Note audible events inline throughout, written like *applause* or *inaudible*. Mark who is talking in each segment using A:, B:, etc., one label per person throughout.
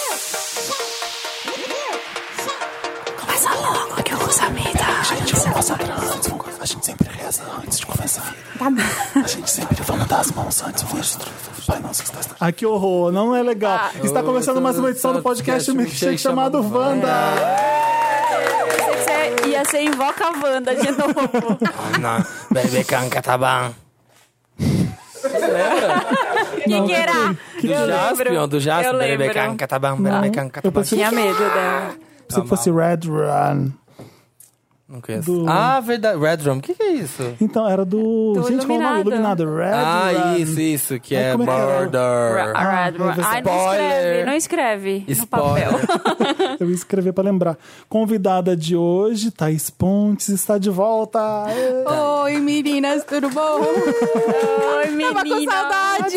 A: tá?
B: nossa transa, a gente sempre reza antes de começar.
A: Tá bom.
B: A gente sempre vamos dar as mãos antes do rosto. Pai nosso que estás na...
C: Ah, que horror, não é legal.
A: Ah.
C: Está começando mais uma edição do
D: Outro
C: podcast
D: podcast
C: é Milkshake chamado Wanda.
A: Pensei que você ia ser invoca a Wanda de novo.
D: Não, bebê canca tá bom.
A: que que era?
D: Do
A: eu
D: Jaspion,
A: lembro.
D: do Jaspion,
A: Eu
D: bebê
A: lembro.
D: canca tá bom, bebê canca tá
C: Eu
D: bom.
C: pensei
A: Tinha medo dela.
C: se fosse Red Run.
D: Não conheço.
C: do-
D: Ah, verdade, Red Drum, o que que é isso?
C: Então, era do.
A: Do
C: gente, como é o nome?
A: Iluminado.
C: Iluminado. Red
D: Ah,
C: Run.
D: isso, isso, que
C: Ai,
D: é
C: como é que era?
D: Border.
A: Ai, não escreve,
D: Spoiler.
A: não escreve no
D: Spoiler.
A: papel.
C: Eu ia escrever pra lembrar. Convidada de hoje, Thaís Pontes, está de
A: *laughs*
C: volta. Ê!
E: Oi, meninas, tudo bom?
A: Oi, menina.
E: Tava com saudade.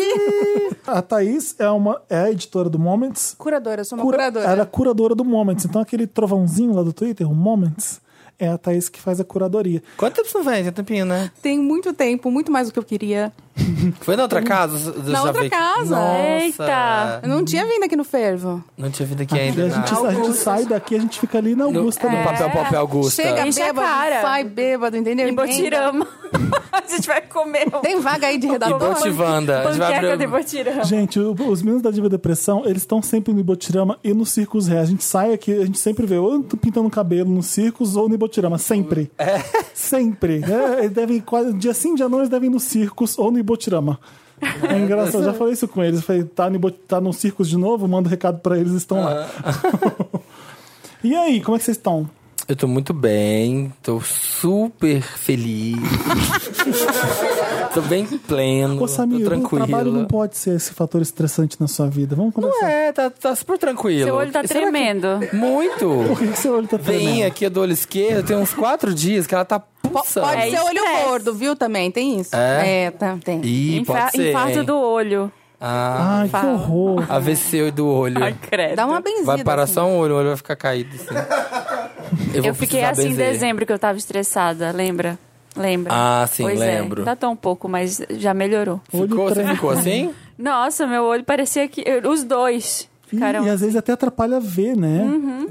C: A Thaís é, uma, é a editora do Moments.
E: Curadora, eu sou uma
C: Cura-
E: curadora.
C: Ela é curadora do Moments. Então, aquele trovãozinho lá do Twitter, o Moments, é a Thaís que faz a curadoria.
D: *laughs* Quanto tempo você não vem? Tem um tempinho, né?
E: Tem muito tempo, muito mais do que eu queria.
D: Foi na outra casa? Eu já
E: outra
D: vi-
E: casa.
D: Nossa.
A: Eita.
E: Eu não tinha vindo aqui no fervo.
D: Não tinha vindo aqui
C: E
D: ainda,
C: a gente,
D: não.
C: a gente sai daqui, a gente fica ali na
D: No, no
C: Augusta. né?
D: papel, papel Augusta.
E: Chega
A: Enche a
E: bêbado,
A: cara.
E: sai bêbado, entendeu?
A: Em Botirama. *laughs* a gente vai comer um
E: Tem vaga aí de
D: E
E: redator?
D: Botivanda. A gente vai
A: panqueca de
D: abrir... um-
A: Botirama.
C: Gente, o- os meninos da Diva Depressão, eles estão sempre no Ibotirama e no Circos Ré. A gente sai aqui, a gente sempre vê, ou eu tô pintando o cabelo no Circos ou no Ibotirama. Sempre.
D: É.
C: Sempre. É, eles devem, quase, dia sim, dia não, eles devem ir no Circos ou no Ibotirama. É engraçado, eu já falei isso com eles. Eu Falei, tá no, Ibo- tá no Circos de novo? Manda um recado pra eles, estão lá.
D: É.
C: *laughs* e aí, como é que vocês estão?
D: Eu tô muito bem, tô super feliz. tô bem pleno,
C: Ô, Samir,
D: tô
C: o trabalho não
D: tranquilo.
C: pode ser esse fator estressante na sua vida. Vamos conversar.
D: É, tá, tá super tranquilo.
A: Seu olho tá
D: Será que-
A: tremendo.
D: Muito!
C: Por que, que seu olho tá
D: Vem
C: tremendo?
D: aqui do olho esquerdo, tem uns quatro dias que ela tá pulsando.
E: Pode
A: É
E: ser olho
A: estresse.
E: gordo, viu? Também tem isso.
D: É?
E: tá, tem.
D: Ih,
A: Infa-
D: pode ser.
A: Infarto
D: hein?
A: do olho.
D: Ah,
C: Ai, que
A: Fala.
C: horror.
D: AVC do olho.
A: Ai, credo.
E: Dá uma benzida.
D: Vai parar
E: assim.
D: só um olho, o olho vai ficar caído assim. Eu, vou
A: Eu fiquei
D: precisar
A: assim em
D: benzer.
A: dezembro que eu tava estressada, lembra? Lembra?
D: Ah, sim,
A: pois
D: lembro.
A: É. Tá tão pouco, mas já melhorou.
D: Ficou,
C: Olho
D: você ficou assim?
A: Nossa, meu olho parecia que. eu- Os dois
C: Ih,
A: ficaram. assim. Uhum.
C: E às vezes até atrapalha ver, né?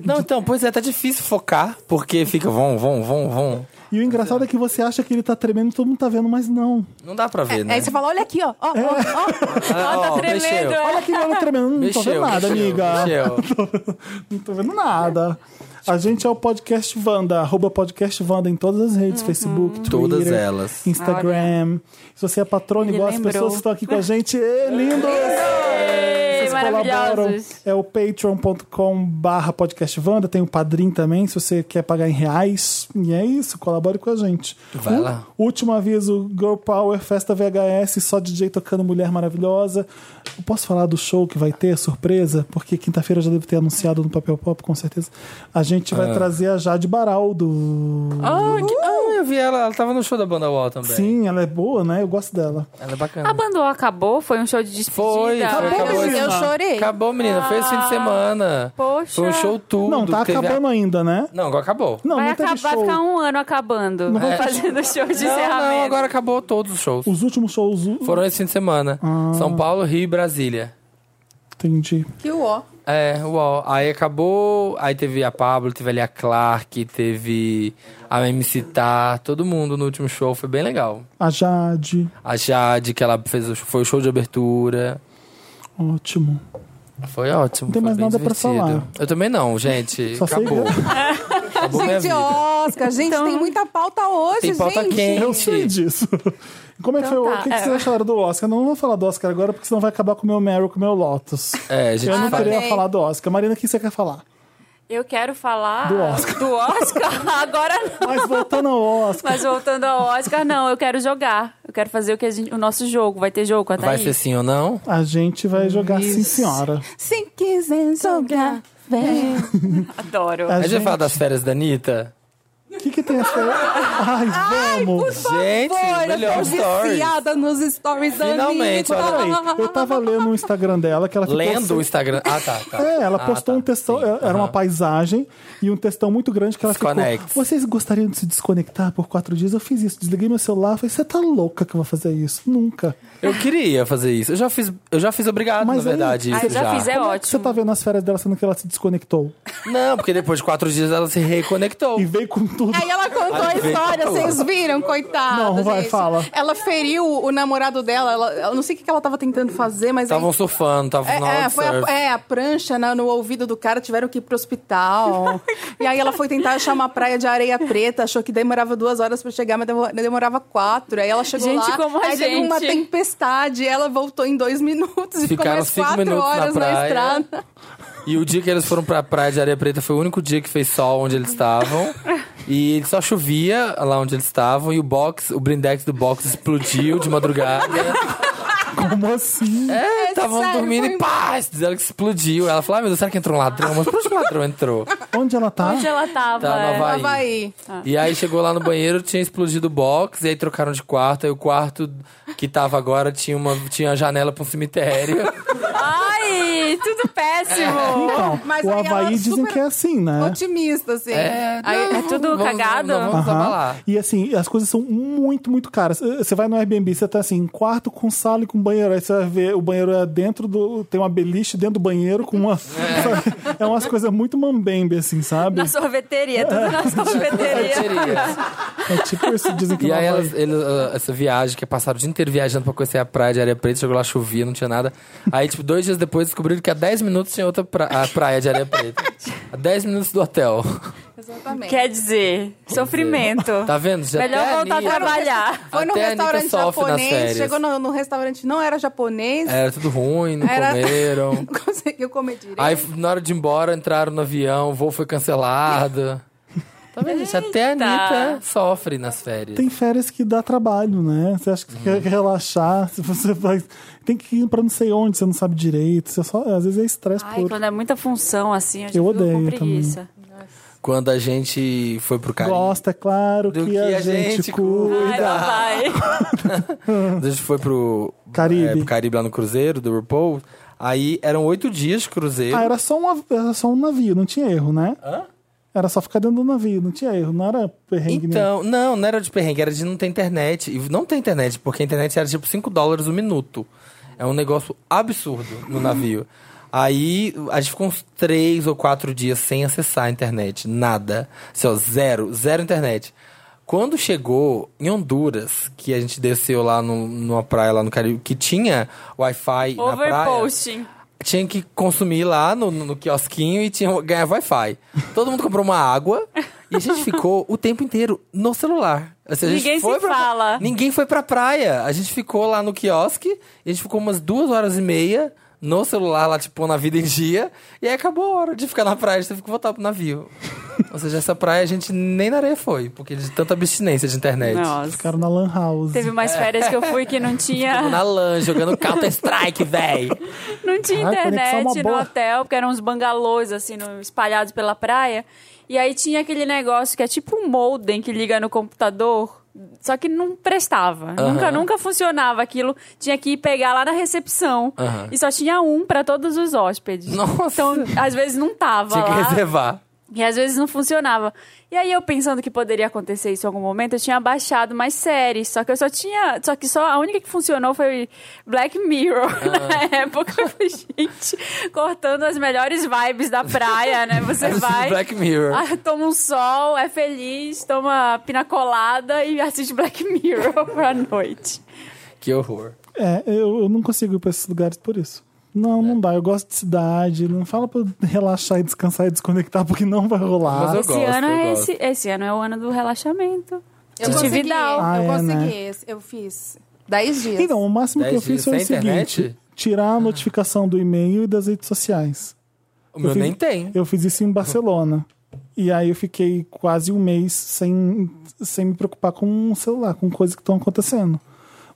D: Não, então, pois é, tá difícil focar, porque fica vão, vão, vão, vão.
C: E o engraçado é que você acha que ele tá tremendo e todo mundo tá vendo, mas não.
D: Não dá pra ver,
A: É,
D: né?
E: Aí você fala, olha aqui, ó. ó, ó, ó.
D: Ah,
A: Ela tá
D: ó,
A: tremendo.
D: mexeu.
A: é.
C: Olha que olho tremendo. Não tô vendo
D: Mexeu,
C: nada,
D: mexeu,
C: amiga.
D: mexeu.
C: Não tô vendo nada. A gente é o Podcast Wanda, arroba Podcast Wanda em todas as
A: Uhum.
C: redes, Facebook, Twitter,
D: Todas elas.
C: Instagram. Se você é patrono
A: Ele
C: igual as
A: lembrou.
C: pessoas que estão aqui com a
A: *laughs*
C: gente, é lindo!
A: Ei,
C: Vocês colaboram.
A: Maravilhosos.
C: É o patreon.com barra podcast Wanda, tem o Padrim também, se você quer pagar em reais. E é isso, colabore com a gente.
D: Vai
C: Ú-
D: lá.
C: Último aviso, Girl Power, festa VHS, só DJ tocando Mulher Maravilhosa. Eu posso falar do show que vai ter, surpresa? Porque quinta-feira eu já deve ter anunciado no Papel Pop, com certeza. A gente vai trazer a Jade Baraldo.
A: Oh, que-
D: Ah, eu vi ela, ela tava no show da banda Wall também.
C: Sim, ela é boa, né? Eu gosto dela.
D: Ela é
A: A
D: bacana.
A: banda acabou? Foi um show de despedida?
D: Foi, foi,
A: Ai,
D: *laughs*
E: Pô,
D: acabou.
E: mas eu
C: Acabou.
E: chorei.
D: Acabou, menina, foi esse fim
A: Ah.
D: de semana.
A: Poxa.
D: Foi um show tudo.
C: Não, tá
D: teve a-
C: acabando ainda, né?
D: Não, agora acabou.
C: Não,
A: Vai,
C: não teve
A: acabar, vai
C: show.
A: ficar um ano acabando.
C: vai
D: *laughs*
A: Fazendo show de
D: não,
A: encerramento.
D: não, agora acabou todos os shows.
C: Os Ah. últimos shows... o-
D: Foram esse fim de semana. São Paulo, Rio e Brasília.
C: Entendi.
E: Que ó.
D: É, uau. Aí acabou, aí teve a Pablo, teve ali a Clark, teve a MC Tá, todo mundo no último show, foi bem legal.
C: A Jade,
D: A Jade, que ela fez, o- foi o show de abertura.
C: ótimo.
D: Foi ótimo.
C: Não tem
D: foi
C: mais
D: bem
C: nada pra
D: divertido.
C: falar.
D: Eu também não, gente.
C: Só sei
D: acabou. Acabou minha
E: Gente,
D: vida.
E: Oscar, gente, tem muita pauta hoje,
D: Tem pauta
E: gente.
D: quente.
C: Eu sei disso. *laughs* Como é que
A: Então
C: foi?
A: tá,
C: O que, que
A: é.
C: vocês acharam do Oscar? Não vou falar do Oscar agora, porque senão vai acabar com o meu Meryl, com o meu Lotus.
D: É, a gente
C: Eu não
D: fala.
C: queria
E: Amei.
C: falar do Oscar. Marina, o que você quer falar?
A: Eu quero falar
C: Do Oscar.
A: do Oscar. *laughs* agora não.
C: Mas voltando ao Oscar.
A: Mas voltando ao Oscar, não, eu quero jogar. Eu quero fazer o que a gente- o nosso jogo. Vai ter jogo com a
D: Vai
A: Thaís?
D: ser sim ou não?
C: A gente vai jogar Sim Senhora.
E: Se quiser jogar,
C: É.
E: vem.
A: Adoro.
C: A
D: A gente vai
C: gente...
D: falar das férias da Anitta?
C: O que, que tem essa... Ai, vamos!
D: Gente,
E: Foi,
D: melhor
E: eu tô
D: story.
E: viciada nos stories da
D: Finalmente,
E: Anitta.
D: olha
C: Peraí, eu tava lendo no Instagram dela que ela ficou...
D: Lendo o
C: assim-
D: Instagram. Ah, tá. tá.
C: É, ela
D: Ah,
C: postou
D: tá.
C: um textão,
D: Sim,
C: era uma
D: aham.
C: paisagem e um textão muito grande que ela
D: Desconecte.
C: ficou. Vocês gostariam de se desconectar por quatro dias? Eu fiz isso, desliguei meu celular, falei, você tá louca que eu vou fazer isso? Nunca.
D: Eu queria fazer isso. Eu já fiz, eu já fiz obrigado,
C: Mas é
D: na
C: aí-
D: verdade.
A: Ah,
D: isso
A: já fiz, é
C: Como
A: ótimo.
C: que você tá vendo as férias dela sendo que ela se desconectou?
D: Não, porque depois de quatro dias ela se reconectou.
C: E veio com tudo.
E: Aí Ela contou a história, vocês viram, coitada.
C: Não, vai,
E: gente.
C: fala.
E: Ela feriu o namorado dela, ela- eu não sei o que que ela tava tentando fazer, mas. aí-
D: Estavam surfando, estavam na
E: é,
D: hora
E: é,
D: de
E: foi a,
D: surf.
E: é, a prancha na- no ouvido do cara, tiveram que ir
D: *laughs*
E: pro hospital. e aí ela foi tentar achar uma praia de areia preta, achou que demorava duas horas pra chegar, mas demo- demorava quatro. Aí ela chegou
A: Gente,
E: lá,
A: como a
E: aí teve
A: gente.
E: uma tempestade, ela voltou em dois minutos e ficou
D: Ficaram
E: mais
D: cinco
E: quatro
D: minutos na
E: horas na,
D: praia.
E: estrada.
D: E o dia que eles foram pra praia de areia preta foi o único dia que fez sol onde eles estavam. e só chovia lá onde eles estavam. E o box, o blindex do box explodiu de madrugada.
C: Como assim?
D: É,
E: É
D: estavam
E: sério,
D: dormindo
E: foi
A: um
D: e pá, disseram que explodiu. Ela falou, ai meu Deus, será que entrou um ladrão? Mas por onde que o ladrão
A: *laughs*
D: entrou?
C: Onde ela tá?
A: Onde ela tava?
D: Tá no
A: é?
D: Havaí.
E: Havaí.
D: E aí chegou lá no banheiro, tinha explodido o box, e aí trocaram de quarto, aí o quarto que tava agora tinha uma tinha a janela pra um cemitério.
A: *laughs* Ai, tudo
D: *laughs*
A: péssimo.
C: Então,
E: Mas
C: o
E: aí ela
C: Havaí dizem
E: super-
C: que é assim, né?
E: Otimista, assim.
D: Ah. É,
E: Aí-
D: não,
A: é tudo
D: vamos-
A: cagado?
D: Não, vamos
C: Aham.
D: abalar.
C: E assim, as coisas são muito, muito caras. Eh, Você vai no Airbnb, você tá assim, em quarto com sala e com banheiro. Aí você vai ver, o banheiro é dentro do. Tem uma beliche dentro do banheiro com uma. É, umas coisas muito mambembe, assim, sabe?
A: Na sorveteria,
D: *laughs*
A: tudo na sorveteria. *laughs*
D: Seria.
C: É tipo isso, dizem que
D: E
C: não
D: aí
C: vai.
D: elas, eles, ah, essa viagem, que passaram o dia inteiro viajando pra conhecer a praia de areia preta, chegou lá, chovia, não tinha nada. Aí, tipo, dois dias depois descobriram que a 10 minutos tinha outra pra- a praia de areia preta. A 10 minutos do hotel.
E: Exatamente.
A: Quer dizer, sofrimento.
D: Tá vendo? Já
A: Melhor
D: até
A: voltar a
D: ali-
A: trabalhar.
E: Foi num
D: Até a Anitta
E: restaurante
D: sofre nas
E: japonês,
D: férias. É,
E: chegou no, no restaurante, não era japonês,
D: Era tudo ruim, não
E: Era-
D: comeram.
E: *laughs* não conseguiu comer direito.
D: Aí, na hora de ir embora, entraram no avião, o voo foi
E: *laughs*
D: cancelado. Tá vendo, gente? Até a Anitta sofre nas férias.
C: Tem férias que dá trabalho, né? Você acha que você quer relaxar, se você vai. Tem que ir pra não sei onde, você não sabe direito. Você só... Às vezes é estresse
A: Ai,
C: puro.
A: quando é muita função assim, eu, já
C: Eu
A: fico com
C: odeio
A: preguiça.
D: Quando a gente foi pro Caribe,
C: Gosta, é claro, que,
D: Do que
C: a,
D: a
C: gente,
D: gente
C: cuida.
A: Ai, lá vai.
D: a gente foi pro
C: Caribe.
D: é, pro Caribe lá no cruzeiro, do RuPaul. Aí, eram oito dias de cruzeiro.
C: Ah, era só, um, av- era só um navio, não tinha erro, né?
D: Hã?
C: Era só ficar dentro do navio, não tinha erro, não era perrengue nenhum.
D: Então, não, não era de perrengue, era de não ter internet. E não ter internet, porque a internet era tipo 5 dólares o minuto. É um negócio absurdo no navio. Aí a gente ficou uns 3 ou 4 dias sem acessar a internet. Nada. Assim, ó, zero, zero internet. Quando chegou em Honduras, que a gente desceu lá no- numa praia lá no Caribe, que tinha Wi-Fi na praia
A: Overposting.
D: tinha que consumir lá no, no quiosquinho e tinha ganhar Wi-Fi. Todo mundo comprou uma água e a gente ficou o tempo inteiro no celular. Assim, a gente
A: Ninguém se
D: foi pra-
A: fala.
D: Ninguém foi pra praia. A gente ficou lá no quiosque e a gente ficou umas duas horas e meia no celular lá, tipo, na vida em dia. E aí acabou a hora de ficar na praia, a gente teve que voltar pro navio. Ou seja, essa praia a gente nem na areia foi, porque de tanta abstinência de internet.
A: Nossa.
C: Ficaram na Lan House.
A: Teve umas férias que eu fui
D: *laughs*
A: que não
D: Ficamos
A: tinha,
D: É. Na LAN, jogando Counter-Strike,
A: *laughs*
D: véi.
A: não tinha
C: Ah, conexão é uma
A: internet no
C: boa.
A: hotel, porque eram uns bangalôs, assim, no- espalhados pela praia. E aí tinha aquele negócio que é tipo um modem que liga no computador, só que não prestava.
D: Aham.
A: Nunca, nunca funcionava aquilo. Tinha que ir pegar lá na recepção.
D: Aham.
A: E só tinha um pra todos os hóspedes.
D: Nossa.
A: Então, às vezes não tava
D: Tinha que
A: lá.
D: reservar.
A: E às vezes não funcionava. E aí eu pensando que poderia acontecer isso em algum momento, eu tinha baixado mais séries, só que eu só tinha, só que só a única que funcionou foi Black Mirror *laughs*
D: Ah.
A: na época, eu falei, gente, cortando as melhores vibes da praia, né? Você vai
D: Black Mirror.
A: ah, toma um sol, é feliz, toma pina colada e assiste Black Mirror *laughs* pra noite.
D: Que horror.
C: É, eu, eu não consigo ir pra esses lugares por isso. Não,
D: É.
C: não dá. Eu gosto de cidade. Não fala pra eu relaxar e descansar e desconectar, porque não vai rolar.
D: Mas Eu
A: esse
D: gosto,
A: ano
D: eu
A: é
D: gosto.
A: esse, esse ano é o ano do relaxamento.
E: Eu consegui,
A: Vidal.
C: Ah,
E: eu
C: é,
E: consegui
C: né?
E: esse. Eu fiz 10 dias.
C: Então, o máximo que eu
D: Dez
C: fiz
D: dias
C: foi o
D: sem internet? Ah.
C: seguinte: tirar a notificação do e-mail e das redes sociais.
D: O meu
C: fiz-
D: nem tem.
C: Eu fiz isso em Barcelona. E aí eu fiquei quase um mês sem, sem me preocupar com o celular, com coisas que estão acontecendo.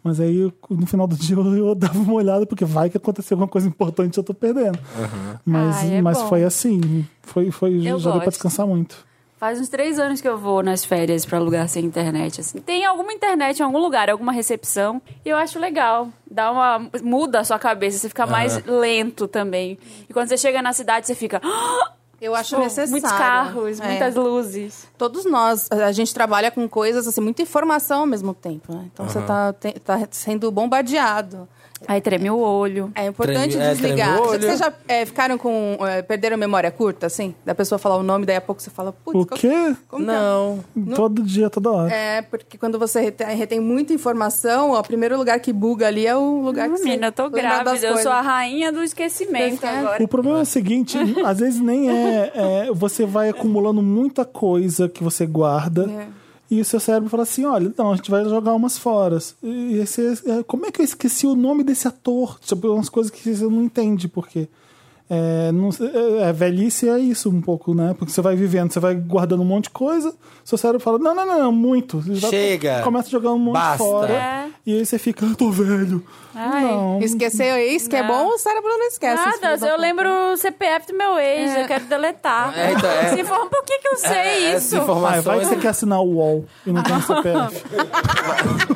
C: Mas aí, eu- no final do dia, *laughs* eu, eu dava uma olhada, porque vai que aconteceu alguma coisa importante e eu tô perdendo. Mas,
A: Ai, é
C: mas
A: bom.
C: foi assim. Foi, foi, já
A: Eu
C: deu pra
A: gosto.
C: descansar muito.
A: Faz uns três anos que eu vou nas férias pra lugar sem internet, assim. Tem alguma internet em algum lugar, alguma recepção, e eu acho legal. Dá uma... muda a sua cabeça, você fica mais lento também. E quando você chega na cidade, você fica...
E: eu acho
A: Pô,
E: necessário.
A: Muitos carros,
E: É.
A: muitas luzes.
E: Todos nós, a gente trabalha com coisas assim, muita informação ao mesmo tempo, né? Então você tá, te- tá sendo bombardeado.
A: Aí treme o olho.
E: É importante
D: Treme- é,
E: desligar.
D: treme o olho.
E: Vocês já é, ficaram com. é, perderam memória curta, assim? Da pessoa falar o nome, daí a pouco você fala, putz,
C: O
E: qual-
C: quê?
A: Então.
E: como que é?
D: Não.
C: Todo dia, toda hora.
E: É, porque quando você rete- retém, muita informação, ó, o primeiro lugar que buga ali é o lugar que você
A: Menina, eu tô
E: lembra das
A: grávida, eu sou
E: coisas.
A: a rainha do esquecimento
E: Desse- é.
A: agora.
C: O problema é o seguinte, às vezes nem é, é, Você vai acumulando muita coisa que você guarda.
A: É.
C: E o seu cérebro fala assim: olha, não, a gente vai jogar umas fora. E aí você, é, como é que eu esqueci o nome desse ator? Tipo, umas coisas que você não entende, porque. É, não sei, é, é, velhice é isso um pouco, né? Porque você vai vivendo, você vai guardando um monte de coisa, seu cérebro fala: não, não, não, não muito. Você já
D: Chega.
C: Começa a jogar um monte
D: Basta.
C: fora.
A: É.
C: E aí você fica: eu tô velho.
A: Ai,
C: não,
E: Esqueceu isso que é
A: Não.
E: bom, o cérebro não esquece. esse
A: Nada,
E: filho da
A: eu
E: puta.
A: lembro o CPF do meu ex, eu quero deletar.
D: É, então, é.
A: Se for, por que, que eu sei
C: É,
D: Essa
A: isso?
C: Ai,
D: informação
C: vai que você
D: é-
C: quer assinar o UOL e não tem o CPF.
D: é,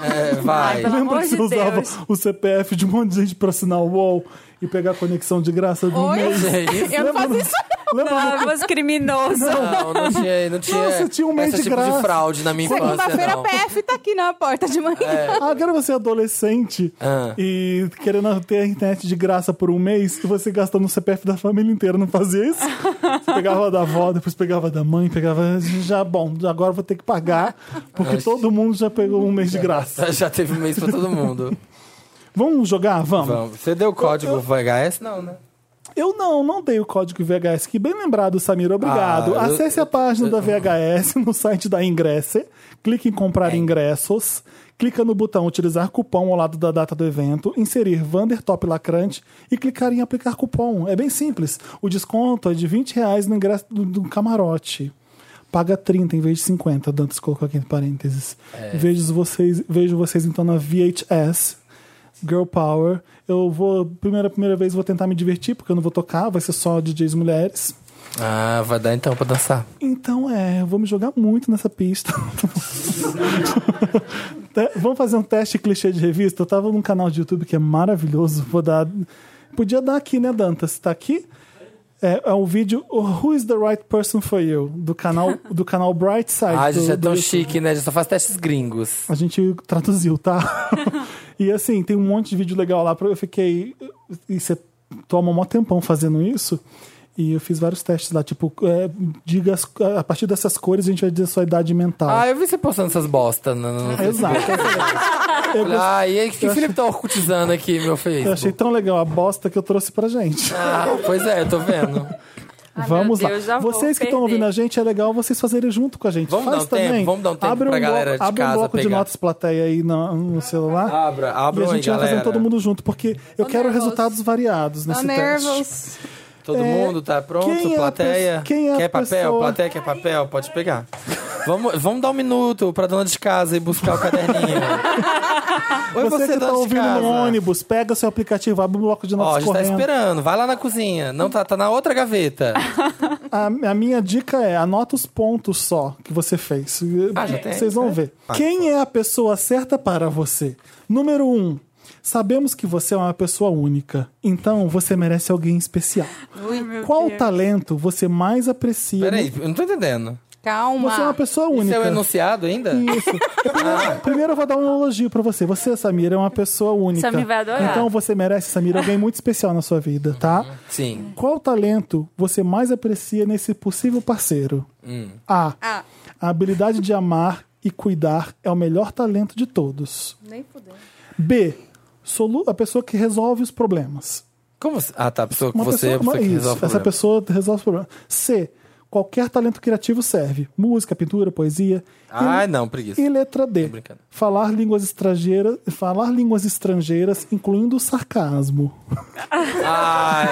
A: Ai,
D: vai.
A: pelo
C: Lembra
A: amor
C: que você
A: de
C: usava
A: Deus.
C: o CPF de um monte de gente pra assinar o UOL e pegar a conexão de graça do
E: Oi?
C: mês?
D: Gente,
E: Eu não faço isso.
C: *laughs* Lembra?
A: Ah, você criminoso.
D: Não, não tinha, não tinha,
C: Nossa, tinha um mês
D: esse
C: de
D: tipo
C: graça.
D: de fraude na minha
E: Tá
D: infância,
E: Segunda-feira,
D: não.
E: PF tá aqui na porta de
D: *laughs*
E: manhã.
C: Agora você é adolescente
D: Ah.
C: e querendo ter a internet de graça por um mês e você gastando o CPF da família inteira, não fazia isso? Você pegava da avó, depois pegava da mãe, pegava. Já, bom, agora eu vou ter que pagar, porque todo mundo já pegou um mês de graça.
D: Já teve um mês pra todo mundo.
C: Vamos jogar? *laughs* Vamos.
D: Vamos. Você deu o código VHS? Não, né?
C: Eu não, não dei o código VHS, que bem lembrado, Samir, obrigado.
D: Ah, eu-
C: Acesse a página da VHS *laughs* no site da Ingresse, clique em
D: É.
C: comprar ingressos, clica no botão utilizar cupom ao lado da data do evento, inserir Vander Top Lacrante e clicar em aplicar cupom. É bem simples. O desconto é de 20 reais no ingresso do, do camarote. Paga 30 em vez de 50, Dantas colocou aqui entre parênteses.
D: É.
C: Vejo, vocês, vejo vocês então na VHS, Girl Power. Eu vou, primeira, primeira vez, vou tentar me divertir, porque eu não vou tocar, vai ser só DJs mulheres.
D: Ah, vai dar então pra dançar.
C: Então, é, eu vou me jogar muito nessa pista. *laughs* Te- Vamos fazer um teste clichê de revista? Eu tava num canal de YouTube que é maravilhoso, vou dar. Podia dar aqui, né, Dantas? Tá aqui? É, é um vídeo Who is the right person for you? Do canal, do canal Brightside.
D: Ah, a gente
C: do-
D: é tão
C: do-
D: chique, né? A gente só faz testes gringos.
C: a gente traduziu,
D: *laughs*
C: tá? e assim, tem um monte de vídeo legal lá. pra- Eu fiquei. E você toma um maior tempão fazendo isso. E eu fiz vários testes lá, tipo, é, diga as- a partir dessas cores a gente vai dizer a sua idade mental.
D: Ah, eu vi você postando essas bostas. No,
C: *laughs*
D: no-
C: Exato. é eu, gostei-
D: Ah, e aí, que o Felipe tá orcutizando aqui, meu
C: eu
D: Facebook?
C: achei tão legal a bosta que eu trouxe pra gente.
D: Ah, pois é, eu tô vendo.
E: Ah,
A: Ai,
C: Vamos
A: meu
C: lá.
A: Deus, já vou
C: vocês que estão
A: perder.
C: ouvindo a gente, é legal vocês fazerem junto com a gente.
D: Vamos
C: Faz
D: dar um
C: também.
D: tempo, vamos dar um tempo
C: abre
D: pra
C: um
D: galera
C: bloco,
D: de
C: abre um
D: casa
C: bloco de
D: pegar.
C: notas plateia aí no, no celular.
D: Abra, abra
C: e a
D: aí,
C: gente vai fazendo
D: galera.
C: todo mundo junto, porque eu quero
E: nervosa.
C: resultados variados
E: Tá
C: nesse teste.
E: nervos.
C: É,
D: Todo mundo tá pronto?
C: quem é a
D: plateia?
C: pes- quem é a
D: quer papel?
C: pessoa?
D: Plateia quer papel? Pode pegar. Vamos, vamos dar um minuto pra dona de casa e buscar o
C: *laughs*
D: caderninho. Oi,
C: Você, que
D: dona
C: tá
D: de
C: ouvindo
D: casa.
C: no ônibus, pega seu aplicativo, abre o bloco de
D: Ó, a
C: notas
D: gente tá
C: correndo.
D: esperando. Vai lá na cozinha. Não, tá, tá na
C: *laughs*
D: outra gaveta.
C: a, a minha dica é, anota os pontos só que você fez.
D: Ah, já tem,
C: Vocês vão
D: né?
C: ver.
D: Ah.
C: Quem é a pessoa certa para você? Número Um, sabemos que você é uma pessoa única, então você merece alguém especial. Qual talento você mais aprecia?
D: Peraí, eu não tô entendendo.
E: Calma.
C: Você é uma pessoa
D: Isso
C: única.
D: é o enunciado ainda?
C: Isso. Eu
A: *laughs*
C: Primeiro, primeiro eu vou dar um elogio pra você. Você, Samira, é uma pessoa única.
A: Samir vai adorar. Uhum.
C: Então você merece, Samira, alguém muito especial na sua vida, tá?
D: Sim.
C: Qual talento você mais aprecia nesse possível parceiro?
D: Hum.
C: A.
E: Ah,
C: A habilidade de amar e cuidar é o melhor talento de todos.
E: nem fudeu.
C: B. Solu a pessoa que resolve os problemas.
D: Como? se- Ah, tá. a Pessoa que
C: Uma
D: você, é a
C: pessoa,
D: pessoa que
C: isso,
D: resolve o
C: essa
D: problema.
C: pessoa resolve os problemas. C. Qualquer talento criativo serve. Música, pintura, poesia.
D: Ah, não, preguiça.
C: E letra D.
D: brincando.
C: Falar línguas estrangeiras, falar línguas estrangeiras, incluindo o sarcasmo.
D: Ah,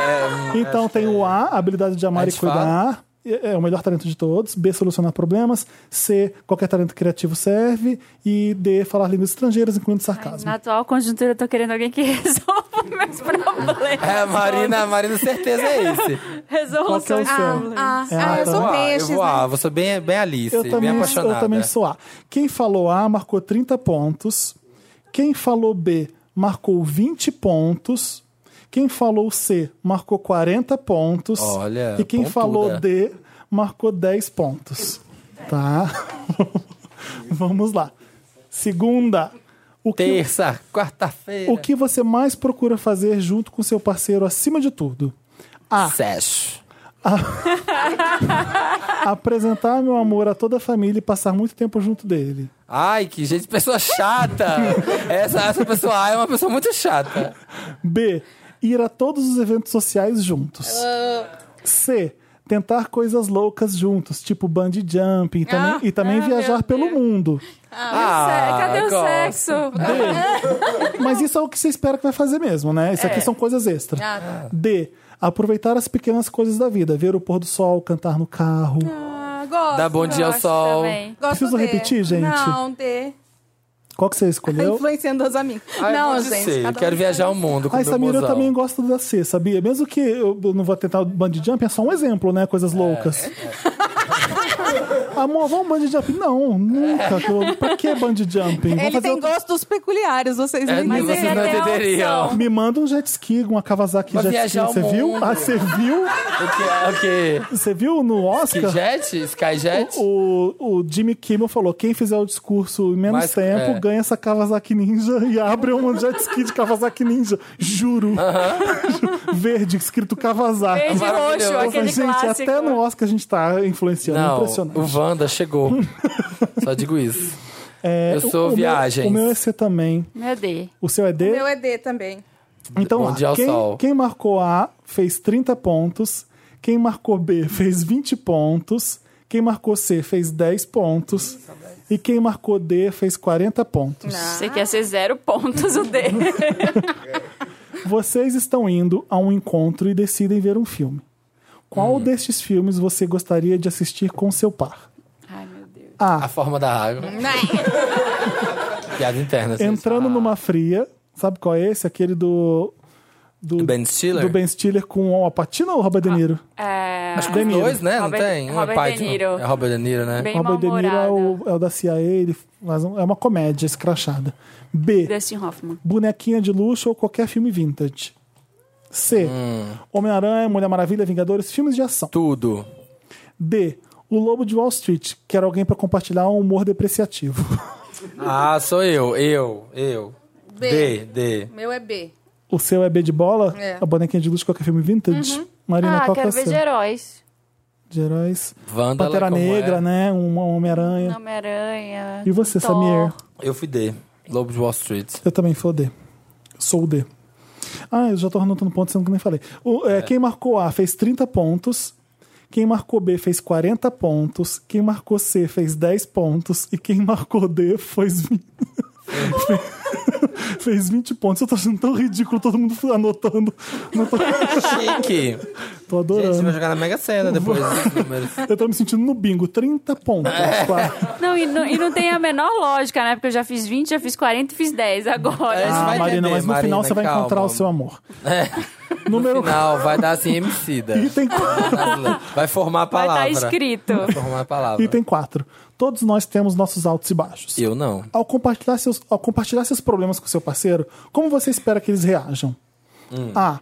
D: é.
C: *laughs* então tem o A, a habilidade de amar
D: A
C: e
D: gente
C: cuidar. É é o melhor talento de todos. B, solucionar problemas. C, qualquer talento criativo serve. E D, falar línguas estrangeiras, incluindo sarcasmo.
A: Na atual conjuntura, eu tô querendo alguém que *laughs* resolva meus problemas.
D: É, a Marina, a Marina, certeza é esse.
C: Qual que é
A: Resolução
C: o
A: de
C: seu?
A: problemas.
E: Ah,
C: É,
E: ah,
C: ah,
E: eu
C: tá.
E: sou
D: Ah,
E: peixe.
D: eu vou, ah, vou ser bem, bem Alice,
C: Eu
D: é bem
C: também,
D: apaixonada.
C: eu também sou A. Quem falou A marcou 30 pontos. Quem falou B marcou 20 pontos. Quem falou C marcou 40 pontos.
D: Olha,
C: E quem
D: pontuda.
C: falou D marcou 10 *laughs* pontos. Tá? Vamos lá. Segunda. O que,
D: Terça, quarta-feira.
C: o que você mais procura fazer junto com seu parceiro acima de tudo? Ah.
D: Sesh.
C: Apresentar meu amor a toda a família e passar muito tempo junto dele.
D: Ai, que gente,
C: *laughs*
D: pessoa chata. essa, essa pessoa A é uma pessoa muito chata.
C: B. Ir a todos os eventos sociais juntos. C. Tentar coisas loucas juntos, tipo bungee jumping e também,
A: Ah,
C: e também
A: ah,
C: viajar
A: meu
C: pelo
A: Deus.
C: mundo.
A: Sé- Cadê o
D: Ah, gosto.
A: sexo? É um
C: Mas isso é o que você espera que vai fazer mesmo, né? Isso aqui
A: É.
C: são coisas extras.
A: Ah.
C: D. Aproveitar as pequenas coisas da vida. Ver o pôr do sol, cantar no carro.
E: Ah, gosto.
D: Dá bom dia ao
A: Gosto
D: sol.
A: também.
E: Gosto
C: Preciso
E: de.
C: repetir, gente?
E: Não, de.
C: Qual que você
E: Tá
C: escolheu?
E: influenciando os amigos.
D: Ai,
E: não,
D: pode
E: gente.
D: ser.
E: cada
D: Ah, Eu
E: um
D: quero
E: tem
D: viajar
E: um-
D: o mundo com
C: Ah,
D: o
C: e
D: meu
C: Samira, eu
D: mozão.
C: também gosto da C, sabia? Mesmo que eu eu não vou tentar o bungee jump, é só um exemplo, né? Coisas
D: É,
C: loucas. *laughs* Amor, vamos bungee jump? Não, nunca. Eu- Pra que bungee jumping? um- Vamos
E: Ele tem
C: outra-
E: gostos peculiares, vocês
D: É,
E: não
D: mas
E: entendem.
D: vocês não
A: ele é a
D: entenderiam.
A: opção.
C: Me manda um jet ski, uma Kawasaki
D: Vai
C: jet ski.
D: viajar o
C: Você viu?
D: mundo.
C: Ah, você viu?
D: O que é? O
C: *laughs*
D: quê?
C: Você viu no
D: Que
C: Oscar?
D: jet? Skyjet?
C: O, o Jimmy Kimmel falou: quem fizer o discurso em menos
D: Mas-
C: tempo
D: é.
C: ganha essa Kawasaki Ninja e abre um jet ski de Kawasaki Ninja. Juro. *laughs* Verde, escrito Kawasaki.
A: Verde e
D: Maravilhoso.
A: roxo,
D: Eu
C: Nossa,
A: aquele
C: gente,
A: clássico.
C: até no Oscar a gente tá influenciando.
D: Não,
C: impressionante.
D: o
C: *laughs*
D: Wanda chegou. Só digo isso.
C: É,
D: eu sou
C: o- o meu-
D: viagens.
C: o meu é C também.
A: Meu Deus.
C: O seu é D?
E: Meu é D também.
C: Então,
D: Bom
C: lá,
D: dia ao
C: quem,
D: sol.
C: quem marcou A fez 30 pontos. Quem marcou B fez 20 pontos. Quem marcou C fez 10 pontos. E quem marcou D fez 40 pontos.
A: Você quer ser zero pontos
C: *laughs*
A: o D.
C: Vocês estão indo a um encontro e decidem ver um filme. Qual
D: Hum.
C: destes filmes você gostaria de assistir com seu par?
A: Ai, meu Deus.
D: A
C: A.
D: forma da água. Piada interna. gente.
C: Entrando numa fria. Sabe qual é esse? Aquele do.
D: Do Ben Stiller?
C: do Ben Stiller com o Alpatino ou o
A: Ah,
C: Robert De Niro?
A: É...
D: Acho que os dois, né? Não
A: Robert-
D: tem? Um é
A: Robert
D: pai.
A: De Niro.
D: É Robert De Niro, né?
A: Bem
C: O Robert De Niro é o,
A: mal-humorado.
C: é o da CIA, ele faz um- é uma comédia escrachada. B.
A: Dustin Hoffman.
C: Bonequinha de luxo ou qualquer filme vintage. C. Homem-Aranha, Mulher Maravilha, Vingadores, filmes de ação.
D: Tudo.
C: D. O Lobo de Wall Street, que era alguém pra compartilhar um humor depreciativo. *laughs*
D: Ah, sou eu. Eu. Eu. D.
E: B.
D: D.
E: Meu é B.
C: O seu é B de bola?
E: É.
C: A bonequinha de luxo, qualquer filme vintage? Marina,
A: Ah,
C: qual que é
A: quero
C: o
A: ver de
C: seu?
A: heróis.
C: De heróis.
D: Wanda.
C: Pantera Negra,
D: é?
C: né? Um Homem-Aranha.
A: Homem-Aranha.
C: E você,
A: Thor.
C: Samir?
D: Eu fui D. Lobo de Wall Street.
C: Eu também fui o D. Sou o D. Ah, eu já tô anotando ponto, sendo que nem falei. O, é, Quem marcou A fez 30 pontos. Quem marcou B fez 40 pontos. Quem marcou C fez 10 pontos. E quem marcou D fez 20, *laughs* fez 20 pontos. Eu tô achando tão ridículo todo mundo anotando. Não tô,
D: Chique.
C: tô
D: *laughs* Gente, você vai
C: adorando.
D: jogar na Mega Sena depois desses números.
C: Eu tô me sentindo no bingo. 30 pontos.
D: É.
C: claro.
A: Não e, não, e não tem a menor lógica, né? Porque eu já fiz 20, já fiz 40 e fiz 10
D: É,
A: agora.
D: isso
C: Ah,
D: vai
C: Marina,
D: entender,
C: mas no final
D: Marina,
C: você vai
D: calma.
C: encontrar o seu amor.
D: No
C: *laughs* Número... um,
D: final, vai dar assim, Emicida.
C: E tem...
D: Vai formar a
A: Vai
D: palavra.
A: estar escrito.
D: Vai formar a palavra.
C: Item 4. Todos nós temos nossos altos e baixos.
D: Eu não.
C: Ao compartilhar, seus, ao compartilhar seus problemas com seu parceiro, como você espera que eles reajam?
D: Hum.
C: A.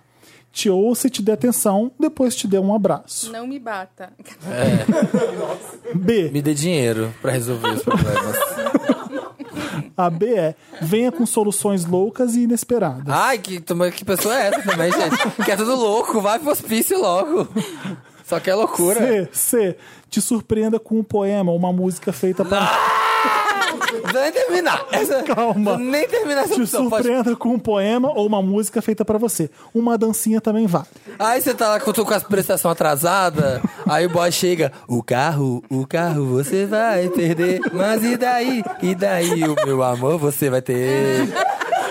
C: Te ouça e te dê atenção, depois te dê um abraço.
E: Não
D: *laughs*
E: me bata.
C: B.
D: Me dê dinheiro pra resolver os
C: *laughs*
D: problemas.
C: A B é venha com soluções loucas e inesperadas.
D: Ai, que, toma- que pessoa é essa também, gente? Que é tudo louco, vai pro hospício logo. Só que é loucura.
C: C. C. Te surpreenda com um poema ou uma música feita para.
D: Nem terminar. Essa,
C: Calma.
D: Nem terminar
C: *laughs*
D: essa
C: Te
D: opção. Pode...
C: surpreenda com um poema ou uma música feita pra você. Uma dancinha também vale.
D: Aí você tá lá com, tô com as prestações atrasadas, aí o boy chega, o carro, o carro você vai perder, mas e daí? E daí, o meu amor, você vai ter...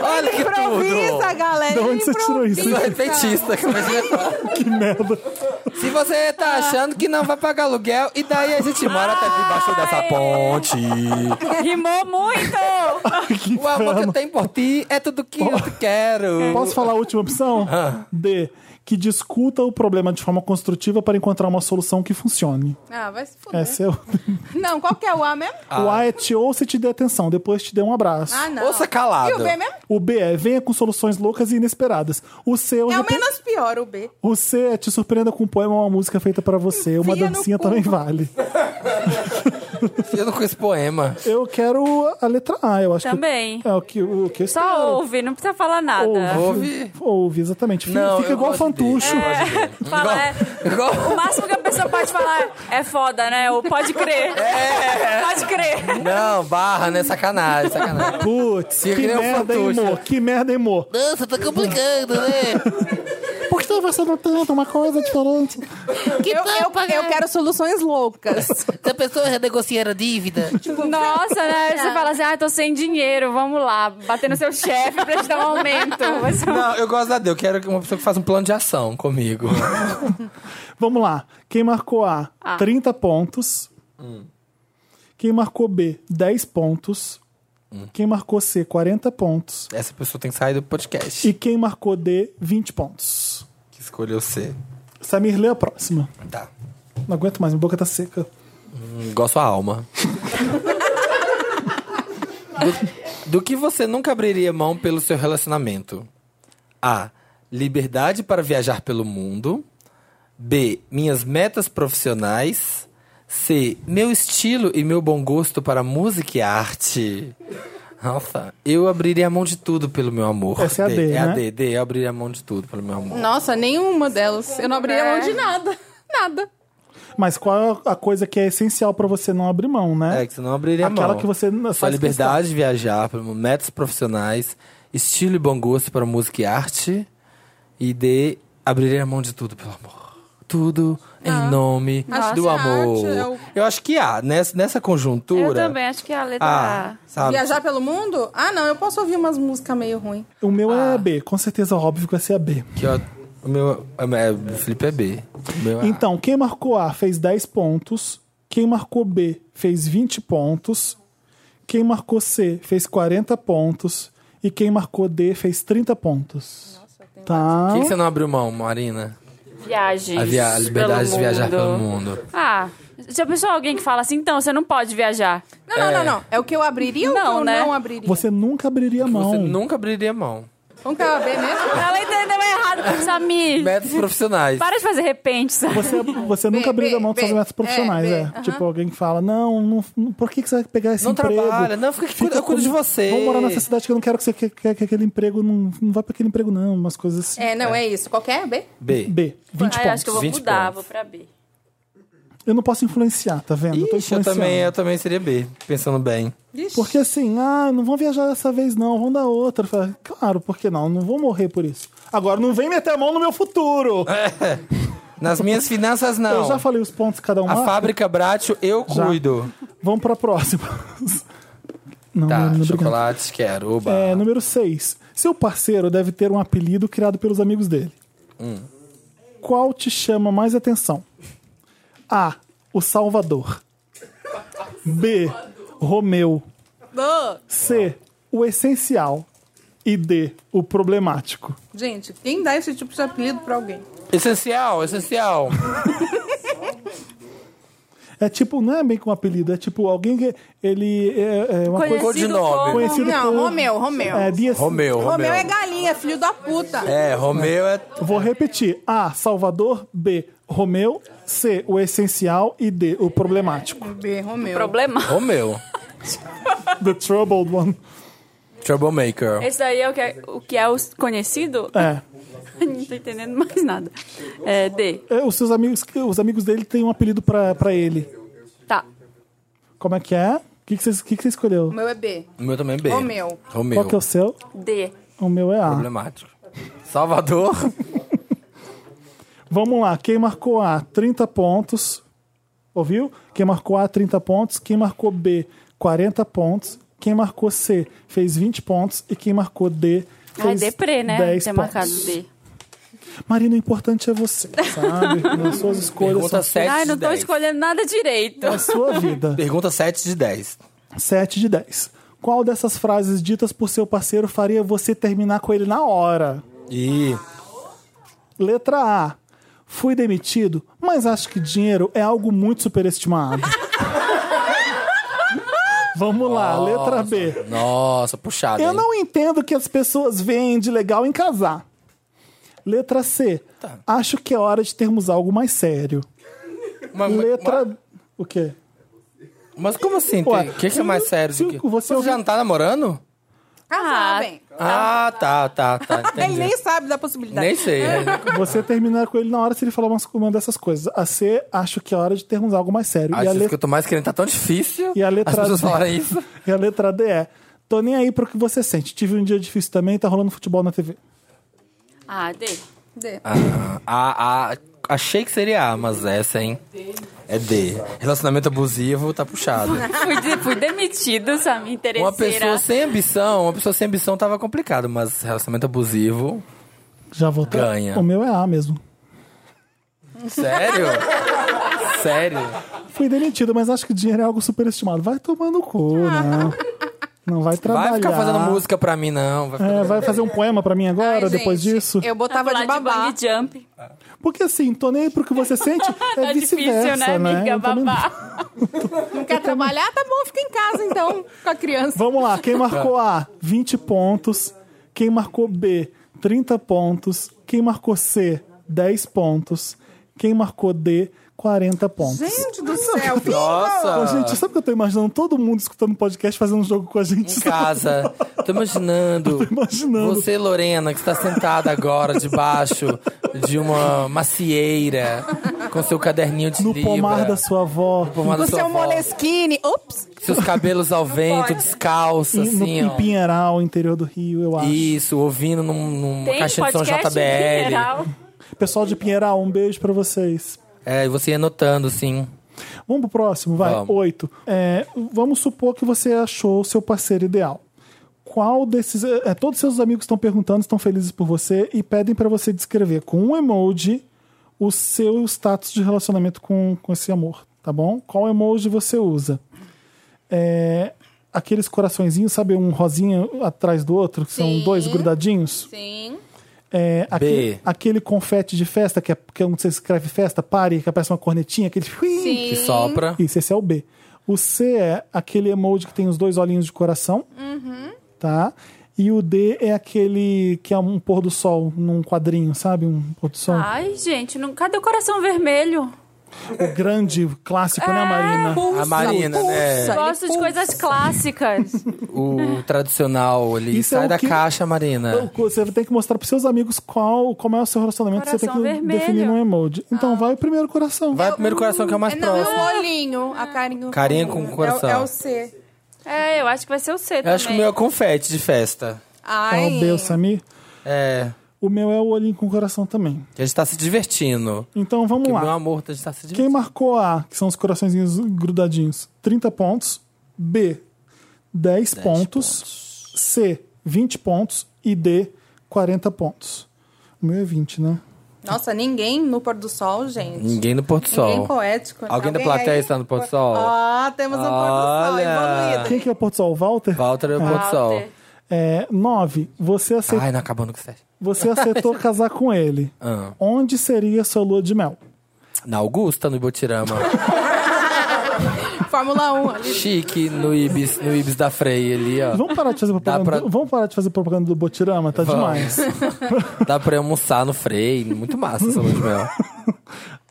D: Olha que tudo! é
E: Improvisa, galera.
C: De onde você tirou isso?
D: Sou
E: improvisa.
D: repetista. é que vai ser-
C: Que merda. *laughs*
D: Se você tá achando que não vai pagar aluguel, e daí a gente mora até debaixo dessa ponte. É. *laughs*
A: Rimou muito!
D: O amor que eu tenho por ti é tudo que eu te quero.
C: Posso falar a última
D: *laughs*
C: opção?
D: Ah.
C: D. Que discuta o problema de forma construtiva para encontrar uma solução que funcione.
E: Ah, vai se
D: Uhum.
E: fuder.
C: Essa é o. *laughs*
E: Não, qual que é o A mesmo?
D: Ah.
C: O A é te ouça e te dê atenção, depois te dê um abraço.
E: Ah, não.
D: Ouça calado.
E: E o B mesmo?
C: O B é venha com soluções loucas e inesperadas. O C é, eu
E: É o
C: repe-
E: menos pior, o B.
C: o C é te surpreenda com um poema ou uma música feita pra você. Uma
E: Enfia no
C: dancinha
E: cu.
C: também vale.
D: Eu não conheço poema.
C: Eu quero a letra A, eu acho
A: Também.
C: que. É o que, o que eu
A: Só
C: espero.
A: ouve, não precisa falar nada.
D: Ouve.
C: Ouve, exatamente. Fica,
D: Não,
C: fica
D: eu
C: igual
D: gosto
C: fantucho.
D: dele, eu gosto dele.
A: Fala, é,
D: *laughs* Igual-
A: o máximo que a pessoa pode falar é, é foda, né? Ou pode crer. É. Pode crer.
D: Não, barra, né? Sacanagem, sacanagem.
C: Putz, que,
D: Fica que nem um
C: merda, hein,
D: fantucho.
C: amor? Que merda, hein, amor?
D: Nossa, tá complicando, né?
C: Por que tá conversando tanto? Uma coisa diferente.
E: eu, eu, eu quero soluções loucas.
D: Se a pessoa renegociar a dívida.
A: Nossa, né? Você fala assim, ah, tô sem dinheiro, vamos lá. Bater no seu chefe pra te dar um *laughs* aumento. Vai ser
D: *laughs*
A: um-
D: Não, eu gosto da D. Eu quero uma pessoa que faça um plano de ação *laughs* comigo.
C: Vamos lá. Quem marcou A, 30 pontos.
D: Hum.
C: Quem marcou B, 10 pontos.
D: Hum.
C: Quem marcou C, 40 pontos.
D: Essa pessoa tem que sair do podcast.
C: E quem marcou D, 20 pontos.
D: Que escolheu ser.
C: Samir, lê a próxima.
D: Tá.
C: Não aguento mais, minha boca tá seca.
D: Hum, Gosto a alma. do, do que você nunca abriria mão pelo seu relacionamento? A. Liberdade para viajar pelo mundo. B. Minhas metas profissionais. C. Meu estilo e meu bom gosto para música e arte. Nossa, eu abriria a mão de tudo pelo meu amor.
C: Essa é a D,
D: É a
C: né?
D: D, D. Eu abriria a mão de tudo pelo meu amor.
E: *laughs* Nossa, nenhuma delas. Eu não abri a mão de nada. *laughs* Nada.
C: Mas qual é a coisa que é essencial pra você não abrir mão, né?
D: É, que você não abriria a mão.
C: Aquela que você não-
D: Sua
C: faz
D: liberdade de viajar, pelo- metas profissionais, estilo e bom gosto para música e arte. E de abriria a mão de tudo pelo amor. Tudo em nome
E: Acho
D: do
E: que a arte
D: amor.
E: é o-
D: Eu acho que há, nessa, nessa
A: Eu
D: conjuntura.
A: também, acho que a letra...
D: Ah, sabe?
E: Viajar pelo mundo? Ah, não, eu posso ouvir umas músicas meio ruim.
C: O meu é
D: Ah.
C: a B, com certeza óbvio que vai ser a B.
D: Que eu- o meu. é, O Felipe é B. O meu é A.
C: Então, quem marcou A fez 10 pontos. Quem marcou B fez 20 pontos. Quem marcou C fez 40 pontos. E quem marcou D fez 30 pontos.
D: O
C: Tá.
D: que, que você não abriu mão, Marina?
A: Viagens
D: A, via- a liberdade
A: pelo
D: de viajar
A: mundo.
D: pelo mundo.
A: Ah, já pensou alguém que fala assim, então, você não pode viajar.
E: Não, não, não, não. É o que eu abriria ou
A: Não,
E: o que eu
A: né?
E: não abriria?
C: Você nunca abriria a
D: Você
C: mão.
D: nunca abriria mão.
E: Vamos que é eu abri
A: *laughs*
E: mesmo?
A: Ela entendeu errado, Samir.
D: Metas profissionais.
A: Para de fazer repente, sabe?
C: Você, você nunca abriria a mão dos
E: B,
C: seus métodos
E: B,
C: profissionais,
E: é,
C: é.
E: B, aham.
C: Tipo, alguém que fala, não, não- não- por que, que você vai pegar esse
D: Não
C: emprego?
D: trabalha, não, fica, aqui, eu cuido de você.
C: Vamos morar nessa cidade que eu não quero que você que, que- que aquele emprego, não, não vai pra aquele emprego não, umas coisas assim.
E: É, não, é isso. Qualquer B?
D: B.
C: B, 20
A: Ah, eu
C: pontos.
A: acho que
C: Eu,
A: eu vou
D: 20
A: mudar,
D: pontos.
A: vou pra B.
C: não posso influenciar, tá vendo? eu tô
D: Ixi, eu
C: influenciando.
D: também, eu também seria B, pensando bem.
E: Ixi.
C: Porque assim, ah, não vão viajar dessa vez não, vão dar outra. Eu falo, Claro, por que não? Não vou morrer por isso. Agora, não vem meter a mão no meu futuro!
D: Nas minhas finanças, não.
C: Eu já falei os pontos que cada um
D: A
C: marca.
D: fábrica Bratio, eu
C: Já.
D: cuido.
C: Vamos pra próxima. *laughs* não,
D: Tá,
C: não, não, obrigado.
D: chocolate, quero. Oba.
C: É, número 6. Seu parceiro deve ter um apelido criado pelos amigos dele.
D: Hum.
C: Qual te chama mais atenção? A. O Salvador. B. Romeu.
E: Ah,
C: C. O Essencial. E D. O Problemático.
E: Gente, quem dá esse tipo de apelido pra alguém?
D: Essencial, essencial.
C: É tipo, não é bem com um apelido, é tipo alguém que. Ele é, é uma coisa.
D: nome.
C: Conhecido
E: Não,
C: como-
E: Romeu, Romeu.
C: É, dia-
D: Romeu,
E: Romeu
D: Romeu.
E: é galinha, filho da puta.
D: É, Romeu é...
C: Vou repetir. A. Salvador. B. Romeu. C. O Essencial. E D. O Problemático.
E: B, Romeu.
A: Problema.
D: Romeu.
C: The Troubled One.
D: Troublemaker.
A: Esse daí é o que é o, que é o conhecido?
C: É.
A: *laughs* Não tô entendendo mais nada. É, D.
C: É, Os seus amigos, os amigos dele têm um apelido pra, pra ele.
A: Tá.
C: Como é que é? O que, que, você, que que você escolheu?
E: O meu é B.
D: O meu também é B.
E: Romeu.
D: Romeu.
C: Qual que é o seu?
A: D.
C: O meu é A.
D: Problemático. Salvador.
C: Vamos lá. Quem marcou A, 30 pontos. Ouviu? Quem marcou A, 30 pontos. Quem marcou B, 40 pontos. Quem marcou C, fez 20 pontos. E quem marcou D, fez
A: Ai, deprê, né?
C: 10
A: Ter
C: pontos.
A: marcado D.
C: Marina, o importante é você, sabe?
A: *laughs*
C: Nas suas escolhas,
D: Pergunta
C: são
D: 7
A: Ai,
D: de
A: não tô
D: 10.
A: escolhendo nada direito.
C: a sua vida.
D: Pergunta 7 de 10.
C: 7 de 10. Qual dessas frases ditas por seu parceiro faria você terminar com ele na hora?
D: E
C: Letra A. Fui demitido, mas acho que dinheiro é algo muito superestimado. Vamos lá, letra B.
D: Nossa, puxada.
C: Eu
D: hein?
C: não entendo que as pessoas veem de legal em casar. Letra C. Acho que é hora de termos algo mais sério.
D: Uma- uma-
C: Letra. O quê?
D: Mas como assim? O
C: Ué,
D: que, que é mais sério do que...
C: Silco, você
D: Você já
C: ouviu-
D: não tá namorando?
E: Ah, bem.
D: Ah, tá, tá, tá.
E: Ele
D: Entendi.
E: *laughs* nem sabe da possibilidade.
D: Nem sei. é.
C: Você terminar com ele na hora se ele falar umas, uma dessas coisas. A C, acho que é hora de termos algo mais sério.
D: Acho
C: e, a
D: isso
C: le-
D: que eu tô mais querendo. Tá tão difícil.
C: e a letra
D: As pessoas
C: D-
D: falaram isso.
C: e a letra D é: tô nem aí pro que você sente. Tive um dia difícil também, tá rolando futebol na TV.
A: Ah, D.
E: Dê.
D: Ah, A, a- achei que seria A, mas essa, hein? É D. Relacionamento abusivo tá puxado.
A: fui, de- fui demitida, sabe? Interesseira.
D: Uma pessoa sem ambição, uma pessoa sem ambição tava complicado, mas relacionamento abusivo.
C: Já voltou?
D: Ganha.
C: O meu é A mesmo.
D: Sério? Sério?
C: Fui demitido, mas acho que dinheiro é algo superestimado. Vai tomando cu,
D: *laughs*
C: não. Não vai trabalhar.
D: Vai ficar fazendo música pra mim, não. Vai ficar-
C: É, vai fazer um poema pra mim agora,
E: Ai,
C: depois
E: gente,
C: disso?
E: Eu botava
A: Pular
E: de babá.
A: bungee jump.
C: Porque assim, tô nem aí pro que você
A: *laughs*
C: sente, é
A: Tá
C: vice-versa,
A: difícil, né, amiga?
C: Eu também-
A: Babá.
E: Não quer trabalhar? Tá bom, fica em casa então, com a criança.
C: Vamos lá, quem marcou A, 20 pontos. Quem marcou B, 30 pontos. Quem marcou C, 10 pontos. Quem marcou D, 40 pontos.
E: Gente do céu.
C: Então,
D: Nossa!
C: gente, sabe o que eu tô imaginando? Todo mundo escutando podcast fazendo um jogo com a gente.
D: Em casa.
C: *laughs*
D: Tô imaginando.
C: imaginando.
D: Você, Lorena, que está sentada agora debaixo de uma macieira com seu caderninho de
C: No
D: libra.
C: pomar da sua avó.
D: pomar da
E: O
A: é
D: sua
E: seu
D: avó.
E: Moleskine. Ups.
D: Seus cabelos ao vento, descalça,
C: em- no,
D: assim,
C: em
D: ó.
C: Pinheiral, interior do Rio, eu acho.
D: Isso, ouvindo num, numa
A: Tem
D: caixa de som
A: podcast
D: JBL.
A: geral.
C: Pessoal de Pinheiral, um beijo pra vocês.
D: É, e você ia anotando, assim, sim.
C: Vamos pro próximo, vai.
D: Vamos.
C: Oito. É, vamos supor que você achou o seu parceiro ideal. Qual desses. É, todos seus amigos estão perguntando, estão felizes por você e pedem pra você descrever com um emoji o seu status de relacionamento com, com esse amor, tá bom? Qual emoji você usa? É, aqueles coraçõezinhos, sabe? Um rosinha atrás do outro, que são
E: Sim.
C: dois grudadinhos?
E: Sim.
C: É, aquele,
D: B.
C: aquele confete de festa, que é, que é onde você escreve festa, pare, que aparece uma cornetinha, aquele.
D: Que sopra.
C: Isso, esse é o B. O C é aquele emoji que tem os dois olhinhos de coração. Tá? E o D é aquele que é um pôr do sol num quadrinho, sabe? Um pôr do sol.
A: Ai, gente, não... cadê o coração vermelho?
C: O grande clássico,
A: É.
C: né, Marina?
D: A Marina, né?
E: Ele
A: Gosto de
E: pulsa.
D: *laughs*
A: coisas clássicas.
D: O tradicional ali.
C: Isso é
D: Sai
C: o
D: da
C: que-
D: caixa, Marina.
C: Você tem que mostrar pros seus amigos qual, como é o seu relacionamento. você tem que
A: Coração vermelho. Ah.
C: definir num emoji. Então vai o primeiro coração.
D: Vai o primeiro coração que é o mais
E: É, Não, é
D: próximo.
E: o olhinho. A carinho.
D: Carinha com coração.
E: É, o- é o C.
A: é, eu acho que vai ser o C
D: Eu
A: também.
D: acho que o meu é confete de festa.
E: Ai.
C: Qual o B, o Samir?
D: É.
C: O meu é o olhinho com coração também.
D: A gente tá se divertindo.
C: Então vamos
D: Que
C: lá.
D: meu amor, a gente tá se
C: Quem
D: divertindo.
C: marcou A, que são os coraçõezinhos grudadinhos, 30 pontos. B, 10, pontos. C, 20 pontos. E D, 40 pontos. O meu é 20, né?
E: Nossa, ninguém no pôr do sol, gente.
D: Ninguém no Porto
E: Ninguém
D: Sol.
E: poético.
D: Alguém da plateia
E: aí?
D: está no pôr do sol?
E: Ah, temos um pôr do sol
D: Olha.
E: evoluído.
C: Quem que é o Porto Sol? O Walter?
D: Tá.
C: Ah,
D: Walter é o Porto Sol.
A: Walter.
C: É, 9. Você, acei-
D: Ai, não acabando com o Sérgio.
C: você
D: *laughs*
C: aceitou casar com ele.
D: Ah.
C: Onde seria sua lua de mel?
D: Na Augusta, no Ibotirama.
E: Fórmula 1 ali.
D: Chique, no Ibis, no Ibis da Frei ali, ó.
C: Vamos parar de fazer propaganda,
D: pra-
C: do- vamos parar de fazer propaganda do Botirama? Tá
D: Vamos.
C: demais.
D: Dá pra eu almoçar no Frei. Muito massa essa lua de mel.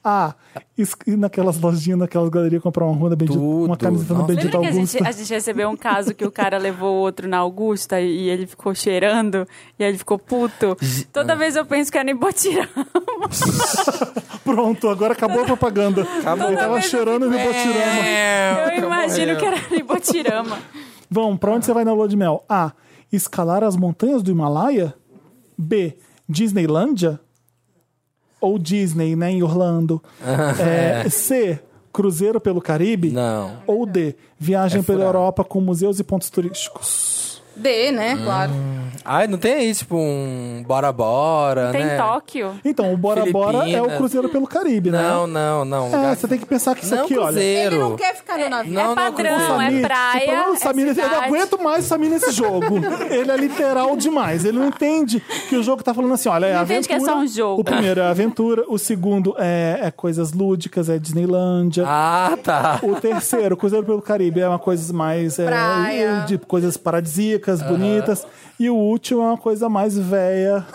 C: A, Ah, es- ir naquelas lojinhas, naquelas galerias, comprar uma rua da Bendita, uma
D: Tudo.
C: camiseta da
D: Nossa.
C: Bendita
A: Lembra que a
C: Augusta.
A: gente, a gente recebeu um caso que o cara levou o outro na Augusta e, e ele ficou cheirando e aí ele ficou puto?
C: Ah.
A: Toda vez eu penso que era em Botirama.
C: Pronto, agora acabou a propaganda. Acabou. Ele tava cheirando e me tirando.
D: é.
A: Eu
C: é.
A: imagino que era em Botirama.
C: Vamos, pra onde você vai na lua de mel? A. Escalar as montanhas do Himalaia? B. Disneylândia? Ou Disney, né, em
D: *laughs*
C: Orlando? É, C. Cruzeiro pelo Caribe?
D: Não.
C: Ou D. Viagem
D: É
C: pela
D: furado.
C: Europa com museus e pontos turísticos?
E: D, né?
D: Hum.
E: Claro.
D: Ai, não tem aí, tipo, um bora bora,
A: Tem
D: né?
A: Tóquio.
C: Então, o Bora Bora é o
D: Filipinas.
C: Cruzeiro pelo Caribe,
D: Não,
C: né?
D: não, não.
C: É,
D: Lugar-
C: você tem que pensar que isso
D: não
C: aqui, olha.
D: cruzeiro.
E: Ele não quer ficar no navio.
D: Não,
A: é
D: não,
A: padrão,
D: Cruzeiro.
A: é praia.
C: Não, Samir,
A: é
C: eu não
A: cidade.
C: aguento mais o Samir nesse
A: *laughs*
C: jogo. ele é literal demais. Ele não entende que o jogo tá falando assim: olha, é
A: Não
C: aventura.
A: entende que é só um jogo.
C: O primeiro é aventura, o segundo é, é coisas lúdicas, é Disneylândia.
D: Ah,
C: *laughs*
D: tá.
C: O terceiro, Cruzeiro pelo Caribe, é uma coisa mais. é,
E: Praia.
C: de coisas paradisíacas, bonitas. E o último é uma coisa mais véia.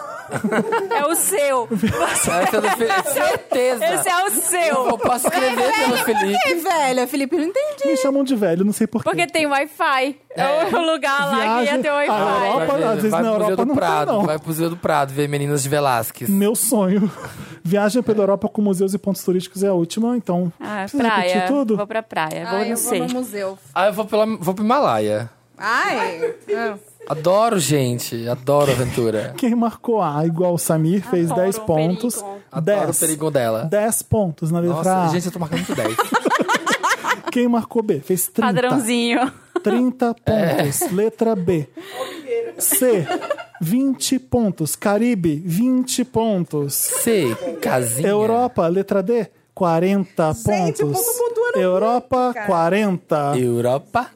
A: É
C: *laughs*
A: o seu.
D: Essa é do Felipe. Certeza.
A: Esse é o
D: Eu
A: seu.
D: posso escrever pelo Felipe.
E: Ei, velha, Felipe, eu não entendi.
C: Me chamam de velho, não sei porquê.
A: Porque tem Wi-Fi. É o lugar lá que ia ter
C: Viagem, Ah, a
A: Wi-Fi.
C: Europa- às vezes
D: vai
C: na
D: pro Museu
C: Europa não
D: do
C: tem,
D: Prado.
C: não.
D: Vai pro Museu do Prado ver Meninas de Velázquez.
C: Meu sonho. Viagem pela Europa com museus e pontos turísticos é a última, então.
A: Ah,
C: precisa
A: praia.
C: repetir tudo?
A: Vou pra praia. Vou,
E: Ai,
A: não
E: eu
A: sei.
E: vou no museu.
D: Ah, eu vou, pela, vou pro Himalaia.
E: Ai, ah,
D: Adoro, gente. Adoro aventura.
C: Quem marcou A igual o Samir fez
A: Adoro
C: 10
A: o
C: pontos.
A: perigo.
D: Adoro o
C: 10.
D: perigo dela.
C: 10 pontos na letra
D: Nossa,
C: A.
D: gente, eu tô marcando muito 10.
C: Quem marcou B fez 30.
A: Padrãozinho.
D: *laughs*
C: 30
D: É.
C: pontos. Letra B. C. 20 pontos. Caribe, 20 pontos.
D: C, casinha.
C: Europa, letra D, 40
E: Gente, o povo
C: pontos.
E: pontua no
C: Europa,
E: mundo, cara.
C: 40.
D: Europa.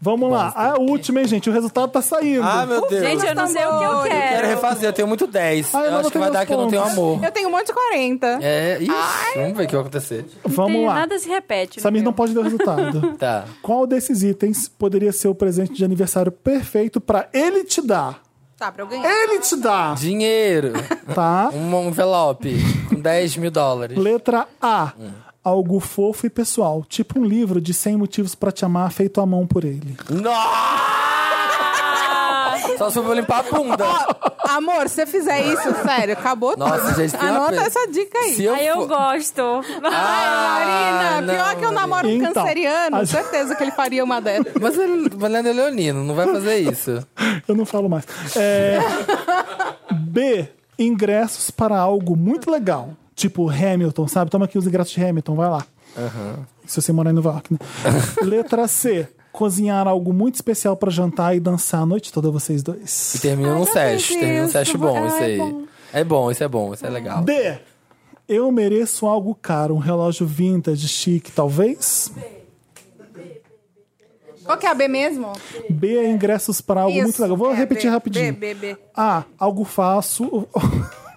C: Vamos lá, a última, hein, gente? O resultado tá saindo.
D: Ah, meu Deus.
A: Gente, eu não sei o que eu
E: Eu
D: Quero
A: quero.
D: refazer, eu tenho muito 10.
C: Ah, eu
D: eu
C: não
D: acho
C: vou
D: que
C: ter
D: vai dar
C: meus
D: que eu não tenho
C: pontos.
D: amor.
E: eu tenho um monte de 40.
D: É, isso. Vamos ver o que vai acontecer.
C: Vamos
A: Tem-
C: lá.
A: Nada se repete.
C: Samir
A: meu.
C: não pode dar o
D: *laughs*
C: resultado.
D: Tá.
C: Qual desses itens poderia ser o presente de aniversário perfeito pra ele te dar?
E: Tá, pra eu ganhar.
C: Ele te dá,
D: Dinheiro.
C: tá?
D: Um envelope com 10 mil dólares.
C: Letra A. Algo fofo e pessoal, tipo um livro de 100 motivos pra te amar feito à mão por ele.
D: Nossa! Só se eu vou limpar a bunda.
C: Ah,
E: Ó, amor, se você fizer isso, *laughs* sério, acabou
D: Nossa,
E: tudo.
D: gente, tem uma pe-
E: Anota essa dica aí.
D: Se eu
A: Aí eu
D: for-
A: gosto.
D: Ah,
E: Ai, Marina, pior
D: não,
E: que eu namoro um
C: Então,
E: canceriano,
C: a-
E: certeza que ele faria uma dessa.
D: Mas ele, mas ele é leonino, não vai fazer isso.
C: Eu não falo mais. É, B. Ingressos para algo muito legal. Tipo Hamilton, sabe? Toma aqui os ingressos de Hamilton, vai lá. Se você morar em Nova York, né? Letra C. Cozinhar algo muito especial pra jantar e dançar a noite toda, vocês
D: E
C: dois.
D: termina num
A: já
D: sete.
A: fiz
D: Termina num
A: isso.
D: sete bom,
A: Ah,
D: isso
A: é
D: aí.
A: bom.
D: É bom, isso é bom, isso é legal.
C: D. Eu mereço algo caro, um relógio vintage, chique, talvez.
E: Qual que é a B mesmo?
C: B é ingressos para algo
E: Isso,
C: muito legal. Vou
E: é,
C: repetir
E: B,
C: rapidinho.
E: B, B, B.
C: A. Algo fácil. *laughs*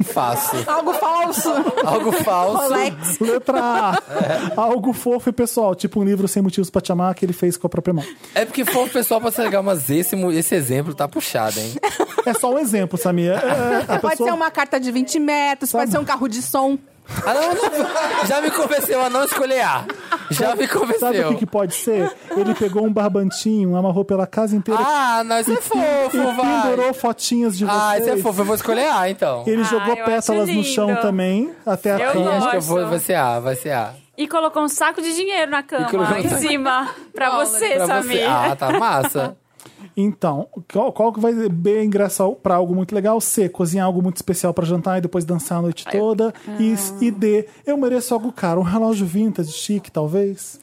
D: Fácil.
E: Algo falso. *laughs*
D: Algo falso.
E: Rolex.
C: Letra A.
D: É.
C: Algo fofo e pessoal, tipo um livro sem motivos pra te amar que ele fez com a própria mão.
D: É porque foi o pessoal pra se legal, mas esse, mu- esse exemplo tá puxado, hein?
C: É só um exemplo, Samir. É, é, a
E: Pode
C: pessoa-
E: ser uma carta de 20 metros, pode ser um carro de som.
D: Ah, não, não- já me convenceu a não escolher A. Já
C: Sabe
D: me
C: o
D: convenceu.
C: que, que pode ser? Ele pegou um barbantinho, amarrou pela casa inteira
D: Ah, não, isso é
C: e
D: fofo, vai.
C: pendurou fotinhas de vocês.
D: Ah, isso é fofo, eu vou escolher A, então.
C: Ele
A: Ah,
C: jogou
A: eu
C: pétalas
A: acho
C: no chão
A: lindo.
C: também, até a
A: Eu
D: Eu
C: cama.
D: acho que eu
A: gosto.
D: vou, vai ser A, vai ser A.
A: E colocou um saco de dinheiro na cama,
D: colocou- um
A: em cima. Pra você,
D: Pra você.
A: Samir.
D: Ah, tá massa.
C: Então, qual, qual que vai ser? B, ingresso pra algo muito legal. C, cozinhar algo muito especial pra jantar e depois dançar a noite toda. E, e D, eu mereço algo caro, um relógio vintage, chique, talvez.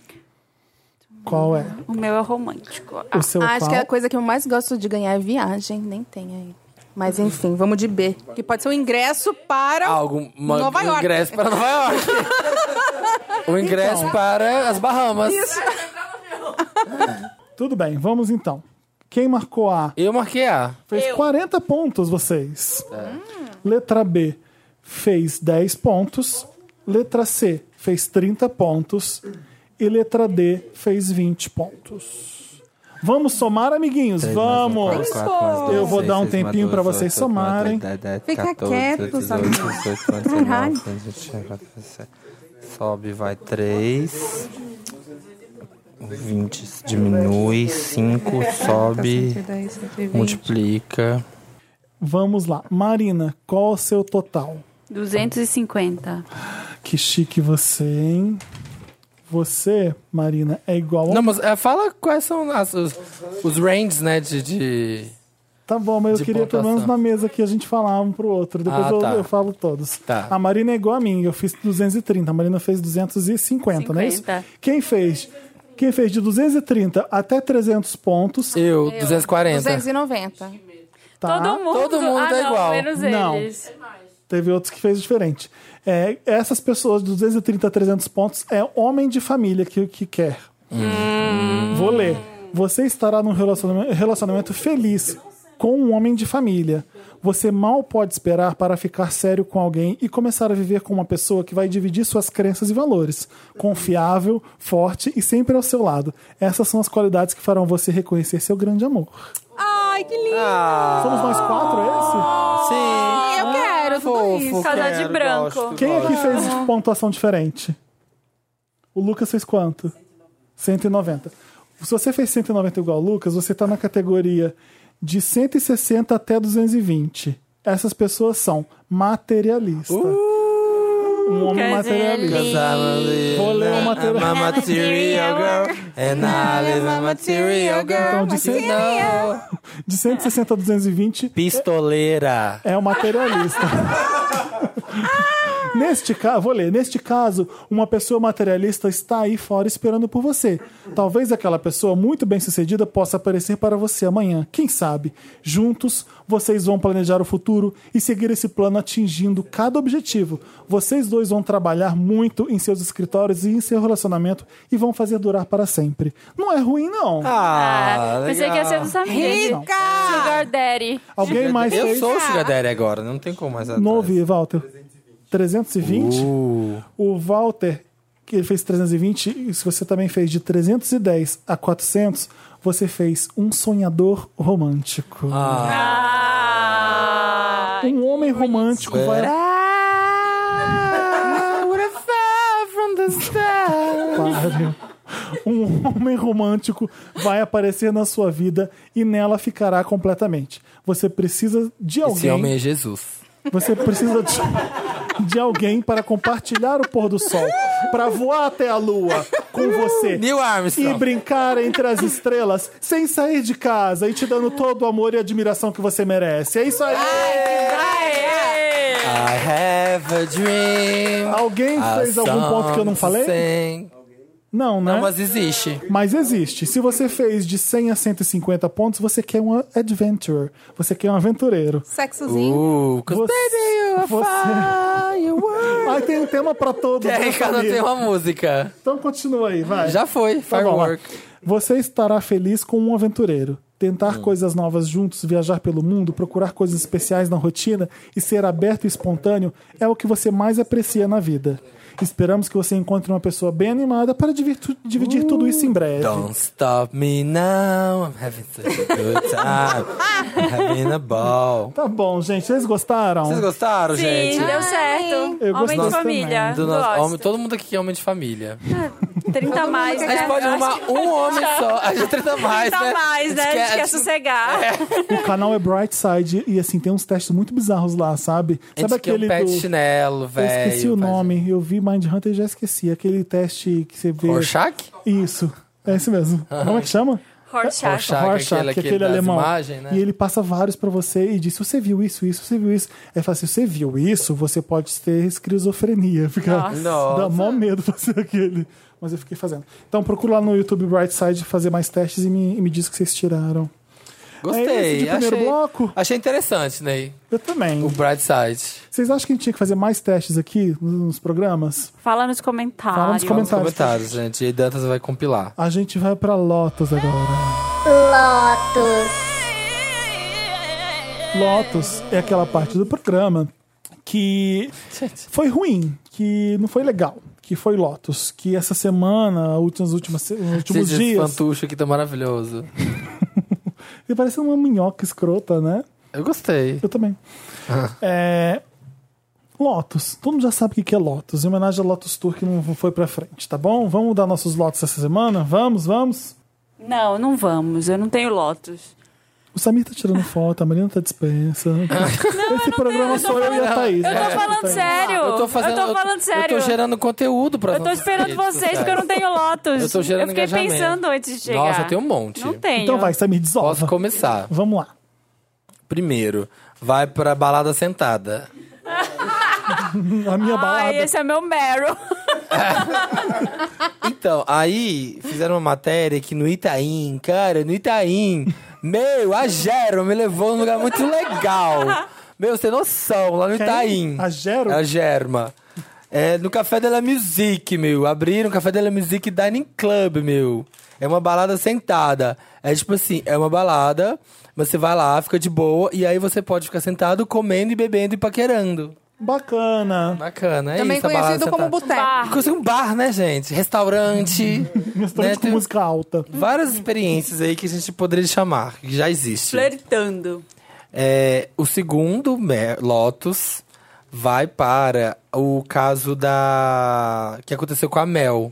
C: Qual é?
A: O meu é romântico.
C: O seu
E: Ah, acho
C: qual?
E: que a coisa que eu mais gosto de ganhar é viagem, nem tem aí. Mas enfim, vamos de B. Que pode ser um ingresso para
D: Algo, uma,
E: Nova
D: um
E: York.
D: ingresso para
C: *laughs*
D: Nova York. o ingresso
C: Então.
D: para as Bahamas.
E: é-
C: Tudo bem, vamos então. Quem marcou A
D: Eu marquei A.
C: fez 40 pontos, vocês. Letra B fez 10 pontos. Letra C fez 30 pontos. E letra D fez 20 pontos. Vamos somar, amiguinhos? Vamos! Eu vou dar um tempinho pra vocês somarem.
E: Fica quieto, Samir. Caralho.
F: Sobe, vai 3. 20, diminui. 5, sobe,
E: 110, 120.
D: Multiplica.
C: Vamos lá. Marina, qual o seu total?
A: 250.
C: Que chique você, hein? Você, Marina, é igual a.
D: Não, mas é, fala quais são as- os, os ranges, né, de... de-
C: Tá bom, mas eu
D: De
C: queria pelo menos
D: pontuação.
C: na mesa que a gente falar um pro outro. Depois
D: Ah,
C: eu,
D: tá.
C: eu falo todos.
D: Tá.
C: A Marina é igual a mim, eu fiz 230, a Marina fez 250, não é isso?
A: 50.
C: Quem fez? Quem fez de 230 até 300 pontos,
D: Eu, 240.
E: 290.
C: tá?
A: Todo mundo.
D: Todo mundo
A: ah,
D: é
A: não,
D: igual.
A: Menos
C: Não.
A: eles.
C: Teve outros que fez diferente. É, essas pessoas de 230 a 300 pontos é homem de família que, que quer. Vou ler. Você estará num relacionamento, relacionamento feliz com um homem de família. Você mal pode esperar para ficar sério com alguém e começar a viver com uma pessoa que vai dividir suas crenças e valores. Confiável, forte e sempre ao seu lado. Essas são as qualidades que farão você reconhecer seu grande amor.
E: Ai, Ai, que lindo!
D: Ah,
C: Somos nós quatro, é
D: sim.
E: Eu quero tudo isso.
A: Casar de
D: quero,
A: branco.
D: gosto,
C: esse? Quem
D: gosto.
C: aqui fez pontuação diferente? O Lucas fez quanto? 190. Se você fez 190 igual o Lucas, você tá na categoria de 160 até 220. Essas pessoas são materialista. um homem
A: Quer dizer,
C: materialista.
A: ele-
D: Cause I'm a li-
C: Vou ler o material.
D: I'm a material girl. And I live a material girl.
C: Então, de
D: You know.
C: De 160 a 220
D: Pistoleira.
C: é o materialista. Neste caso, vou ler. Neste caso, uma pessoa materialista está aí fora esperando por você. Talvez aquela pessoa muito bem sucedida possa aparecer para você amanhã. Quem sabe? Juntos, vocês vão planejar o futuro e seguir esse plano atingindo cada objetivo. Vocês dois vão trabalhar muito em seus escritórios e em seu relacionamento e vão fazer durar para sempre. Não é ruim, não.
D: Ah,
A: Ah, pensei que ia ser
D: legal.
A: dos amigos.
E: Rica!
A: Sugar Daddy.
C: Alguém mais
D: Eu
C: fez?
D: sou o Sugar Daddy agora, não tem como mais atrás.
C: Não ouvi, Walter. 320?
D: Uh,
C: O Walter, que ele fez 320, e se você também fez de 310 a 400, você fez um sonhador romântico.
A: Ah!
C: um homem romântico
D: É.
C: vai. Pariu. Um homem romântico vai aparecer na sua vida e nela ficará completamente. Você precisa de alguém.
D: esse homem é Jesus.
C: Você precisa de, de alguém para compartilhar o pôr do sol, para voar até a lua com você
D: Neil
C: e
D: Armstrong.
C: brincar entre as estrelas sem sair de casa e te dando todo o amor e admiração que você merece. É isso aí.
D: I have a dream.
C: Alguém
D: a
C: fez algum
D: song
C: ponto que eu não
D: to
C: falei?
D: sing.
C: Não, né?
D: Não,
C: mas...
D: mas existe.
C: existe. Se você fez de 100 a 150 pontos, você quer um adventurer. Você quer um aventureiro.
E: Sexozinho.
D: Uh, cause
C: Você-
D: baby, you a
C: você- *laughs*
D: firework.
C: Ai, tem um tema pra todos.
D: É,
C: né,
D: Ricardo,
C: família?
D: tem uma música.
C: Então continua aí, vai.
D: Já foi,
C: Tá bom,
D: firework.
C: vai. Você estará feliz com um aventureiro. Tentar
D: Hum.
C: coisas novas juntos, viajar pelo mundo, procurar coisas especiais na rotina e ser aberto e espontâneo é o que você mais aprecia na vida. Esperamos que você encontre uma pessoa bem animada para divirtu- dividir tudo isso em breve.
D: Don't stop me now, I'm having such a good time. I'm having a ball.
C: Tá bom, gente. Vocês gostaram?
D: Vocês gostaram,
A: Sim,
D: gente?
A: deu certo.
C: Eu
A: homem de
C: gosto
A: família.
C: também.
D: Do nosso-
A: Gosto.
D: homem- todo mundo aqui é homem de família.
A: 30 mais,
D: A
A: né?
D: gente pode
A: Eu acho
D: arrumar um homem só. A gente tenta mais, né?
A: Tá mais, né? A gente quer
D: gente-
A: sossegar.
C: O canal é Brightside e assim tem uns testes muito bizarros lá, sabe?
D: A gente
C: Sabe
D: quer um
C: aquele
D: pé de
C: do...
D: chinelo,
C: Eu
D: velho. um
C: esqueci o nome. Eu vi Mind Hunter e já esqueci. Aquele teste que você vê.
D: Rorschach?
C: Isso. É esse mesmo. Como é que chama?
A: Rorschach.
D: Rorschach,
C: Rorschach,
D: aquele-
C: que é
D: aquele
C: aquele
D: das
C: alemão.
D: imagens, né?
C: E ele passa vários pra você e diz: você viu isso, isso, você viu isso. Aí fala assim: você viu isso, você pode ter esquizofrenia. Fica,
D: Nossa.
C: Dá mó medo fazer aquele. Mas eu fiquei fazendo. Então procura lá no YouTube Brightside fazer mais testes e me, e me diz o que vocês tiraram.
D: Gostei.
C: É esse de primeiro
D: achei,
C: bloco?
D: achei interessante, Ney.
C: Eu também.
D: O Brightside.
C: Vocês acham que a gente tinha que fazer mais testes aqui nos programas?
A: Fala nos comentários.
C: Fala nos
D: Fala nos
C: Comentários.
D: comentários, gente. E aí Dantas vai compilar.
C: A gente vai pra Lotus agora. Lotus é aquela parte do programa que foi ruim, que não foi legal, que foi Lotus, que essa semana, últimas, últimas, os últimos
D: Esse
C: dias,
D: fantucho aqui tá maravilhoso.
C: ele parece uma minhoca escrota, né?
D: Eu gostei.
C: Eu também. É, Lotus. Todo mundo já sabe o que que é Lotus. Em homenagem a Lotus Tour que não foi pra frente, tá bom? Vamos dar nossos Lotus essa semana? Vamos, vamos?
A: Não, não vamos. Eu não tenho Lotus.
C: O Samir tá tirando foto, a Marina tá dispensa. Esse programa sou eu e a
D: É,
C: Thaís. né? Então
A: Eu tô falando sério.
D: Eu tô fazendo.
A: falando sério.
D: Eu tô gerando conteúdo pra
A: Eu tô
D: nossas
A: esperando
D: redes
A: vocês
D: sociais.
A: porque eu não tenho Lotus.
D: Eu tô gerando
A: fiquei
D: engajamento.
A: pensando antes de chegar.
D: Nossa, eu tenho um monte.
A: Não tenho.
C: Então vai, Samir,
D: Posso
C: desova.
D: começar.
C: Vamos lá.
D: Primeiro, vai pra balada sentada.
C: A minha balada.
A: Ai, esse é meu Meryl.
D: Então, aí fizeram uma matéria que no Itaim, cara, no Itaim, meu, a Gero me levou num lugar muito
A: *laughs*
D: legal. Meu, você tem noção, lá no
C: Quem? é
D: Itaim.
C: A Gero?
D: tá É A Germa. É, no Café Della Music, meu. Abriram o Café Della Music Dining Club, meu. É uma balada sentada. É tipo assim, é uma balada, mas você vai lá, fica de boa, e aí você pode ficar sentado comendo e bebendo e paquerando.
C: Bacana.
D: Bacana, é
E: Também
D: isso. a
E: conhecido
D: balada
E: como
D: sentada.
E: boteco.
A: Bar.
D: Inclusive um bar, né, gente? Restaurante. né?
C: *laughs* Restaurante com
D: Tem
C: música alta.
D: Várias experiências aí que a gente poderia chamar, que já existe.
A: Flertando.
D: É, o segundo, né, Lotus, vai para o caso da. que aconteceu com a Mel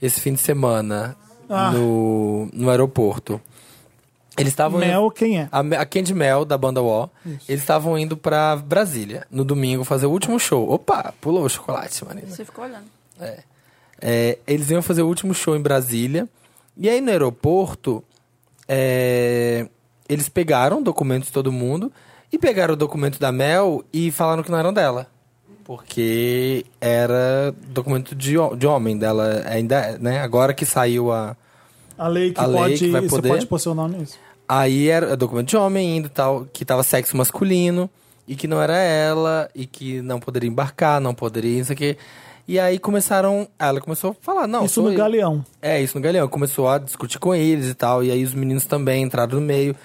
D: esse fim de semana no, no aeroporto. Eles estavam.
C: Mel, quem é?
D: A, Me- a Candy Mel, da banda Wall, eles estavam indo pra Brasília no domingo fazer o último show. Opa, pulou o chocolate, Marina.
A: Você ficou olhando.
D: É, eles iam fazer o último show em Brasília. E aí no aeroporto, é, eles pegaram documentos de todo mundo e pegaram o documento da Mel e falaram que não eram dela. Porque era documento de, ho- de homem dela, ainda, é, né? Agora que saiu a.
C: A lei que
D: A lei
C: pode.
D: que vai
C: você
D: poder.
C: pode posicionar nisso.
D: Aí era documento de homem ainda e tal, que tava sexo masculino, e que não era ela, e que não poderia embarcar, não poderia, isso aqui. E aí começaram. Ela começou a falar, não.
C: Isso
D: sou
C: no
D: eu.
C: Galeão.
D: É, isso no Galeão. Começou a discutir com eles e tal. E aí os meninos também entraram no meio.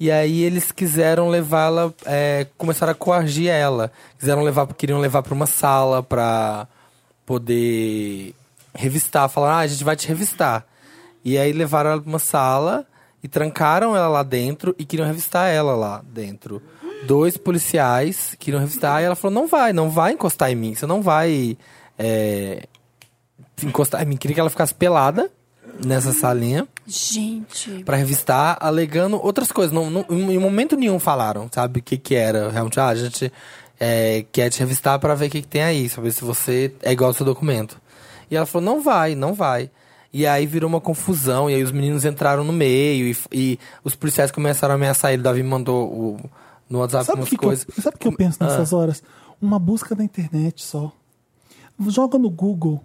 D: E aí eles quiseram levá-la. É, começaram a coagir ela. Quiseram levar, queriam levar pra uma sala pra poder revistar. Falaram, ah, a gente vai te revistar. E aí levaram ela pra uma sala e trancaram ela lá dentro e queriam revistar ela lá dentro. Dois policiais queriam revistar e ela falou: não vai, não vai encostar em mim, você não vai. é, encostar em mim. Queria que ela ficasse pelada nessa salinha
A: Gente.
D: pra revistar, alegando outras coisas. Não, não- em um momento nenhum falaram, sabe? O que que era realmente. Ah, a gente é, quer te revistar pra ver o que, que tem aí, saber se você é igual ao seu documento. E ela falou: não vai, não vai. E aí virou uma confusão, e aí os meninos entraram no meio, e, f- e os policiais começaram a ameaçar ele. O Davi me mandou o, no WhatsApp
C: Sabe o
D: umas
C: que, que eu,
D: coisas. Ah.
C: sabe o que eu penso nessas horas? Uma busca na internet só. Joga no Google.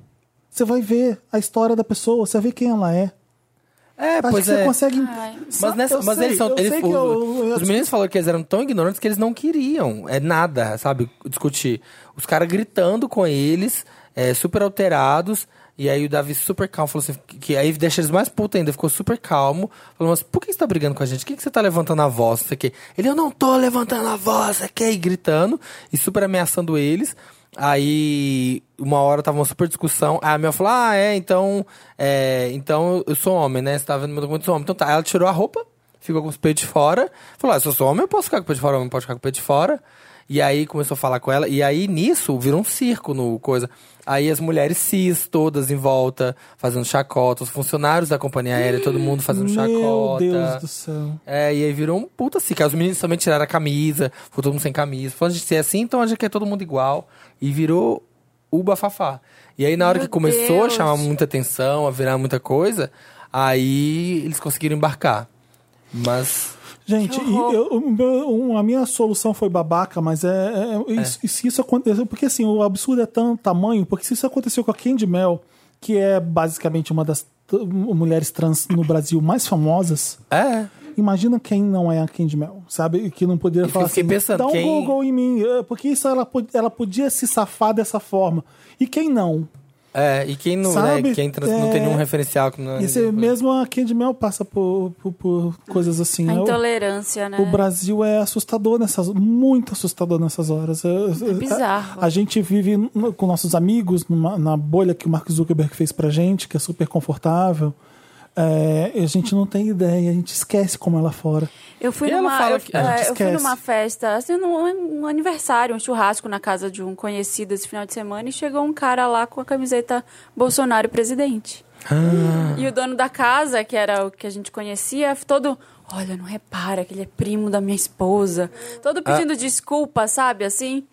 C: Você vai ver a história da pessoa, você vai ver quem ela é.
D: É,
C: Acho
D: pois
C: que
D: é.
C: você consegue.
D: Mas,
C: Sabe,
D: nessa,
C: eu
D: mas
C: sei,
D: eles são.
C: eu
D: eles-
C: sei que
D: o-
C: eu- eu-
D: os meninos falaram que eles eram tão ignorantes que eles não queriam. É nada, sabe? Discutir. Os caras gritando com eles, é, super alterados. E aí o Davi super calmo falou assim: que, que aí deixa eles mais putos ainda, ficou super calmo. Falou, mas por que você tá brigando com a gente? Por que, que você tá levantando a voz? Não sei o quê. Ele, eu não tô levantando a voz, aqui, e gritando, e super ameaçando eles. Aí, uma hora tava uma super discussão. Aí a Mel falou: Ah, é, então. é, então eu sou homem, né? Você tá vendo meu documento, eu sou homem. Então tá. Aí Ela tirou a roupa, ficou com os peitos de fora. Falou: ah, se eu sou homem, eu posso ficar com o peito de fora, homem pode ficar com o peito de fora. E aí começou a falar com ela. E aí nisso virou um circo no coisa. Aí as mulheres cis todas em volta, fazendo chacota, os funcionários da companhia aérea, todo mundo fazendo
C: Meu
D: chacota.
C: Deus do céu.
D: É, e aí virou um puta circo. Aí Os meninos também tiraram a camisa, ficou todo mundo sem camisa. Falando, gente, se é assim, então a gente quer todo mundo igual. E virou o bafafá. E aí, na hora
A: Meu
D: que começou
A: Deus.
D: a chamar muita atenção, a virar muita coisa, aí eles conseguiram embarcar. Mas.
C: Gente,
A: Que
C: e
A: horror.
C: eu- o meu- um- a minha solução foi babaca, mas é, é- é- isso- e se isso aconteceu, porque assim, o absurdo é tão tamanho, porque se isso aconteceu com a Candy Mel, que é basicamente uma das t- mulheres trans no Brasil mais famosas,
D: É.
C: imagina quem não é a Candy Mel, sabe? E que não poderia
D: que
C: falar
D: eu fiquei
C: assim,
D: pensando,
C: dá um
D: quem-
C: Google em mim, é, porque isso ela, po- ela podia se safar dessa forma. E quem não?
D: É, e quem não, né,
C: Sabe,
D: quem trans- não
C: é,
D: tem nenhum referencial. que Não, é
C: E se mesmo a Candy Mel passa por, por- por coisas assim.
A: A
C: Eu-
A: intolerância, né?
C: O Brasil é assustador nessas muito assustador nessas horas. É
A: bizarro.
C: A, a gente vive no- com nossos amigos numa- na bolha que o Mark Zuckerberg fez pra gente, que é super confortável. É, a gente não tem ideia, a gente esquece como é lá fora.
A: Eu fui
D: E ela
A: numa,
D: fala
A: eu,
D: que- Ah,
A: é,
C: A gente
A: eu fui
C: esquece.
A: numa festa, assim, num, um aniversário, um churrasco na casa de um conhecido esse final de semana e chegou um cara lá com a camiseta Bolsonaro presidente.
D: Ah.
A: E o dono da casa, que era o que a gente conhecia, todo, olha, não repara que ele é primo da minha esposa.
D: Ah.
A: Todo pedindo desculpa, sabe, assim.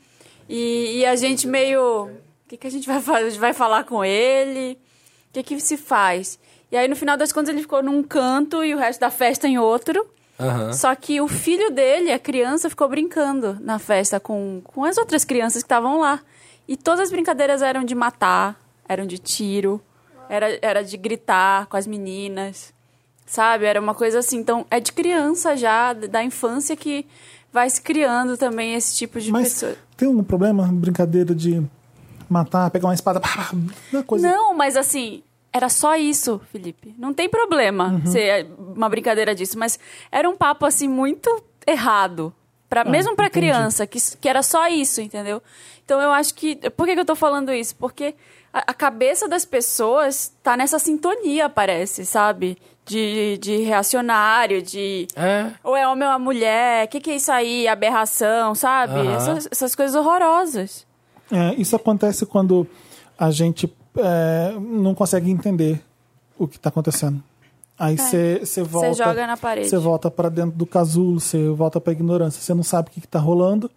A: E, e a gente meio, o que, que a gente vai fazer? A gente vai falar com ele? O que, que se faz? E aí, no final das contas, ele ficou num canto e o resto da festa em outro.
D: né? Aham.
A: Só que o filho dele, a criança, ficou brincando na festa com, com as outras crianças que estavam lá. E todas as brincadeiras eram de matar, eram de tiro, era, era de gritar com as meninas, sabe? Era uma coisa assim. Então, é de criança já, d- da infância, que vai se criando também esse tipo de
C: Mas
A: pessoa.
C: tem um problema, brincadeira de matar, pegar uma espada, pá, pá, uma coisa.
A: Não, mas assim, era só isso, Felipe. Não tem
D: Uhum.
A: eh, problema ser uma brincadeira disso, mas era um papo assim muito errado.
D: Ah,
A: Pra, mesmo pra criança, que, s- que era só isso, entendeu? Então eu acho que. Por que, que eu tô falando isso? Porque a, a cabeça das pessoas tá nessa sintonia, parece, sabe? De, de reacionário, de.
D: É.
A: Ou é homem ou é mulher, o que, que é isso aí? Aberração, sabe?
D: Aham.
A: Essas, essas coisas horrorosas.
C: É, isso acontece quando a gente é, não consegue entender o que está acontecendo. Aí você volta.
A: É. joga na parede.
C: Você volta para dentro do casulo, você volta para ignorância. Você não sabe o que está rolando,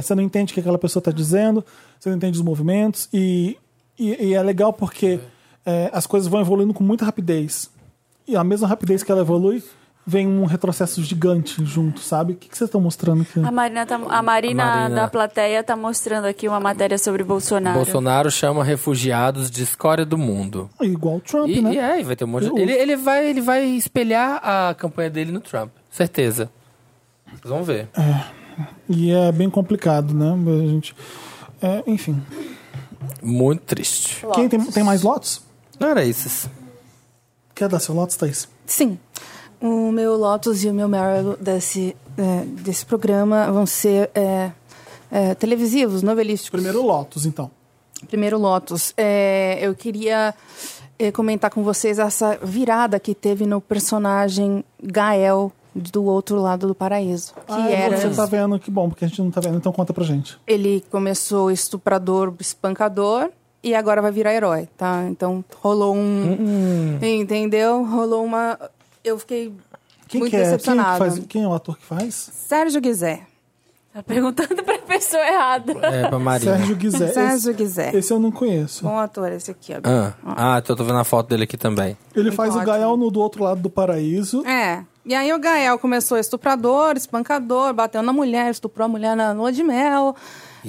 C: você não entende o que aquela pessoa está dizendo, você não entende os movimentos. E, e, e é legal porque é, as coisas vão evoluindo com muita rapidez. E a mesma rapidez que ela evolui, vem um retrocesso gigante junto, sabe? O que que vocês estão mostrando aqui?
A: A Marina, tá- a Marina
D: Marina.
A: da plateia tá mostrando aqui uma matéria sobre Bolsonaro.
D: Bolsonaro chama refugiados de escória do mundo.
C: Igual o Trump,
D: E,
C: né?
D: e é, e vai ter um monte
C: Eu-
D: de... ele, ele vai, ele vai espelhar a campanha dele no Trump. Certeza. Vocês vão ver.
C: E é bem complicado, né? A gente. é, enfim.
D: Muito triste.
C: Quem tem, tem mais lotes?
D: Não era isso.
C: Quer dar seu lotes, Thaís?
E: Sim. O meu Lotus e o meu Meryl desse, é, desse programa vão ser é, é, televisivos, novelísticos.
C: Primeiro Lotus, então.
E: Primeiro Lotus, é, eu queria é, comentar com vocês essa virada que teve no personagem Gael do outro lado do paraíso, que
C: Ah,
E: era
C: Você tá vendo, que bom, porque a gente não tá vendo, então conta pra gente.
E: ele começou estuprador, espancador e agora vai virar herói, tá? Então rolou
C: Hum.
E: um, entendeu? Rolou uma, eu fiquei
C: Quem
E: muito
C: que é? Quem, é que
E: decepcionada.
C: faz, quem é o ator que faz?
E: Sérgio Guizé.
A: Tá perguntando pra pessoa errada.
D: É, *laughs* pra Marina.
C: Sérgio Guizé.
E: *laughs* Sérgio
C: Esse-
E: Guizé.
C: Esse eu não conheço.
E: Bom ator esse aqui, ó.
D: Ah, ah tô, tô vendo a foto dele aqui também.
C: Ele faz o
E: ótimo.
C: Gael no do outro lado do paraíso.
E: É. E aí o Gael começou estuprador, espancador, bateu na mulher, estuprou a mulher na lua de mel.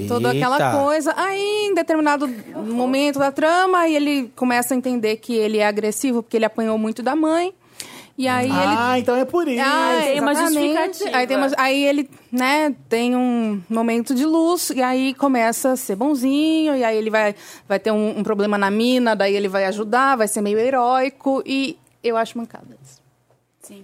E: Toda
D: Eita.
E: aquela coisa. Aí, em determinado momento da trama, aí ele começa a entender que ele é agressivo porque ele apanhou muito da mãe. E aí ele
C: Ah, então é por isso.
A: tem uma
E: exatamente.
A: justificativa.
E: Aí, tem uma- aí ele, né, tem um momento de luz e aí começa a ser bonzinho, e aí ele vai, vai ter um, um problema na mina, daí ele vai ajudar, vai ser meio heróico e eu acho mancada isso.
A: Sim.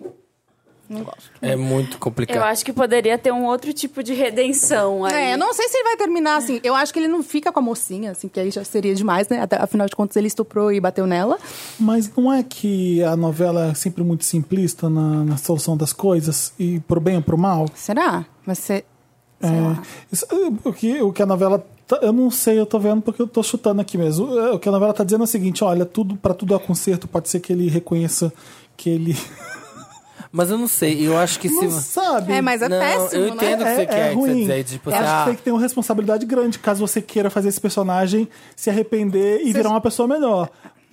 E: Não gosto.
D: É muito
A: Eu
D: complicado.
A: acho que poderia ter um outro tipo de redenção aí.
E: É, eu não sei se ele vai terminar assim. Eu acho que ele não fica com a mocinha, assim, que aí já seria demais, né? Até- afinal de contas, ele estuprou e bateu nela.
C: Mas não é que a novela é sempre muito simplista na, na solução das coisas, e pro bem ou pro mal?
E: Será? Vai ser. Sei
C: É,
E: lá.
C: isso, é, o, que, o que a novela. tá- eu não sei, eu tô vendo porque eu tô chutando aqui mesmo. É, O que a novela tá dizendo é o seguinte: olha, tudo para tudo há conserto, pode ser que ele reconheça que
E: *laughs*
C: ele.
D: Mas eu não sei, eu acho que se.
C: Não sabe?
E: É, mas é
D: não,
E: péssimo,
D: eu entendo o
E: né?
D: que você
C: É-
D: quer
C: é
D: que você
C: ruim.
D: dizer, tipo,
C: Eu
D: assim,
C: acho
D: ah,
C: que tem que ter uma responsabilidade grande caso você queira fazer esse personagem se arrepender e virar uma pessoa melhor.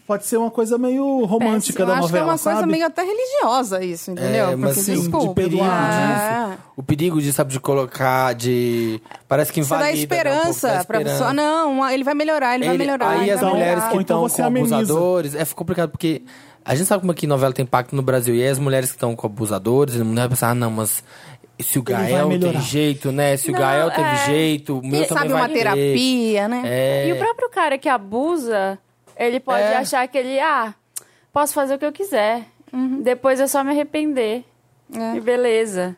C: Pode ser uma coisa meio romântica
E: Péssimo.
C: da
E: Eu acho que é
C: novela,
E: uma
C: sabe?
E: coisa meio até religiosa isso, entendeu?
D: É, mas
E: Porque, assim,
D: sim,
E: desculpa.
D: o perigo
C: né?
E: Ah.
D: disso. O perigo de, sabe, de colocar, de. Parece que
E: Você
D: invalida.
E: dá
D: né, um pouco,
E: esperança
D: dá
E: pra
D: esperança.
E: pessoa. Não, um, ele vai melhorar, ele, vai
D: Ele-
E: melhorar.
D: Aí
E: ele
D: as
E: vai
D: mulheres
E: melhorar.
D: que
C: Ou então
D: estão
C: você
D: com
C: ameniza.
D: abusadores. É complicado porque a gente sabe como é que novela tem impacto no Brasil. E aí as mulheres que estão com abusadores, a mulher vai pensar, ah, não, mas. Se o
C: vai
D: Gael tem
C: melhorar.
D: jeito, né? Se o
A: Não,
D: Gael teve
A: é.
D: jeito, o meu
E: Quem
D: também
E: sabe
D: vai
E: uma
D: ter.
E: terapia, né?
D: É.
A: E o próprio cara que abusa, ele pode
D: É.
A: achar que ele, ah, posso fazer o que eu quiser.
E: Uhum.
A: Depois é só me arrepender.
E: É.
A: E beleza.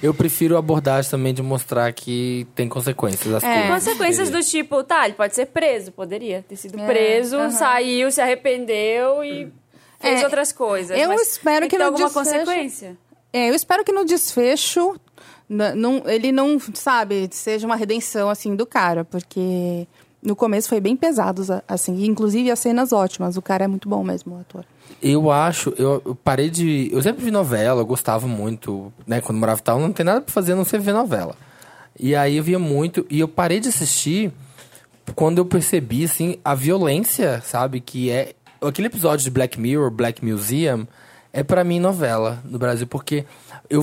D: Eu prefiro a abordagem também de mostrar que tem consequências. As
E: É.
D: coisas.
A: Consequências do tipo, tá, ele pode ser preso, poderia ter sido
E: É,
A: preso,
E: aham.
A: saiu, se arrependeu e fez
E: É,
A: outras coisas.
E: eu
A: Mas
E: espero
A: tem
E: que
A: ter
E: no
A: alguma
E: desfecho-
A: consequência.
E: É, eu espero que no desfecho n- não- ele não, sabe, seja uma redenção assim do cara, porque no começo foi bem pesado, za- assim, e, inclusive as cenas ótimas. O cara é muito bom mesmo, o ator.
D: Eu acho, eu eu parei de. Eu sempre vi novela, eu gostava muito, né? Quando morava em tal, não tem nada pra fazer a não ser ver novela. E aí eu via muito, e eu parei de assistir quando eu percebi, assim, a violência, sabe? Que é. Aquele episódio de Black Mirror, Black Museum, é pra mim novela no Brasil, porque eu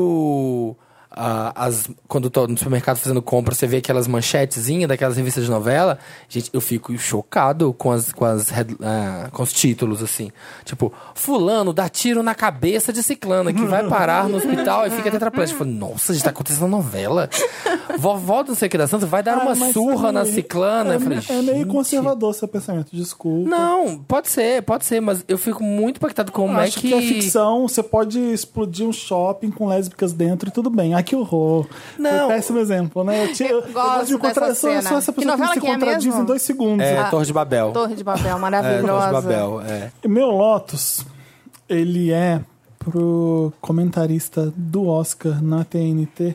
D: vejo. ah, as, quando eu tô no supermercado fazendo compra, você vê aquelas manchetezinhas daquelas revistas de novela. Gente, eu fico chocado com, as, com, as head- ah, com os títulos, assim. Tipo, Fulano dá tiro na cabeça de Ciclana, que vai parar no hospital e fica tetraplégico. Eu falo, Nossa, gente, tá acontecendo uma novela. Vovó do Sei que da Santa vai dar
C: Ah,
D: uma
C: mas
D: surra
C: é
D: na
C: meio-
D: Ciclana.
C: É,
D: Eu falei,
C: é meio
D: "Gente,
C: conservador né? seu pensamento, desculpa.
D: Não, pode ser, pode ser, mas eu fico muito impactado com como é
C: Acho que... a ficção, você pode explodir um shopping com lésbicas dentro e tudo bem. Ai, que horror.
D: Não.
C: Foi péssimo exemplo, né? Eu, tinha, eu, eu
E: gosto
C: gosto de contra...
E: dessa
C: sou, sou
E: cena.
C: essa
E: Que
C: pessoa que,
E: novela
C: se
E: que é
C: contradiz
E: mesmo?
C: em dois segundos.
D: É,
E: Ah,
D: Torre de Babel.
E: Torre de
D: *laughs*
E: Babel,
D: É,
E: maravilhosa.
D: Torre de Babel, é.
C: Meu Lotus, ele é pro comentarista do Oscar na TNT
E: Ah.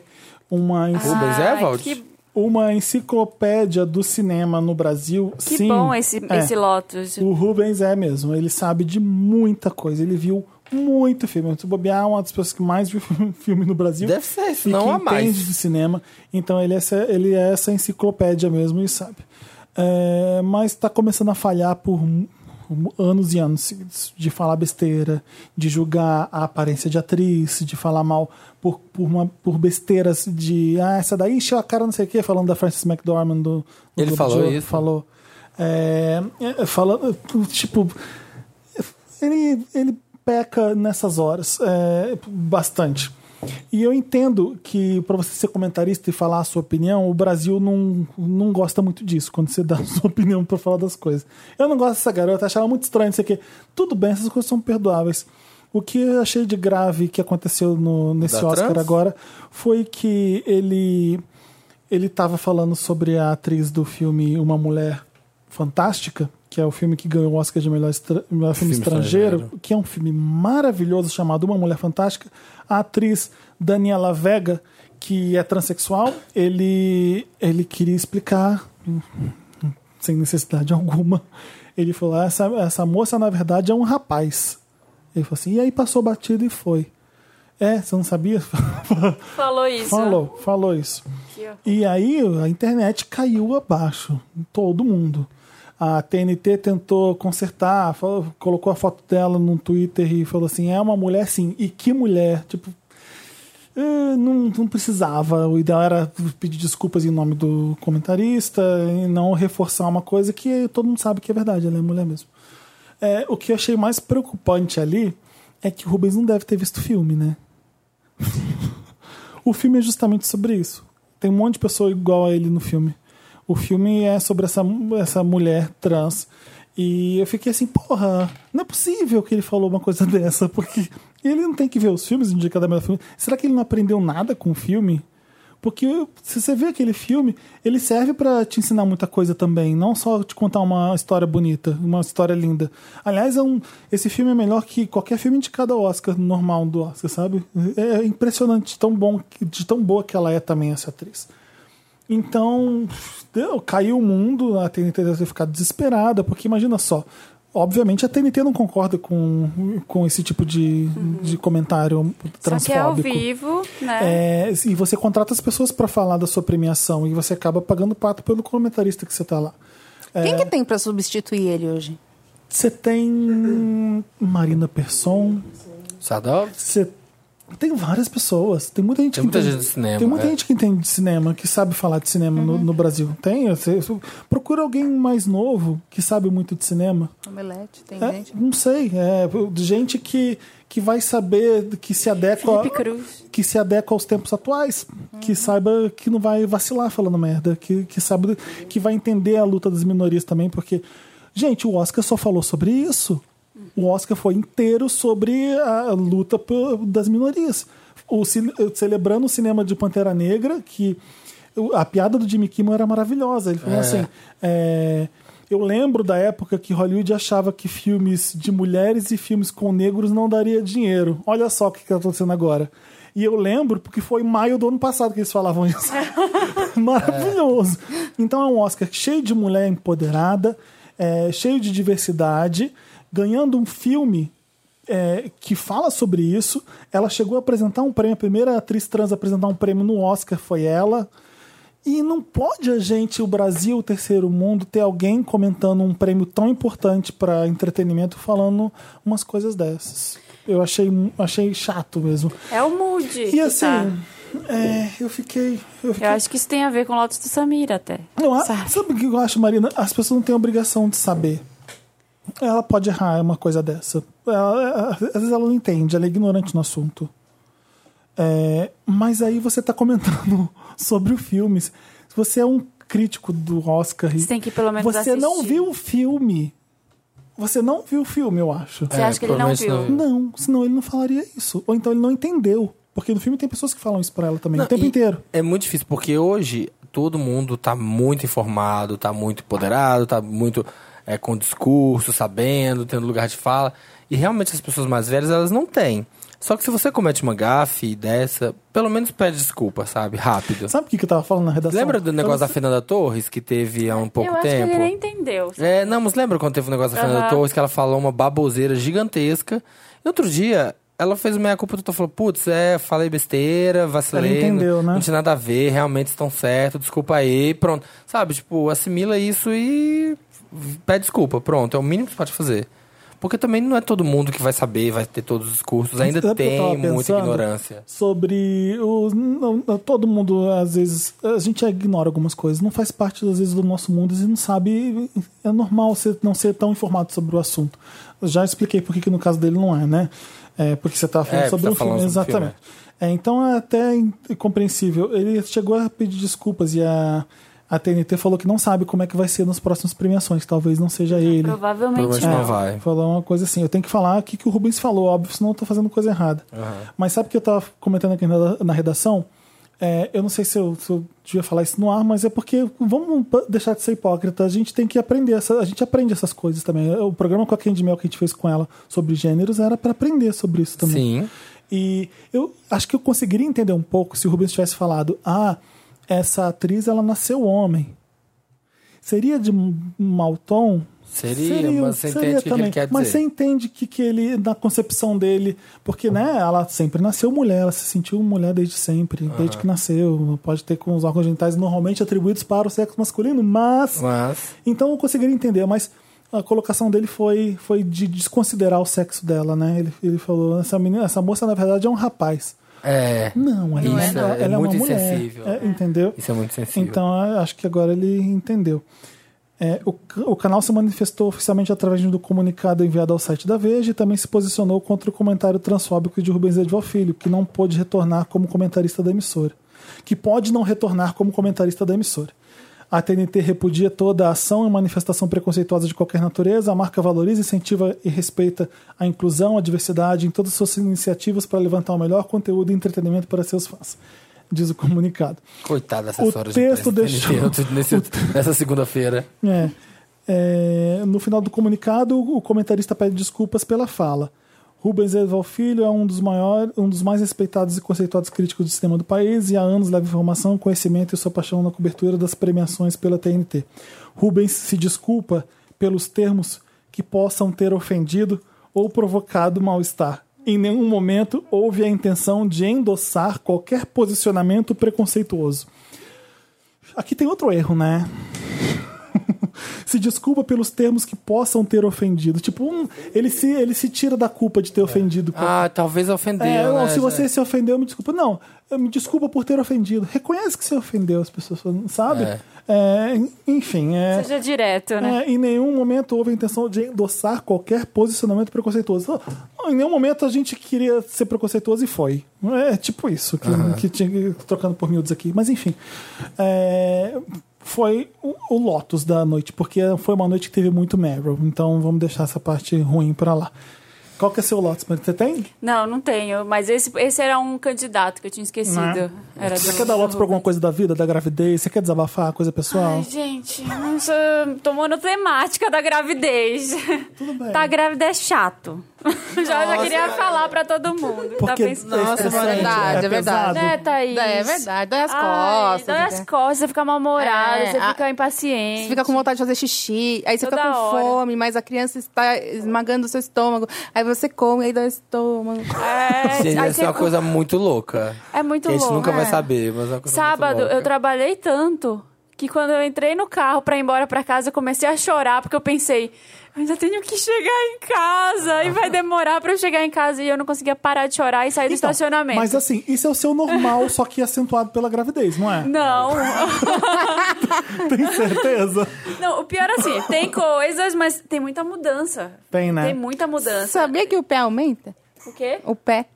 C: uma, enci-
D: Rubens é,
A: Ai,
D: Evald?
A: que-
C: uma enciclopédia do cinema no Brasil.
A: Que
C: Sim,
A: bom esse,
C: é.
A: esse Lotus.
C: O Rubens é mesmo, ele sabe de muita coisa, ele viu muito filme. O Bobear é uma das pessoas que mais viu *laughs* filme no Brasil.
D: Deve ser,
C: e
D: senão
C: que
D: há mais.
C: entende de cinema. Então ele é essa, ele é essa enciclopédia mesmo e sabe. É, mas está começando a falhar por mu- anos e anos seguidos de falar besteira, de julgar a aparência de atriz, de falar mal por, por, uma- por besteiras de ah, essa daí encheu a cara não sei o quê, falando da Frances McDormand do, do
D: Ele
C: Globo
D: falou
C: de Ouro,
D: isso?
C: Falou. É, é, falando, tipo, ele, ele peca nessas horas é, bastante. E eu entendo que, para você ser comentarista e falar a sua opinião, o Brasil não, não gosta muito disso, quando você dá *laughs* a sua opinião para falar das coisas. Eu não gosto dessa garota, achava muito estranho isso aqui. Tudo bem, essas coisas são perdoáveis. O que eu achei de grave que aconteceu no, nesse
D: Da
C: Oscar
D: trans?
C: agora foi que ele ele tava falando sobre a atriz do filme Uma Mulher Fantástica, que é o filme que ganhou o Oscar de melhor, estra- melhor filme,
D: Filme
C: estrangeiro,
D: estrangeiro.
C: que é um filme maravilhoso chamado Uma Mulher Fantástica. A atriz Daniela Vega, que é transexual, ele, ele queria explicar, sem necessidade alguma, ele falou: "Ah, essa, essa moça na verdade é um rapaz. Ele falou assim, e aí passou batido e foi. É, você não sabia? *laughs*
A: Falou isso.
C: falou, falou isso.
A: Que horror.
C: E aí a internet caiu abaixo, todo mundo. A TNT tentou consertar, falou- colocou a foto dela no Twitter e falou assim: é uma mulher sim, e que mulher? Tipo, eh, não, não precisava. O ideal era pedir desculpas em nome do comentarista e não reforçar uma coisa que todo mundo sabe que é verdade, ela é mulher mesmo. É, o que eu achei mais preocupante ali é que o Rubens não deve ter visto o filme, né? O filme é justamente sobre isso. Tem um monte de pessoa igual a ele no filme. O filme é sobre essa, essa mulher trans. E eu fiquei assim, porra, não é possível que ele falou uma coisa *laughs* dessa, porque ele não tem que ver os filmes indicada melhor filme. Será que ele não aprendeu nada com o filme? Porque se você vê aquele filme, ele serve pra te ensinar muita coisa também, não só te contar uma história bonita, uma história linda. Aliás, é um, esse filme é melhor que qualquer filme indicado ao Oscar, normal do Oscar, sabe? É impressionante, tão bom, que- de tão boa que ela é também essa atriz. Então, deu, caiu o mundo, a TNT deve ter ficado desesperada, porque imagina só. Obviamente a TNT não concorda com, com esse tipo de, de comentário
A: Só que é ao
C: transfóbico.
A: vivo, né?
C: É, e você contrata as pessoas pra falar da sua premiação e você acaba pagando pato pelo comentarista que você tá lá.
E: Quem que tem pra substituir ele hoje?
C: Você tem Marina Persson,
D: Sadov?
C: você tem várias pessoas, tem muita gente
D: Tem
C: que
D: muita
C: entende-
D: gente de cinema,
C: Tem muita
D: é. Uhum.
C: gente que entende de cinema, que sabe falar de cinema no, no Brasil. Tem, você, procura alguém mais novo que sabe muito de cinema.
E: Omelete, tem
C: É,
E: gente.
C: não sei, é gente que, que vai saber que se adequa
A: Felipe Cruz.
C: que se adequa aos tempos atuais, que saiba que não vai vacilar falando merda, que, que sabe que vai entender a luta das minorias também, porque gente, o Oscar só falou sobre isso. O Oscar foi inteiro sobre a luta pe- das minorias. O cine- celebrando o cinema de Pantera Negra, que o- a piada do Jimmy Kimmel era maravilhosa. Ele falou assim: é, eu lembro da época que Hollywood achava que filmes de mulheres e filmes com negros não daria dinheiro. Olha só o que está acontecendo agora. E eu lembro porque foi em maio do ano passado que eles falavam isso. Maravilhoso. Então é um Oscar cheio de mulher empoderada, é, cheio de diversidade, ganhando um filme é, que fala sobre isso. Ela chegou a apresentar um prêmio, a primeira atriz trans a apresentar um prêmio no Oscar foi ela. E não pode a gente, o Brasil, o terceiro mundo, ter alguém comentando um prêmio tão importante para entretenimento falando umas coisas dessas. Eu achei, achei chato mesmo.
A: É, o mood.
C: E
A: que
C: assim,
A: tá.
C: é, eu fiquei. Eu fiquei
A: Eu acho que isso tem a ver com o Lotus do Samira até.
C: não, a-
A: sabe?
C: sabe o que eu acho, Marina? As pessoas não têm obrigação de saber. Ela pode errar uma coisa dessa. Ela- ela- às vezes ela não entende, ela é ignorante no assunto. É, mas aí você tá comentando *laughs* sobre o filme. Se você é um crítico do Oscar, e
A: Você tem que pelo menos
C: você não
A: assistir.
C: viu o filme. Você não viu o filme, eu acho.
D: É,
A: Você acha que ele não
D: provavelmente
A: viu?
D: não.
C: Não, senão ele não falaria isso. Ou então ele não entendeu. Porque no filme tem pessoas que falam isso pra ela também
D: Não,
C: o tempo
D: e
C: inteiro.
D: É muito difícil, porque hoje todo mundo tá muito informado, tá muito empoderado, tá muito é, com discurso, sabendo, tendo lugar de fala. E realmente as pessoas mais velhas, elas não têm. Só que se você comete uma gafe dessa, pelo menos pede desculpa, sabe? Rápido.
C: Sabe o que, que eu tava falando na redação?
D: Lembra do negócio da Fernanda Torres que teve há um pouco
A: Eu acho
D: tempo?
A: que ele nem entendeu.
D: É, não, mas lembra quando teve um negócio da Fernanda
A: Aham.
D: Torres que ela falou uma baboseira gigantesca. E outro dia, ela fez uma meia culpa total, falou, putz, é, falei besteira, vacilei.
C: Ela entendeu,
D: não-
C: né?
D: Não tinha nada a ver, realmente estão certo, desculpa aí, pronto. Sabe, tipo, assimila isso e pede desculpa, pronto. É o mínimo que você pode fazer. Porque também não é todo mundo que vai saber, vai ter todos os cursos. Ainda
C: Sabe é o que eu tava
D: tem muita
C: pensando?
D: ignorância.
C: Sobre o. não, não, todo mundo, às vezes. A gente ignora algumas coisas. Não faz parte, às vezes, do nosso mundo e não sabe. É normal você não ser tão informado sobre o assunto. Eu já expliquei por que que no caso dele não é, né? É, porque você tava falando
D: É,
C: sobre
D: tá
C: o filme.
D: falando sobre o filme,
C: Exatamente. É, então é até in- compreensível. Ele chegou a pedir desculpas e a, a TNT falou que não sabe como é que vai ser nas próximas premiações. Talvez não seja ele.
A: Provavelmente
D: Provavelmente
A: não.
D: não vai.
C: Falou uma coisa assim, eu tenho que falar o que, que o Rubens falou, óbvio, senão eu tô fazendo coisa errada. Mas sabe o que eu tava comentando aqui na, na redação? É, eu não sei se eu, se eu devia falar isso no ar, mas é porque vamos pa- deixar de ser hipócrita. A gente tem que aprender, essa, a gente aprende essas coisas também. O programa com a Candy Mel que a gente fez com ela sobre gêneros era para aprender sobre isso também.
D: Sim.
C: E eu acho que eu conseguiria entender um pouco se o Rubens tivesse falado: ah, essa atriz ela nasceu homem. Seria de um mau tom?
D: Seria, mas você entende o que que ele quer
C: Mas
D: dizer.
C: você entende que, que ele, na concepção dele, porque né, ela sempre nasceu mulher, ela se sentiu mulher desde sempre, desde que nasceu. Pode ter com os órgãos genitais normalmente atribuídos para o sexo masculino, mas.
D: Mas...
C: Então eu conseguiria entender, mas a colocação dele foi, foi de desconsiderar o sexo dela, né? Ele, ele falou: essa, menina, essa moça na verdade é um rapaz.
D: É...
C: Não, ela,
D: Isso
C: é, ela
D: é
C: é uma
D: muito
C: mulher.
D: insensível.
C: É, entendeu?
D: Isso é muito sensível.
C: Então eu acho que agora ele entendeu. É, o, ca- o canal se manifestou oficialmente através do comunicado enviado ao site da Veja e também se posicionou contra o comentário transfóbico de Rubens Edval Filho, que não pôde retornar como comentarista da emissora. Que pode não retornar como comentarista da emissora. A TNT repudia toda a ação e manifestação preconceituosa de qualquer natureza. A marca valoriza, incentiva e respeita a inclusão, a diversidade em todas as suas iniciativas para levantar o melhor conteúdo e entretenimento para seus fãs, diz o comunicado.
D: Coitada dessa
C: O
D: história
C: texto
D: *laughs* de imprensa,
C: deixou-
D: TNT, nesse- nessa segunda-feira.
C: É. É, no final do comunicado, o comentarista pede desculpas pela fala. Rubens Edval Filho é um dos, maior, um dos mais respeitados e conceituados críticos do cinema do país e há anos leva informação, conhecimento e sua paixão na cobertura das premiações pela TNT. Rubens se desculpa pelos termos que possam ter ofendido ou provocado mal-estar. Em nenhum momento houve a intenção de endossar qualquer posicionamento preconceituoso. Aqui tem outro erro, né? *laughs* se desculpa pelos termos que possam ter ofendido. Tipo, um, ele, se, ele se tira da culpa de ter ofendido.
D: Ah, talvez ofendeu,
C: É,
D: né?
C: não, se você
D: gente?
C: se ofendeu, me desculpa. Não, eu me desculpa por ter ofendido. Reconhece que você ofendeu as pessoas, sabe?
D: É.
C: É, enfim, é,
A: Seja direto, né?
C: é, em nenhum momento houve a intenção de endossar qualquer posicionamento preconceituoso. Não, Em nenhum momento a gente queria ser preconceituoso e foi. É tipo isso, que, que tinha trocando por miúdos aqui. Mas enfim. é, foi o, o Lotus da noite, porque foi uma noite que teve muito Meryl. Então vamos deixar essa parte ruim pra lá. Qual que é seu Lotus? Mas Você tem?
A: Não, não tenho. Mas esse, esse era um candidato que eu tinha esquecido.
C: Né?
A: Era
C: Você
A: do-
C: quer dar Lotus pra alguma coisa da vida, da gravidez? Você quer desabafar, coisa pessoal?
A: Ai, gente, não sou- tô monotemática da gravidez. Tudo
C: bem.
A: Tá grávida é chato. *laughs* já, já queria falar pra todo mundo.
C: porque
A: tá
C: é
A: pensando.
C: estressante,
E: verdade,
C: é
E: é verdade.
C: pesado.
A: Né, Thaís?
E: É verdade, dói as
A: Ai,
E: costas.
A: Dói as
E: né?
A: costas, você fica mal-humorada,
E: É,
A: você
E: a-
A: fica impaciente.
E: Você fica com vontade de fazer xixi, aí você
A: Toda
E: fica com
A: hora.
E: fome, mas a criança está esmagando o seu estômago. Aí você come, aí dá o estômago.
A: É,
D: Gente,
A: aí
D: essa é uma
A: você-
D: coisa muito louca.
A: É muito
D: que a gente
A: louco,
D: nunca vai
E: é.
D: saber, mas é uma coisa
A: Sábado,
D: muito louca.
A: eu trabalhei tanto que quando eu entrei no carro pra ir embora pra casa, eu comecei a chorar, porque eu pensei, eu ainda tenho que chegar em casa e vai demorar pra eu chegar em casa. E eu não conseguia parar de chorar e sair do
C: Então,
A: estacionamento.
C: Mas assim, isso é o seu normal, só que acentuado pela gravidez, não é?
A: Não,
C: Tem certeza?
A: não, o pior é assim, tem coisas, mas tem muita mudança.
C: Tem, né?
A: Tem muita mudança.
E: Sabia que o pé aumenta?
A: O quê?
E: O pé.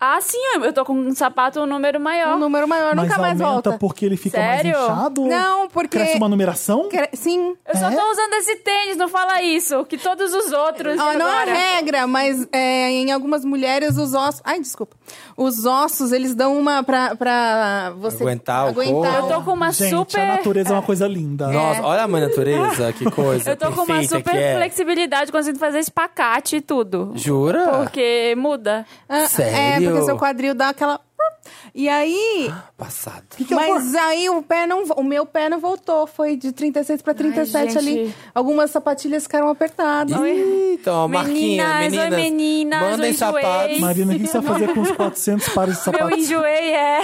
A: Ah, sim, eu tô com um sapato um número maior.
E: Um número maior
C: Mas
E: nunca mais
C: aumenta
E: volta.
C: porque ele fica
A: Sério?
C: mais inchado?
E: Não, porque.
C: Cresce uma numeração?
E: Cre- Sim.
A: Eu só
C: É?
A: tô usando esse tênis, não fala isso. Que todos os outros.
E: Ó, não é
A: agora.
E: regra, mas é, em algumas mulheres os ossos. Ai, desculpa. Os ossos, eles dão uma pra, pra você.
D: Aguentar o
E: aguentar
A: Eu tô com uma
C: Gente,
A: super.
C: a natureza é uma coisa linda.
D: Nossa, olha a mãe natureza,
A: *laughs*
D: que coisa.
A: Eu tô com uma
D: perfeita
A: super
D: que é.
A: flexibilidade, consigo fazer espacate e tudo.
D: Jura?
A: Porque muda.
E: Ah, É,
D: Sério?
E: porque seu quadril dá aquela. E aí.
D: Passado.
E: mas aí o pé não. vo- O meu pé não voltou. Foi de 36 pra 37
A: Ai, gente.
E: ali. Algumas sapatilhas ficaram apertadas.
D: Ih, Então, ó, Marquinha,
A: Meninas, oi,
D: meninas,
A: meninas,
D: mandem
A: oi,
D: sapatos.
A: joelhos.
C: Marina, o que você vai fazer com os 400 pares de
A: Meu
C: sapatos?
A: enjoei é.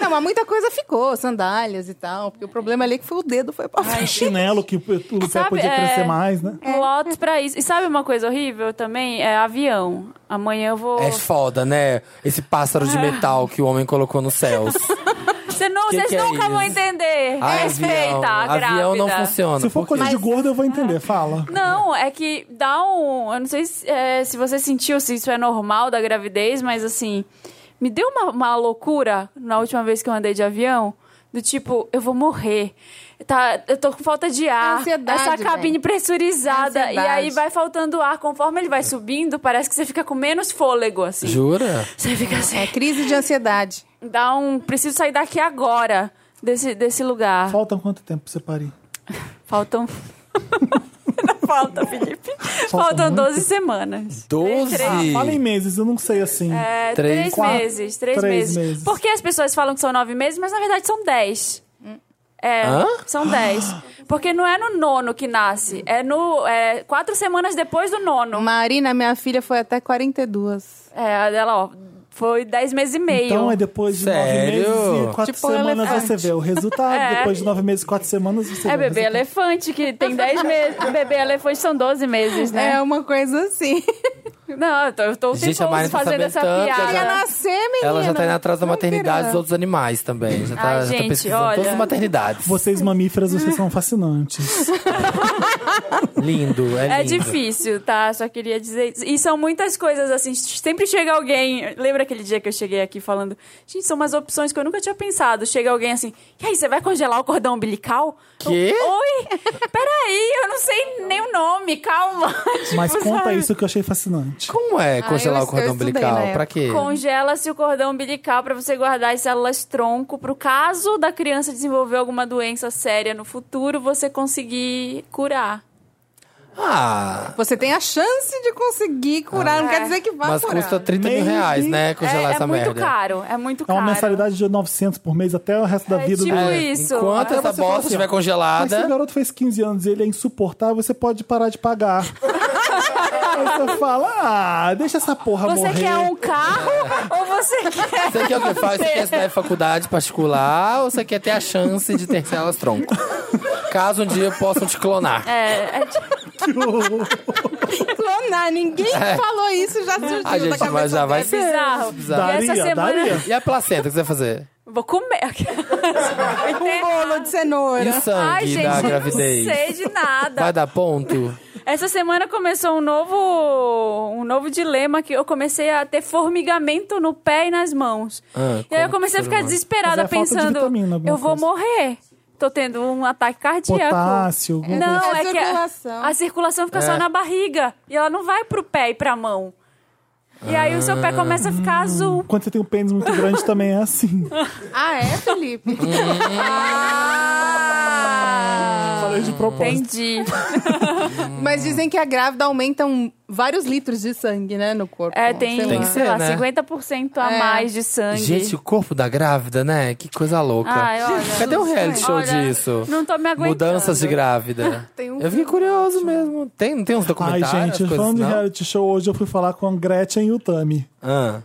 E: Não, mas muita coisa ficou, sandálias e tal. Porque o problema ali é que foi o dedo foi pra
C: Um
E: frente.
C: chinelo que o pé
A: Sabe,
C: podia crescer
A: é.
C: mais, né?
A: Lotes pra isso. E sabe uma coisa horrível também? É avião. Amanhã eu vou.
D: É foda, né? Esse pássaro
A: Ah.
D: de metal que o homem colocou nos
A: *laughs*
D: céus.
A: Cê não,
D: Que
A: vocês
D: que é
A: nunca
D: isso?
A: vão entender.
D: Ai,
A: Respeita a É grávida.
D: avião não funciona.
C: Se for
D: por quê?
C: coisa de gordo, eu vou entender. Fala.
A: Não, é que dá um. Eu não sei se, é, se você sentiu se isso é normal da gravidez, mas assim. Me deu uma, uma loucura na última vez que eu andei de avião. Do tipo, eu vou morrer. Tá, eu tô com falta de ar.
E: Ansiedade,
A: essa cabine
E: velho.
A: pressurizada. E aí
E: Ansiedade.
A: vai faltando ar. Conforme ele vai subindo, parece que você fica com menos fôlego, assim.
D: Jura?
A: Você fica assim.
E: É crise de ansiedade.
A: Dá um. Preciso sair daqui agora. Desse, desse lugar.
C: Falta quanto tempo pra você parir?
A: Faltam. *laughs* Não falta, Felipe. Faltam
C: muito?
A: 12 semanas.
D: Doze?
A: Três.
C: Ah, Fala em meses, eu não sei assim.
A: É,
D: Três,
A: três
C: quatro,
A: meses. Três,
C: três
A: meses.
C: meses.
A: Porque as pessoas falam que são nove meses, mas na verdade são dez. É,
D: Hã?
A: são dez. Porque não é no nono que nasce, é no é, quatro semanas depois do nono.
E: Marina, minha filha, foi até 42.
A: É, a dela, ó, foi dez meses e meio.
C: Então é depois de
D: Sério?
C: nove meses e quatro
E: Tipo um
C: semanas
E: elefante.
C: você vê o resultado.
A: É.
C: Depois de nove meses e quatro semanas você
A: É
C: vê. o
A: bebê
C: resultado.
A: elefante, que tem dez meses. Bebê elefante são 12 meses, né?
E: É uma coisa assim.
A: Não, eu tô, eu tô o
D: Gente,
A: tempo
D: a Mari tá
A: fazendo essa
D: sabendo tanto,
A: piada.
D: já-
E: *laughs* Ia nascer, menina.
D: Ela já tá indo atrás da
E: Não
D: maternidade
E: queira.
D: dos outros animais também. Já tá,
A: Ai,
D: já tá
A: gente,
D: pesquisando todas
A: olha.
D: as maternidades.
C: Vocês mamíferas, vocês são fascinantes.
D: Lindo, é lindo.
A: É difícil, tá? Só queria dizer. isso. E são muitas coisas assim. Sempre chega alguém. Lembra aquele dia que eu cheguei aqui falando? Gente, são umas opções que eu nunca tinha pensado. Chega alguém assim. E aí, você vai congelar o cordão umbilical?
D: Quê?
A: Eu, Oi? Peraí, eu não sei nem o nome, calma. *laughs*
C: Mas
A: Tipo,
C: conta
A: sabe?
C: isso que eu achei fascinante.
D: Como é congelar
E: eu-
D: o cordão
E: eu estudei na
A: né?
D: umbilical?
E: época.
D: Pra quê?
A: Congela-se o cordão umbilical pra você guardar as células tronco pro caso da criança desenvolver alguma doença séria no futuro, você conseguir curar.
D: Ah,
E: Você tem a chance de conseguir curar. Não quer dizer que vai
D: mas
E: curar.
D: custa 30 mil
C: Meio
D: reais, né?
A: É,
D: Congelar
A: é
D: essa
A: muito
D: merda.
A: caro, é muito
C: É
A: caro.
C: uma mensalidade de 900 por mês até o resto da
A: É
C: vida
A: tipo
C: do
D: É,
A: isso.
D: Enquanto
A: Aí
D: essa
C: você fala
D: bosta
C: assim,
D: estiver
C: ó, Mas se o
D: congelada,
C: garoto fez 15 anos e ele é insuportável, você pode parar de pagar. Aí você fala, ah, deixa essa porra
A: Você
C: morrer.
A: quer um carro *laughs* ou você quer.
D: você quer o que faz? Você quer estudar em faculdade particular ou você quer ter a chance de ter células tronco?
C: assim,
D: Caso um dia possam te clonar.
A: É,
D: *laughs*
A: é tipo-
E: Clonar. Ninguém falou isso, já surgiu
D: É. a gente,
E: da cabeça
D: mas já vai
E: dela.
D: ser.
A: bizarro.
D: bizarro.
A: E essa
C: Daria,
A: semana.
C: daria.
D: E a placenta, o que você vai fazer?
A: Vou comer.
D: *laughs*
E: Um bolo de cenoura.
D: E o sangue
A: Ai, gente,
D: da
A: eu
D: gravidez?
A: não sei de
D: Vai
A: nada.
D: dar ponto?
A: Essa semana começou um novo, um novo dilema que eu comecei a ter formigamento no pé e nas mãos.
D: Ah,
A: e aí eu
D: como
A: comecei a
D: ser
A: ficar
D: humano.
A: desesperada
C: Mas é falta de
A: pensando,
C: vitamina, alguma
A: eu vou
C: coisa.
A: morrer. Tô tendo um ataque cardíaco.
C: Potássio. alguma coisa.
A: Não, é,
E: É
A: que a-
E: circulação.
A: A, circulação fica
D: É.
A: só na barriga. E ela não vai pro pé e pra mão. E aí o
D: Ah.
A: seu pé começa a ficar azul.
C: Quando você tem um pênis muito grande também é assim.
E: Ah, é,
D: *laughs*
E: Felipe?
D: Hum.
C: Falei de propósito.
A: Entendi.
E: mas dizem que a grávida aumenta um- vários litros de sangue, né, no corpo.
A: É, tem,
E: Sei
A: sei
E: lá.
D: que ser,
A: lá,
D: né?
A: 50% a
E: É.
A: mais de sangue. Ah,
D: Gente, o corpo da grávida, né? Que coisa louca.
A: Ai, olha.
D: Cadê o reality show
A: Olha,
D: disso?
A: não tô me aguentando.
D: Mudanças de grávida.
E: *laughs* Tem um
D: eu fiquei curioso mesmo. Tem, não tem uns
C: Ai,
D: documentários?
C: gente,
D: coisas,
C: falando de
D: não?
C: reality show, hoje eu fui falar com a Gretchen e o Tami
D: Ah.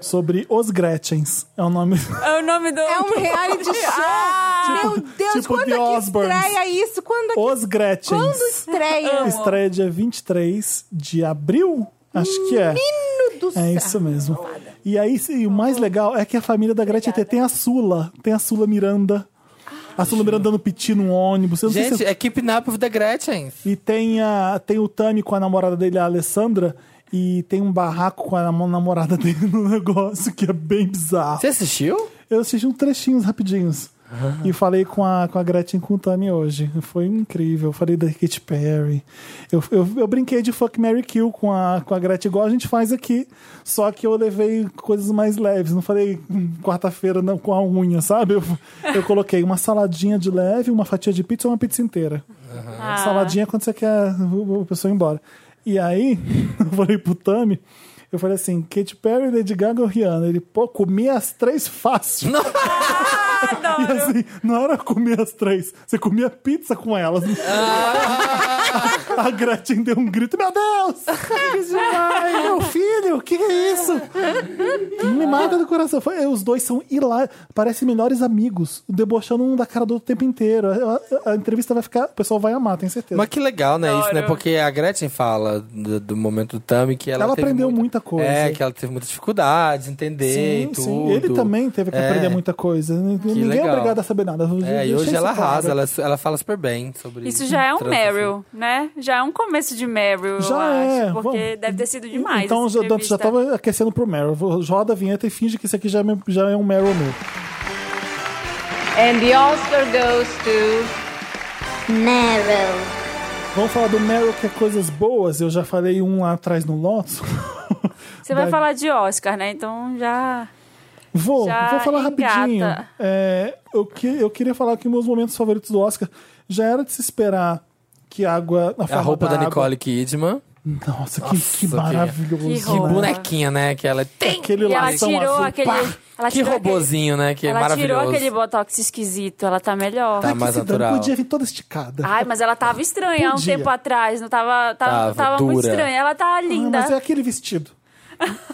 C: sobre os Gretchens. É o nome.
A: É o nome do.
E: É
C: *laughs*
E: um reality show. Meu Deus,
C: tipo
E: quando
C: The
E: é que
C: Osbournes. Oh.
E: estreia isso? Quando, é que-
C: Os Gretchens.
E: quando estreia?
C: Estreia dia 23 de abril? Acho que é.
E: Menino do
C: É
E: céu.
C: isso mesmo. E aí, sim, o mais legal é que a família da Gretchen tem- tem a Sula. Tem a Sula Miranda. A Sula Miranda dando piti num ônibus. Eu não sei
D: Gente,
C: se...
D: é Keep Up with the Gretchen.
C: E tem, a, tem o Tami com a namorada dele, a Alessandra. E tem um barraco com a namorada dele no *laughs* negócio, que é bem bizarro.
D: Você assistiu?
C: Eu assisti uns trechinhos rapidinhos. E falei com a, com a Gretchen e com o Tami hoje. Foi incrível. Eu falei da Katy Perry. Eu, eu, eu brinquei de Fuck Mary Kill com a, com a Gretchen, igual a gente faz aqui. Só que eu levei coisas mais leves. Não falei hum, quarta-feira não com a unha, sabe? Eu, eu coloquei uma saladinha de leve, uma fatia de pizza e uma pizza inteira.
A: Ah,
C: Saladinha é quando você quer o- o- a pessoa ir embora. E aí, *laughs* eu falei pro Tami, eu falei assim, Katy Perry, Lady Gaga ou Rihanna? Ele, pô, comi as três fácil. E
A: Adoro.
C: assim, não era comer as três, você comia pizza com elas. *laughs* A Gretchen deu um grito, meu Deus! Que demais! Meu filho, que é isso? Me mata do coração. Foi- Os dois são hilários, parecem melhores amigos, debochando um da cara do outro o tempo inteiro. A, a- a entrevista vai ficar, o pessoal vai amar, tenho certeza.
D: Mas que legal, né? Isso, né?
A: Adoro.
D: Porque a Gretchen fala do, do momento do Tami que ela.
C: Ela
D: teve
C: aprendeu muita coisa.
D: É, que ela teve muita dificuldade de entender e tudo.
C: Ele também teve que
D: É.
C: aprender muita coisa. Ninguém é
D: legal.
C: obrigado a saber nada.
D: É, e
C: Deixa
D: hoje
C: isso
D: ela
C: claro.
D: arrasa, ela, ela fala super bem sobre
A: Isso já é um
D: trans, assim.
A: Meryl, né? Já é um começo de Meryl, eu
C: Já
A: acho.
C: é,
A: Porque
C: vamos.
A: deve ter sido demais.
C: Então,
A: essa
C: já, Dantas, já
A: entrevista.
C: tava aquecendo pro Meryl. Vou- Roda a vinheta e finge que isso aqui já, é meu- já é um Meryl meu.
G: And the Oscar goes to
H: Meryl.
C: Vamos falar do Meryl, que é coisas boas. Eu já falei um lá atrás no Lotus.
A: Você
C: *laughs*
A: vai
C: Vai.
A: falar de Oscar, né? Então já.
C: Vou,
A: Já
C: vou falar
A: engata.
C: rapidinho. É, eu, que- eu queria falar que meus momentos favoritos do Oscar já era de se esperar que a água... A,
D: É A
C: forma
D: roupa da,
C: água-
D: Nicole Kidman.
C: Nossa, que,
D: Nossa,
C: que
D: que-
C: maravilhoso.
A: que
C: né?
D: Que
A: Boa.
D: bonequinha, né? Que ela tem.
C: Aquele
A: e ela
C: lação
A: tirou
C: azul,
A: aquele.
C: pá.
A: Ela
D: Que
A: tirou aquele-
D: robozinho, né? Que é
A: ela tirou
D: maravilhoso.
A: aquele botox esquisito, ela tá melhor.
C: Tá
D: Tá
C: que
D: mais
C: se dane,
D: natural.
C: Podia vir toda esticada. Ah,
A: Ai, mas ela tava estranha há um
C: Podia.
A: tempo atrás, não tava. Tava,
D: Tava
A: tava muito
D: dura.
A: estranha. Ela tá
C: Ah,
A: linda. *laughs*
C: Mas é aquele vestido.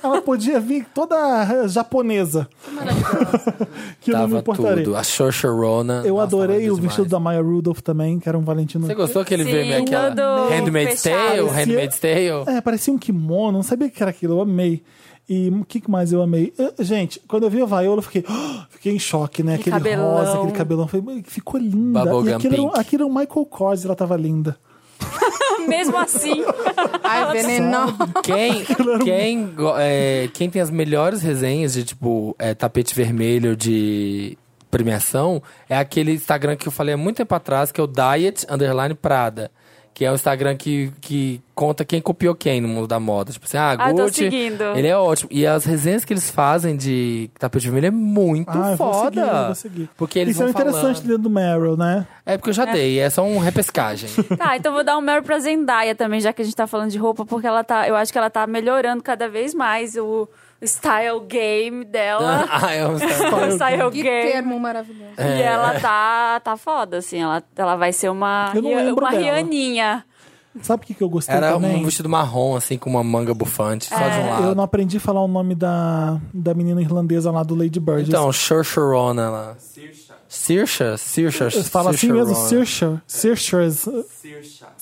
C: Ela podia vir toda eh, japonesa. *laughs* que eu não me
D: Tava
C: importaria.
D: tudo. A Shosharona.
C: Eu
D: Nossa,
C: adorei
D: maravilhoso
C: o vestido da
D: demais.
C: Maya Rudolph também, que era um Valentino.
D: Você gostou aquele
A: Sim,
D: vermelho? Aquela...
A: o do
D: Handmaid's
A: fechado.
D: Tale?
A: Esse-
D: Handmaid's Tale?
C: É, parecia um kimono, não sabia o que era aquilo, eu amei. E o que que mais eu amei? Eu- gente, quando eu vi a Viola, eu fiquei, *gasps* fiquei em choque, né?
A: Que
C: Aquele
A: cabelão.
C: rosa, aquele cabelão. Falei, ficou linda.
D: Bubblegum
C: E aquilo, era, um,
D: pink.
C: aquilo era o Michael Kors, ela tava linda.
A: Mesmo assim.
E: Ai, veneno.
C: *laughs*
D: Quem,
C: um
D: quem, go- é, quem tem as melhores resenhas de, tipo, é, tapete vermelho de premiação é aquele Instagram que eu falei há muito tempo atrás, que é o Diet Underline Prada. Que é o Instagram que, que conta quem copiou quem no mundo da moda. Tipo assim, ah,
A: Ah, tô
D: Gucci,
A: seguindo.
D: ele é ótimo. E as resenhas que eles fazem de tapete vermelho é muito
C: ah, eu vou seguir,
D: foda.
C: eu vou seguir.
D: Porque eles
C: Isso é
D: vão
C: interessante
D: falando.
C: dentro do Meryl, né?
D: É porque eu já dei, é só
C: *laughs*
D: um repescagem. *laughs*
A: Tá, então vou dar um Meryl pra Zendaya também, já que a gente tá falando de roupa, porque ela tá. Eu acho que ela tá melhorando cada vez mais o style game dela.
D: ah, é um Instagram.
A: *laughs* o style
E: Que
A: game.
E: termo maravilhoso.
A: E ela tá, tá foda, assim. Ela, ela vai ser uma,
C: É. Eu não lembro
A: uma
C: dela.
A: Rianinha.
C: Sabe o que, que eu gostei
D: Era
C: também? É,
D: um vestido marrom, assim, com uma manga bufante, só de um lado.
C: Eu não aprendi a falar o nome da, da menina irlandesa lá do Lady Bird.
D: Então, Shorshorona lá. Sirsha. Sirsha?
C: Eu- eu falo assim mesmo, Saoirse, Saoirse,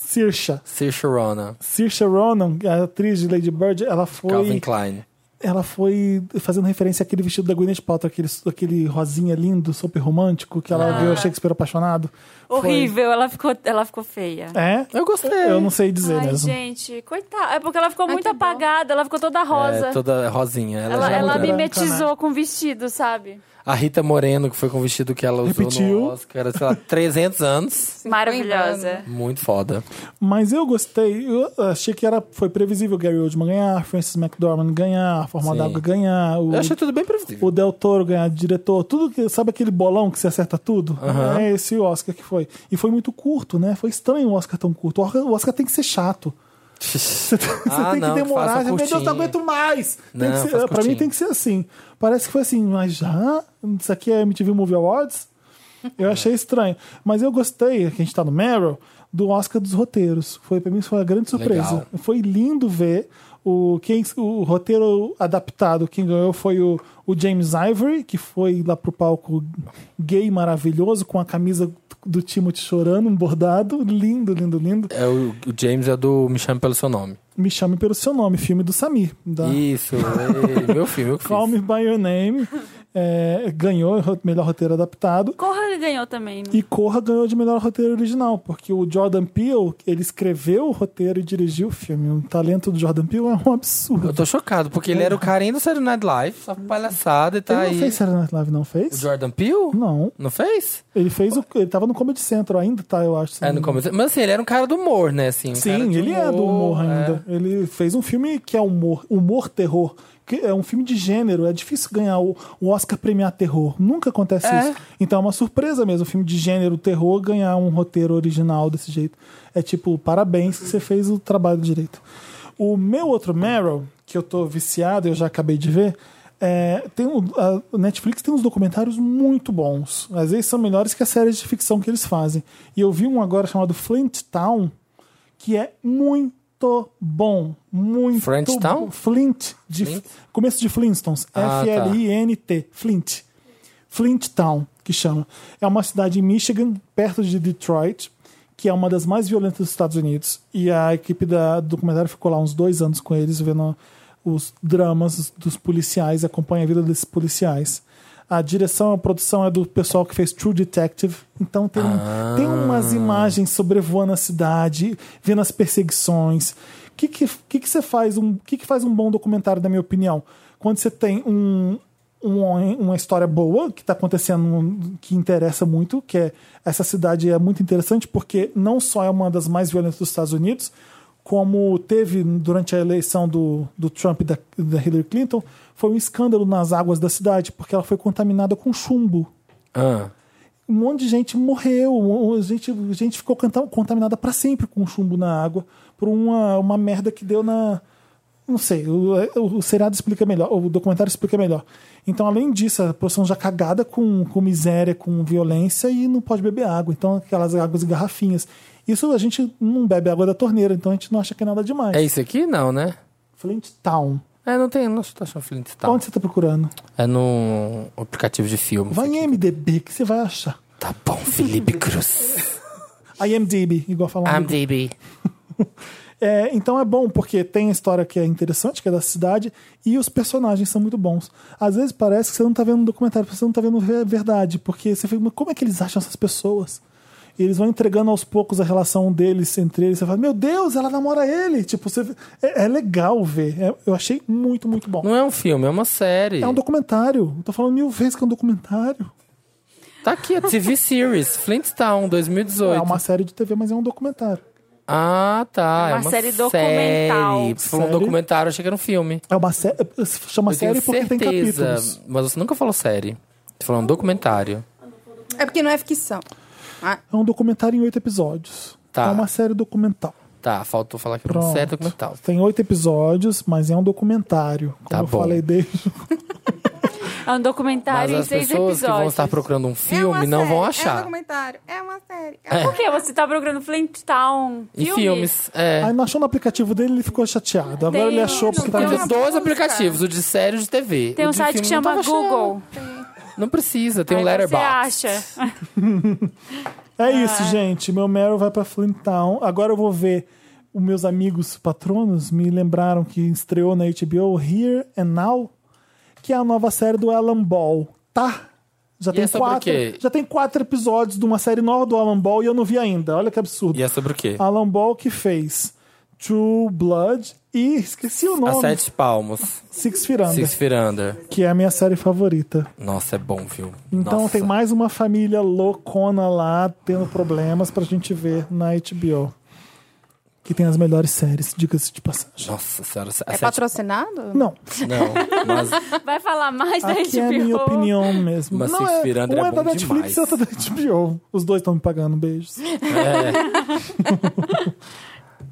C: Saoirse,
D: Sirshorona.
C: Saoirse Ronan, é a atriz de Lady Bird, ela
D: Calvin
C: foi,
D: Klein.
C: ela foi fazendo referência àquele vestido da Gwyneth Paltrow, aquele, aquele rosinha lindo, super romântico, que
D: Ah.
C: ela viu Shakespeare apaixonado. Foi-
A: Horrível, ela ficou, ela ficou feia.
C: É?
D: Eu gostei.
C: Eu não sei dizer
D: né?
A: Ai,
C: mesmo.
A: gente, coitada. É porque ela ficou muito
E: que dó.
A: apagada, ela ficou toda rosa.
D: É, toda rosinha. Ela, é
A: Ela,
D: já
A: ela
D: mudou.
C: branca,
A: mimetizou com o vestido, sabe?
D: A Rita Moreno, que foi com o vestido que ela usou
C: Repetiu.
D: no Oscar,
C: *laughs*
D: sei lá, 300 anos.
A: Maravilhosa.
D: Muito foda.
C: Mas eu gostei, eu achei que era, foi previsível o Gary Oldman ganhar, Francis McDormand ganhar, a Forma
D: Sim.
C: d'Água ganhar, o
D: Eu achei tudo bem previsível.
C: o Del Toro ganhar de diretor, tudo que sabe aquele bolão que você acerta tudo? É esse o Oscar que foi. E foi muito curto, né? Foi estranho o Oscar tão curto. O Oscar, o Oscar tem que ser chato. Você tem, você
D: Ah,
C: tem
D: não,
C: que
D: que
C: demorar.
D: faça
C: Meu Deus,
D: curtinho.
C: não aguento mais. Tem
D: Não,
C: que ser-
D: faça
C: pra mim
D: curtinho.
C: tem que ser assim. Parece que foi assim, mas já? Isso aqui é MTV Movie Awards?
D: *laughs* É.
C: Eu achei estranho. Mas eu gostei, que a gente tá no Meryl, do Oscar dos roteiros. Foi pra mim foi uma grande surpresa.
D: Legal.
C: Foi lindo ver o, quem, o roteiro adaptado. Quem ganhou foi o, o James Ivory, que foi lá pro palco gay maravilhoso, com a camisa do Timothy chorando, um bordado. Lindo, lindo, lindo.
D: *laughs* É, o, o James é do Me Chame Pelo Seu Nome.
C: Me chame Tá. pelo seu nome, filme do Samir. Da... *laughs*
D: Isso. é meu filho, eu que fiz.
C: Call Me By Your Name. é, ganhou ro- melhor roteiro adaptado.
A: Corra ganhou também. né?
C: E Corra ganhou de melhor roteiro original, porque o Jordan Peele, ele escreveu o roteiro e dirigiu o filme. O talento do Jordan Peele é um
D: Eu
C: absurdo.
D: tô chocado, porque ele era o carinho do Saturday Night Live, só palhaçada e tá
C: É. ele não
D: aí.
C: fez Saturday Night Live, não
D: O
C: fez?
D: Jordan Peele?
C: Não.
D: Não fez?
C: Ele fez o. Ele tava no Comedy Central ainda, tá? Eu acho. se
D: É,
C: não
D: no
C: me
D: começo. Mas assim, ele era um cara do humor, né? Assim, um cara
C: Sim,
D: de né?
C: ele é do humor ainda. Ele fez um filme que é humor, humor terror, que é um filme de gênero. É difícil ganhar o, o Oscar premiar terror. Nunca acontece
D: É.
C: isso. Então é uma surpresa mesmo, um filme de gênero terror ganhar um roteiro original desse jeito. É tipo, parabéns que você fez o trabalho direito. O meu outro Meryl, que eu tô viciado, eu já acabei de ver, é, tem um- a Netflix tem uns documentários muito bons. Às vezes são melhores que as séries de ficção que eles fazem. E eu vi um agora chamado Flint Town, que é muito bom. Muito
D: French Town?
C: bom. Flint. De,
D: Flint?
C: Começo de Flintstones.
D: Ah, tá.
C: F-L-I-N-T. Flint. Flint Town, que chama. É uma cidade em Michigan, perto de Detroit, que é uma das mais violentas dos Estados Unidos. E a equipe da, do documentário ficou lá uns dois anos com eles, vendo os dramas dos policiais, acompanha a vida desses policiais. A direção, a produção é do pessoal que fez True Detective. Então tem, um- tem umas imagens sobrevoando a cidade, vendo as perseguições. O que, que, que, que você faz? Um, que, que faz um bom documentário, na minha opinião? Quando você tem um, um- uma história boa que está acontecendo, um- que interessa muito, que é essa cidade é muito interessante porque não só é uma das mais violentas dos Estados Unidos, como teve durante a eleição do, do Trump e da, da Hillary Clinton, foi um escândalo nas águas da cidade porque ela foi contaminada com chumbo
D: Ah,
C: um monte de gente morreu, um- um- gente, gente ficou canta- contaminada para sempre com um chumbo na água por uma, uma merda que deu na. Não sei, o, o, o seriado explica melhor, o documentário explica melhor. Então, além disso, a produção já cagada com, com miséria, com violência e não pode beber água. Então, aquelas águas em garrafinhas. Isso a gente não bebe água da torneira, então a gente não acha que é nada demais.
D: é isso aqui? Não, né?
C: Flint Town.
D: É, não tem. Não tô achando Flint Town.
C: Onde você tá procurando?
D: É no aplicativo de filme.
C: Vai em MDB, que você vai achar.
D: Tá bom, Felipe Cruz.
C: IMDB, igual falar.
D: DB.
C: É, então é bom, porque tem a história que é interessante, que é da cidade, e os personagens são muito bons. Às vezes parece que você não tá vendo um documentário, você não tá vendo ver- verdade, porque você fica, "Mas como é que eles acham essas pessoas? E eles vão entregando aos poucos a relação deles entre eles. Você fala, meu Deus, ela namora ele. Tipo, você- é, é legal ver. É- eu achei muito, muito bom.
D: Não é um filme, é uma série.
C: É um documentário. Eu tô falando mil vezes que é um documentário.
D: Tá aqui, a TV Series, Flintstown, 2018.
C: É uma série de TV, mas é um documentário.
D: Ah, tá.
A: É uma
D: é uma
A: série documental.
D: série. Você falou um
C: Série?
D: documentário, achei que era um filme.
C: É uma série. Chama
D: Eu
C: série
D: tenho
C: porque tem
D: certeza.
C: capítulos.
D: Mas você nunca falou série. Você falou um documentário.
E: É porque não é ficção. Ah,
C: É um documentário em oito episódios.
D: Tá.
C: É uma série documental.
D: Tá, faltou falar que era uma
C: Pronto.
D: série documental.
C: Tem oito episódios, mas é um documentário. Como
D: Tá
C: eu
D: bom.
C: falei desde.
A: É um
D: Mas
A: documentário em
D: as
A: seis
D: pessoas
A: episódios.
D: que vão estar procurando um
E: é uma
D: filme não vão
E: série, É um
D: achar.
E: documentário. É uma série. É
A: Por que você tá procurando Flintstown?
D: Em filmes, *laughs* é.
C: Aí não achou no aplicativo dele, ele ficou chateado. Agora
A: Tem-
C: ele achou porque tá
E: tem
D: Tem
E: uma
D: dois
E: busca.
D: aplicativos, o de série e o de TV.
A: Tem
D: O
A: um
D: de
A: site que
D: filme eu não
A: chama
D: tava achando.
A: Google.
D: Não precisa, tem um
A: Aí você
D: letterbox.
A: acha. *laughs*
C: É isso, gente. Meu Meryl vai pra Flint Town. Agora eu vou ver. Os meus amigos patronos me lembraram que estreou na HBO Here and Now, que é a nova série do Alan Ball, tá? Já tem,
D: é sobre o
C: quatro,
D: quê?
C: já tem quatro episódios de uma série nova do Alan Ball e eu não vi ainda. Olha que absurdo.
D: E é sobre o quê?
A: Tá
C: Alan Ball que fez True Blood e esqueci o
D: A
C: nome.
D: Sete Palmos,
C: Six Feet
A: Tá
C: Under,
D: Six Feet Under.
C: que é a minha série favorita.
D: Nossa, é bom, viu?
C: Então
D: Nossa.
C: tem mais uma família loucona lá tendo problemas pra gente ver na HBO. Que tem as melhores séries, diga-se de passagem.
D: Nossa senhora, a
E: É
D: Sete-
E: patrocinado?
C: Não,
D: Não,
A: *laughs*
D: mas
A: Vai falar mais da
C: aqui
A: HBO.
C: é a minha opinião mesmo.
D: Mas
C: Não
D: Six
C: é,
D: Feet Under
C: um
D: é
C: é da
D: bom
C: Netflix
D: demais.
C: e outro é da HBO. Os dois estão me pagando, beijos.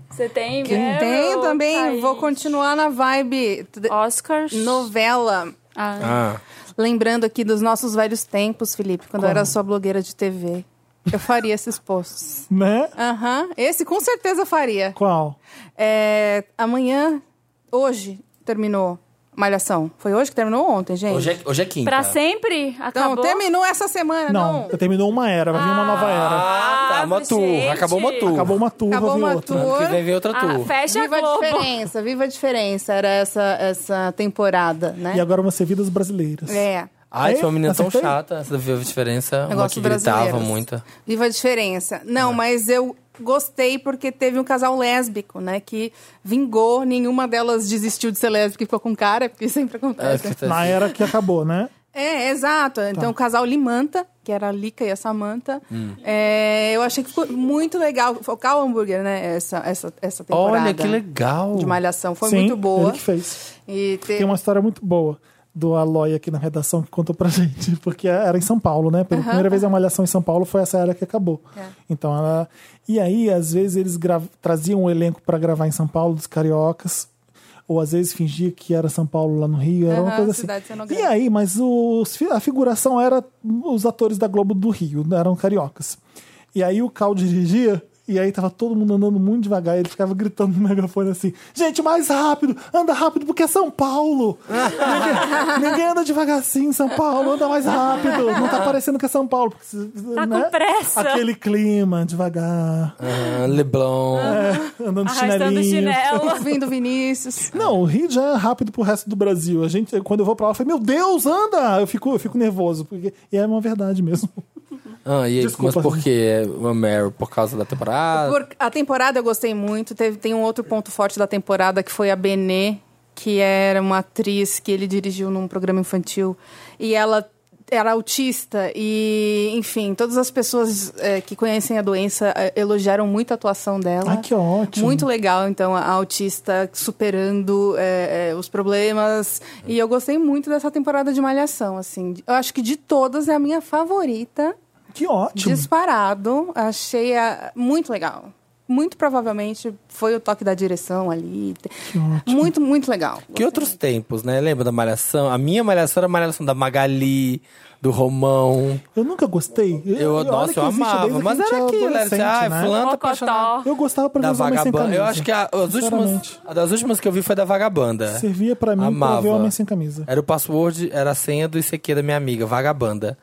A: Você tem
E: Quem
A: Meryl,
E: tem também,
A: tá aí.
E: vou continuar na vibe de-
A: Oscars.
E: novela.
A: Ah.
D: ah,
E: Lembrando aqui dos nossos velhos tempos, Felipe, quando eu era sua blogueira de TV. Eu faria esses posts.
C: né?
E: Aham. Esse com certeza eu faria.
C: Qual?
E: É, amanhã, hoje, terminou Malhação. Foi hoje que terminou ou ontem, gente?
D: hoje, é, hoje é quinta.
A: Pra sempre?
E: Não,
A: Acabou?
E: terminou essa semana, não.
C: Não, terminou uma era, vai vir uma nova era.
D: Ah, tá, uma
A: gente.
D: tour. Acabou uma tour.
C: Acabou uma turma,
E: Acabou
C: vai vir
E: uma
C: outra.
E: turma.
D: Ano que vem vem outra
A: Ah,
D: tour.
A: fecha
E: Viva
A: a
E: a
A: Globo.
E: diferença, viva a diferença. Era essa, essa temporada, né?
C: E agora vão ser vidas brasileiras.
E: É.
D: Ai, tinha uma menina tão
C: Acertei?
D: chata, essa da Viva a Diferença,
E: Eu
D: uma
E: gosto
D: que
E: de brasileiros.
D: gritava muito.
E: assim.
D: É.
E: Viva a diferença. Não, mas eu gostei porque teve um casal lésbico, né? Que vingou, nenhuma delas desistiu de ser lésbica e ficou com cara, porque *laughs* sempre
D: É, Tá.
E: acontece.
D: que-
C: Na era que acabou, né?
E: É, exato. Então, o casal Limanta, que era a Lica e a Samanta,
D: Hum.
E: é, eu achei que ficou muito legal. Focar o hambúrguer, né? Essa, essa, essa temporada.
D: Olha, que legal.
E: De malhação. Foi
C: Sim,
E: muito boa.
C: Ele que fez.
E: E te-
C: Tem uma história muito boa do Aloy aqui na redação que contou pra *laughs* gente, porque era em São Paulo, né? Pela primeira vez a Malhação em São Paulo foi essa era que acabou.
E: É.
C: Então ela... E aí, às vezes, eles gra- traziam o elenco pra gravar em São Paulo, dos cariocas, ou às vezes fingia que era São Paulo lá no Rio, era uma
E: Aham,
C: coisa
E: cidade
C: assim. E
E: cenográfica.
C: aí, mas os fi- a figuração era os atores da Globo do Rio, né, eram cariocas. E aí o Cal dirigia, e aí tava todo mundo andando muito devagar, e ele ficava gritando no *laughs* megafone assim: gente, mais rápido, anda rápido, porque é São Paulo! ninguém,
A: *laughs*
C: ninguém anda devagar assim em São Paulo, anda mais rápido, não tá parecendo que é São Paulo. Porque, né,
A: Tá com pressa.
C: Aquele clima, devagar,
D: Ah, Leblon.
C: andando de
A: Arrastando
C: chinelinho.
E: *laughs*
A: chinelo.
E: Vindo Vinícius.
C: Não, o Rio já é rápido pro resto do Brasil. A gente, quando eu vou pra lá, eu falo, meu Deus, anda! Eu fico, eu fico nervoso. Porque... E é uma verdade
A: *laughs*
C: mesmo.
D: Ah, e aí, mas
C: Desculpa.
D: por quê? O Meryl, por causa da temporada?
E: Por- a temporada eu gostei muito. Teve, tem um outro ponto forte da temporada que foi a Benê, que era uma atriz que ele dirigiu num programa infantil. E ela era autista e, enfim, todas as pessoas eh, que conhecem a doença eh, elogiaram muito a atuação dela.
C: Ah, que ótimo.
E: Muito legal, então, a autista superando eh, eh, os problemas. E eu gostei muito dessa temporada de Malhação, assim. Eu acho que de todas é a minha favorita.
C: Que ótimo.
E: Disparado, achei a- muito legal. Muito provavelmente foi o toque da direção ali. Muito, muito legal.
D: Que outros tempos, né? Lembra da Malhação? A minha Malhação era a Malhação da Magali, do Romão.
C: Eu nunca gostei.
D: Eu,
C: olha
D: nossa,
C: que
D: eu
C: existe
D: amava.
C: desde que
D: Mas
C: a gente é
D: era aquilo, era assim,
C: adolescente,
D: ai,
C: né?
D: fulano tá apaixonado.
A: Mocotó.
C: Eu gostava pra
D: Da
C: ver os homens sem
D: Vagabanda.
C: camisa.
D: Eu acho que a, as últimas,
C: Sinceramente.
D: a das últimas que eu vi foi da Vagabanda.
C: Servia pra mim pra
D: Amava. É.
C: ver homem sem camisa.
D: Era o password, era a senha do ICQ da minha amiga, Vagabanda.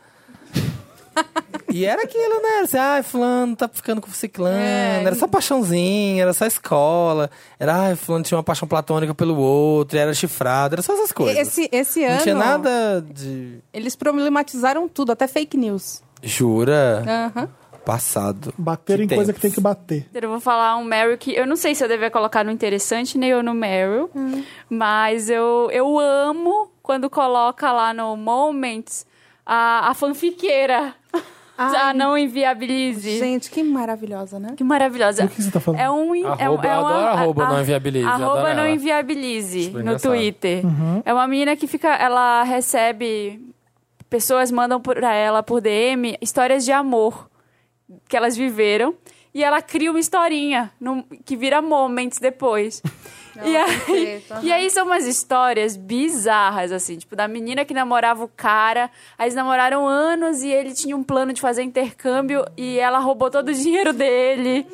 D: e era aquilo, né? Era assim, ai, fulano, tá ficando com ciclano. Era só paixãozinha, era só escola. Era, ai, fulano tinha uma paixão platônica pelo outro, e era chifrado, era só essas coisas.
E: Esse, esse
D: Não
E: ano,
D: tinha nada de...
E: eles problematizaram tudo, até fake news.
D: Jura?
E: Aham.
D: Passado.
C: Bater
D: Que
C: em coisa
D: tempos.
C: que tem que bater.
A: Eu vou falar um Meryl que eu não sei se eu devia colocar no interessante nem eu no Meryl,
E: Hum.
A: mas eu, eu amo quando coloca lá no Moments a, a fanfiqueira.
E: Ai.
A: a não inviabilize.
E: Gente, que maravilhosa, né?
A: Que maravilhosa.
C: Do que você tá falando?
A: É um. in- é, um-
D: Arroba,
A: é
D: eu
A: uma,
D: adoro arroba
A: a-
D: não inviabilize, eu
A: Arroba
D: adoro
A: não
D: ela.
A: inviabilize
D: Super
A: no
D: engraçado.
A: Twitter.
C: Uhum.
A: É uma menina que fica. Ela recebe. Pessoas mandam pra ela por DM histórias de amor que elas viveram. E ela cria uma historinha num- que vira moments depois. e, aí,
E: perfeito, aham.
A: e aí são umas histórias bizarras, assim, tipo, da menina que namorava o cara, aí eles namoraram anos e ele tinha um plano de fazer intercâmbio e ela roubou todo o dinheiro dele.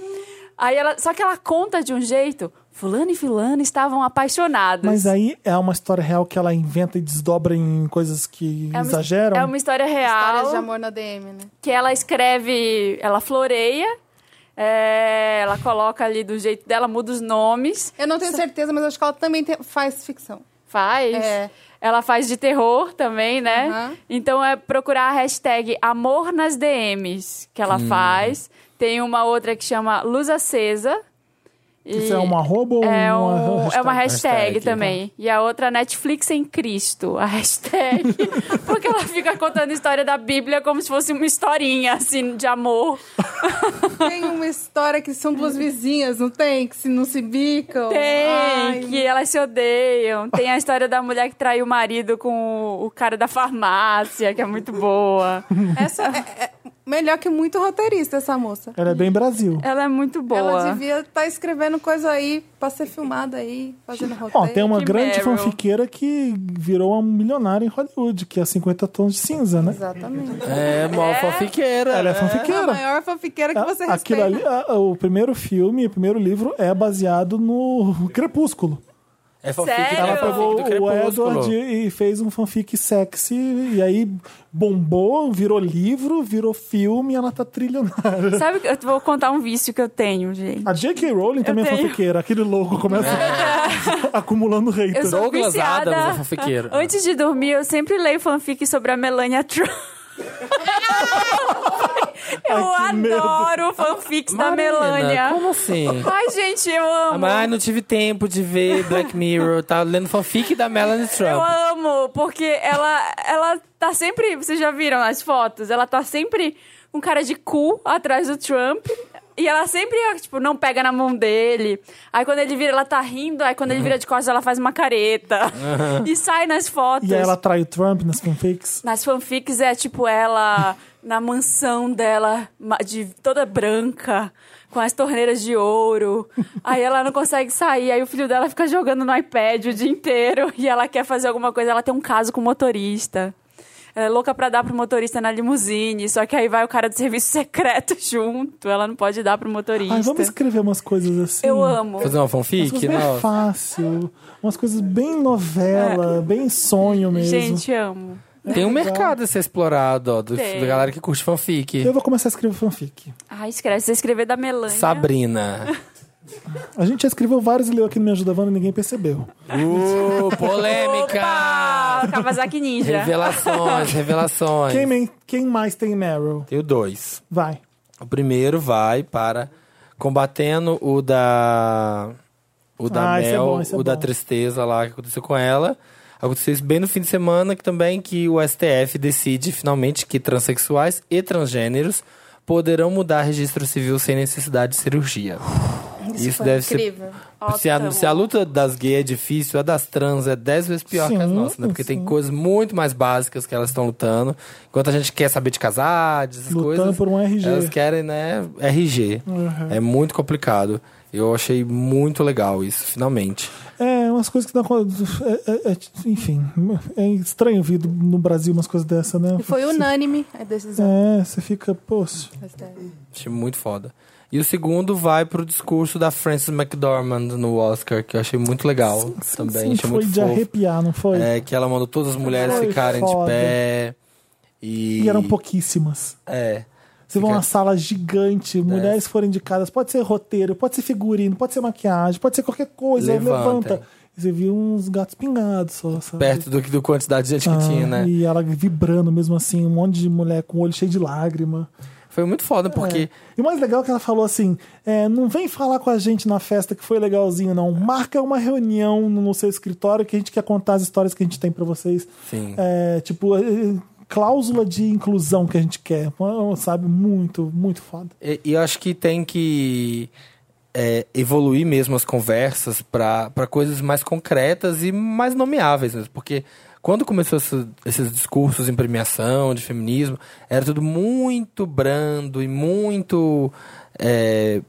A: Aí ela. Só que ela conta de um jeito. Fulano e fulano estavam apaixonados.
C: Mas aí é uma história real que ela inventa e desdobra em coisas que
A: é uma,
C: exageram.
A: É uma história real.
E: Histórias de amor na DM, né?
A: que ela escreve, ela floreia, é, ela coloca ali do jeito dela, muda os nomes,
E: Eu não tenho certeza, mas acho que ela também te- faz ficção.
A: faz.
E: É.
A: Ela faz de terror também, né?
E: Aham.
A: Então é procurar a hashtag Amor nas DMs que
C: Hum.
A: ela faz. Tem uma outra que chama Luz Acesa. E
C: Isso é um arroba ou
A: é,
C: uma tá.
A: um- é uma hashtag,
D: Hashtag,
A: também. E a outra Netflix em Cristo, a hashtag.
E: *laughs*
A: Porque ela fica contando história da Bíblia como se fosse uma historinha, assim, de amor.
E: Tem uma história que são duas vizinhas, não tem? Que se não se bicam.
A: Tem,
E: Ai,
A: que elas se odeiam. Tem a história da mulher que traiu o marido com o cara da farmácia, que é muito boa.
E: Essa é, é melhor que muito roteirista, essa moça.
C: Ela é bem Brasil.
A: Ela é muito
E: Ela
A: boa.
E: devia estar escrevendo coisa aí pra ser filmada aí, fazendo roteiro.
C: Ó, tem uma
A: Que
C: grande
A: Meryl.
C: fanfiqueira que virou uma milionária em Hollywood, que é 50 tons de cinza, né?
E: Exatamente.
D: É, mó fanfiqueira.
C: Ela é
D: né?
E: A
C: fanfiqueira.
E: maior fanfiqueira que você
C: Ah, Aquilo é,
E: respeita.
C: ali, a- a- o primeiro filme, o primeiro livro é baseado no é Crepúsculo.
D: É fanfic
A: Sério?
D: da
C: Ela
A: Eu-
C: pegou
D: fanfic do
C: o
D: Crepúsculo.
C: Edward e e fez um fanfic sexy, e aí bombou, virou livro, virou filme, e ela tá trilionária.
A: Sabe, que eu vou contar um vício que eu tenho, gente.
C: A J.K. Rowling também é
A: tenho.
C: fanfiqueira, aquele louco começa acumulando hater.
A: Eu sou
D: Douglas
A: viciada.
D: Adams é fanfiqueiro.
A: Antes de dormir, eu sempre leio fanfic sobre a Melania Trump. eu
C: Ai, que medo.
A: adoro fanfics da
D: Marina,
A: Melania.
D: Como assim?
A: Ai, gente, eu amo.
D: Mas não tive tempo de ver Black Mirror, tá lendo fanfic da Melanie
A: Eu
D: Trump.
A: amo, porque ela, ela tá sempre. Vocês já viram as fotos? Ela tá sempre com cara de cu atrás do Trump. E ela sempre, tipo, não pega na mão dele. Aí quando ele vira, ela tá rindo. Aí quando ele vira de costas, ela faz uma careta. E sai nas fotos.
C: E aí ela trai o Trump nas fanfics.
A: Nas fanfics é tipo ela na mansão dela, ma- de toda branca, com as torneiras de ouro. Aí ela não consegue sair, aí o filho dela fica jogando no iPad o dia inteiro *laughs* e ela quer fazer alguma coisa, ela tem um caso com o motorista. Ela é louca pra dar pro motorista na limusine, só que aí vai o cara do serviço *laughs* secreto junto, ela não pode dar pro motorista.
C: Ai, vamos escrever umas coisas assim.
A: Eu amo.
D: Fazer uma
C: Umas
D: fanfic?
C: coisas bem
D: Não.
C: fácil, umas coisas bem novela, bem sonho mesmo.
A: Gente, amo.
C: né?
D: Tem um mercado a ser explorado, ó, do,
A: Tem.
D: da galera que curte fanfic.
C: Eu vou começar a escrever fanfic.
A: Ai, escreve, você escrever da Melania. *laughs*
D: Sabrina.
C: A gente já escreveu vários e leu aqui no Me Ajuda Vanda e ninguém percebeu.
D: Uh, polêmica!
A: Opa! Ah, Kawasaki Ninja.
D: Revelações, revelações.
C: Quem, men- quem mais tem Meryl?
D: Tenho dois.
C: Vai.
D: O primeiro vai para combatendo o da o da
C: Ah, esse é
D: Mel,
C: bom, esse é
D: o da
C: bom.
D: tristeza lá que aconteceu com ela. Aconteceu isso bem no fim de semana que também que o STF decide finalmente que transexuais e transgêneros poderão mudar registro civil sem necessidade de cirurgia. Isso, deve
E: incrível.
D: ser se a,
A: Ótimo.
D: se a luta das gays é difícil, a das trans é dez vezes pior que as
C: Sim,
D: nossas, né? Porque tem
C: sim.
D: coisas muito mais básicas que elas estão lutando. Enquanto a gente quer saber de casar, dessas
C: Lutando
D: coisas,
C: por um Uhum. RG.
D: elas querem, né, RG. É muito complicado. Eu achei muito legal isso, finalmente.
C: É, umas coisas que dá. É, é, é, enfim, é estranho vir do- no Brasil umas coisas dessa, né?
E: E foi unânime a decisão.
C: É, você fica, poxa.
E: É.
D: Achei muito foda. E o segundo vai pro discurso da Frances McDormand no Oscar, que eu achei muito legal também.
C: Sim,
D: achei
C: foi
D: muito
C: de
D: fofo.
C: arrepiar, não foi?
D: É, que ela mandou todas as mulheres
C: Foi
D: ficarem
C: foda.
D: de pé.
C: E
D: E,
C: um eram pouquíssimas.
D: É.
C: Você vai
D: Fica- É.
C: uma sala gigante, mulheres foram indicadas, pode ser roteiro, pode ser figurino, pode ser maquiagem, pode ser qualquer coisa,
D: Levanta.
C: levanta. E você viu uns gatos pingados só, sabe?
D: Perto do que do quantidade de gente
C: Ah,
D: que tinha, né?
C: E ela vibrando mesmo assim, um monte de mulher com o olho cheio de lágrima.
D: Foi muito
C: É.
D: foda, porque.
C: E o mais legal é que ela falou assim: é, não vem falar com a gente na festa que foi legalzinho, não. Marca uma reunião no seu escritório que a gente quer contar as histórias que a gente tem pra vocês.
D: Sim.
C: É, tipo, é, é, cláusula de inclusão que a gente quer. Sabe? Muito, muito foda.
D: E, e eu acho que tem que é, evoluir mesmo as conversas para coisas mais concretas e mais nomeáveis mesmo. Porque quando começou esse- esses discursos em premiação de feminismo, era tudo muito brando e muito. é,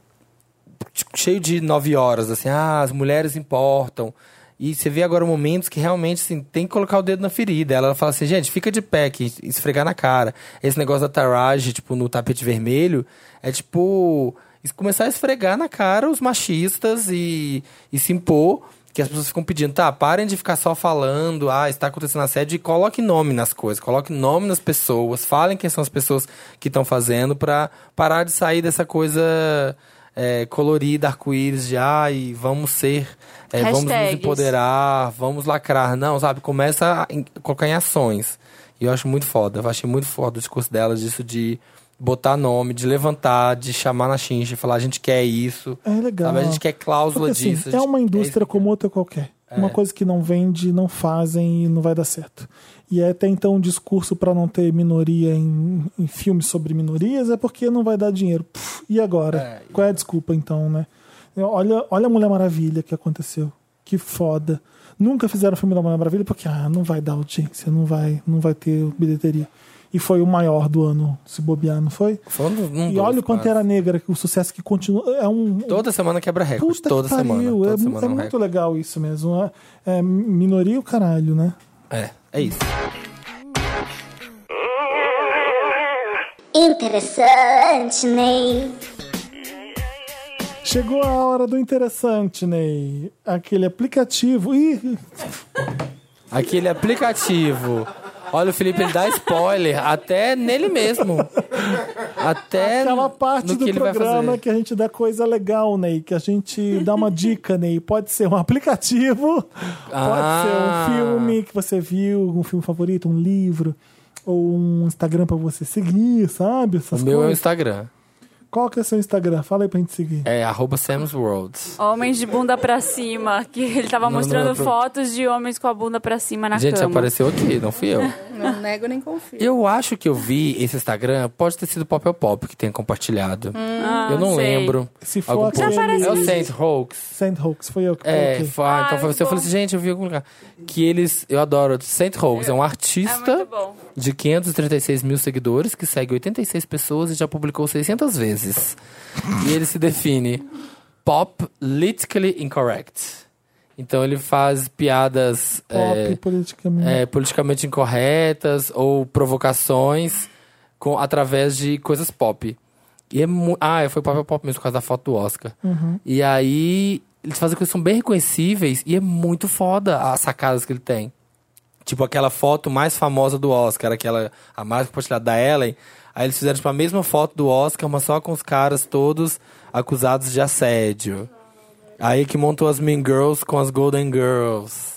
D: tipo, cheio de nove horas, assim, ah, as mulheres importam. E você vê agora momentos que realmente assim, tem que colocar o dedo na ferida. Ela fala assim, gente, fica de pé aqui, esfregar na cara. Esse negócio da tarage, tipo, no tapete vermelho, é tipo. es- Começar a esfregar na cara os machistas e, e se impor. Que as pessoas ficam pedindo, tá, parem de ficar só falando, ah, está acontecendo assédio, e coloque nome nas coisas, coloque nome nas pessoas, falem quem são as pessoas que estão fazendo pra parar de sair dessa coisa é, colorida, arco-íris, de ai, vamos ser, é, vamos nos
A: Hashtags.
D: empoderar, vamos lacrar. Não, sabe? Começa a em- colocar em ações. E eu acho muito foda. Eu achei muito foda o discurso dela disso de botar nome, de levantar, de chamar na chincha, falar a gente quer isso.
C: É legal.
D: Sabe? A gente quer cláusula
C: Porque, assim,
D: disso. a
C: é
D: gente
C: uma
D: quer
C: indústria
D: isso. É.
C: como outra qualquer. Uma coisa que não vende, não fazem e não vai dar certo. E é até então um discurso para não ter minoria em, em filmes sobre minorias é porque não vai dar dinheiro. Pff, e agora? Qual é a desculpa então, né? Olha, olha a Mulher Maravilha que aconteceu. Que foda. Nunca fizeram filme da Mulher Maravilha porque ah, não vai dar audiência, não vai, não vai ter bilheteria. E foi o maior do ano, se bobear, não foi?
D: Foi um- um
C: e
D: dos,
C: olha o
D: quase.
C: Pantera Negra, que o sucesso que continua. É um,
D: Toda semana quebra recorde.
C: Puta que
D: É Toda
C: pariu,
D: semana. Toda
C: é, mu-
D: semana
C: é
D: um
C: muito
D: recorde.
C: legal isso mesmo. É, é minoria o caralho, né?
D: É, é isso.
H: Interessante, Ney.
C: Chegou a hora do interessante, Ney. Aquele aplicativo. Ih,
D: Aquele aplicativo. Olha, o Felipe ele dá spoiler até nele mesmo. Até
C: aquela parte
D: É no
C: do
D: que ele vai
C: programa
D: fazer.
C: que a gente dá coisa legal, Ney. Que a gente dá uma dica, Ney. Pode ser um
D: *laughs*
C: aplicativo,
D: Ah.
C: pode ser um filme que você viu, um filme favorito, um livro, ou um Instagram pra você seguir, sabe? Essas
D: O meu é o
C: coisas.
D: Instagram.
C: Qual que é o seu Instagram? Fala aí pra gente seguir.
D: É arroba Sam's World.
A: Homens de bunda pra cima. Que ele tava
D: não,
A: mostrando
D: não, não.
A: fotos de homens com a bunda pra cima na
D: Gente,
A: cama.
D: apareceu aqui, não fui eu.
E: Não nego nem confio.
D: Eu acho que eu vi esse Instagram, pode ter sido o Pop é o Pop que tem compartilhado.
A: Ah,
D: eu não
A: sei.
D: lembro.
C: Se for
D: Algum
C: aquele-
D: post.
A: Já aparece
D: É o
A: mesmo.
D: Saint Hoax.
C: Sand Hoax, foi eu que
D: É,
C: coloquei.
D: foi- ah,
A: Ah,
D: então foi
A: muito
D: você. Eu falei
A: bom.
D: assim, gente, eu vi em algum lugar. Que eles, eu adoro. Saint Hoax é um
A: É
D: artista.
A: muito bom.
D: de 536 mil seguidores, que segue 86 pessoas e já publicou 600 vezes. e ele se define pop politically incorrect. Então ele faz piadas
C: Pop,
D: é,
C: politicamente.
D: é, politicamente incorretas ou provocações com, através de coisas pop. E é mu- ah, foi pop pop mesmo, por causa da foto do Oscar. E aí eles fazem coisas que são bem reconhecíveis e é muito foda as sacadas que ele tem. Tipo aquela foto mais famosa do Oscar, aquela a mais compartilhada da Ellen. Aí eles fizeram tipo, a mesma foto do Oscar, mas só com os caras todos acusados de assédio. Aí é que montou as Mean Girls com as Golden Girls.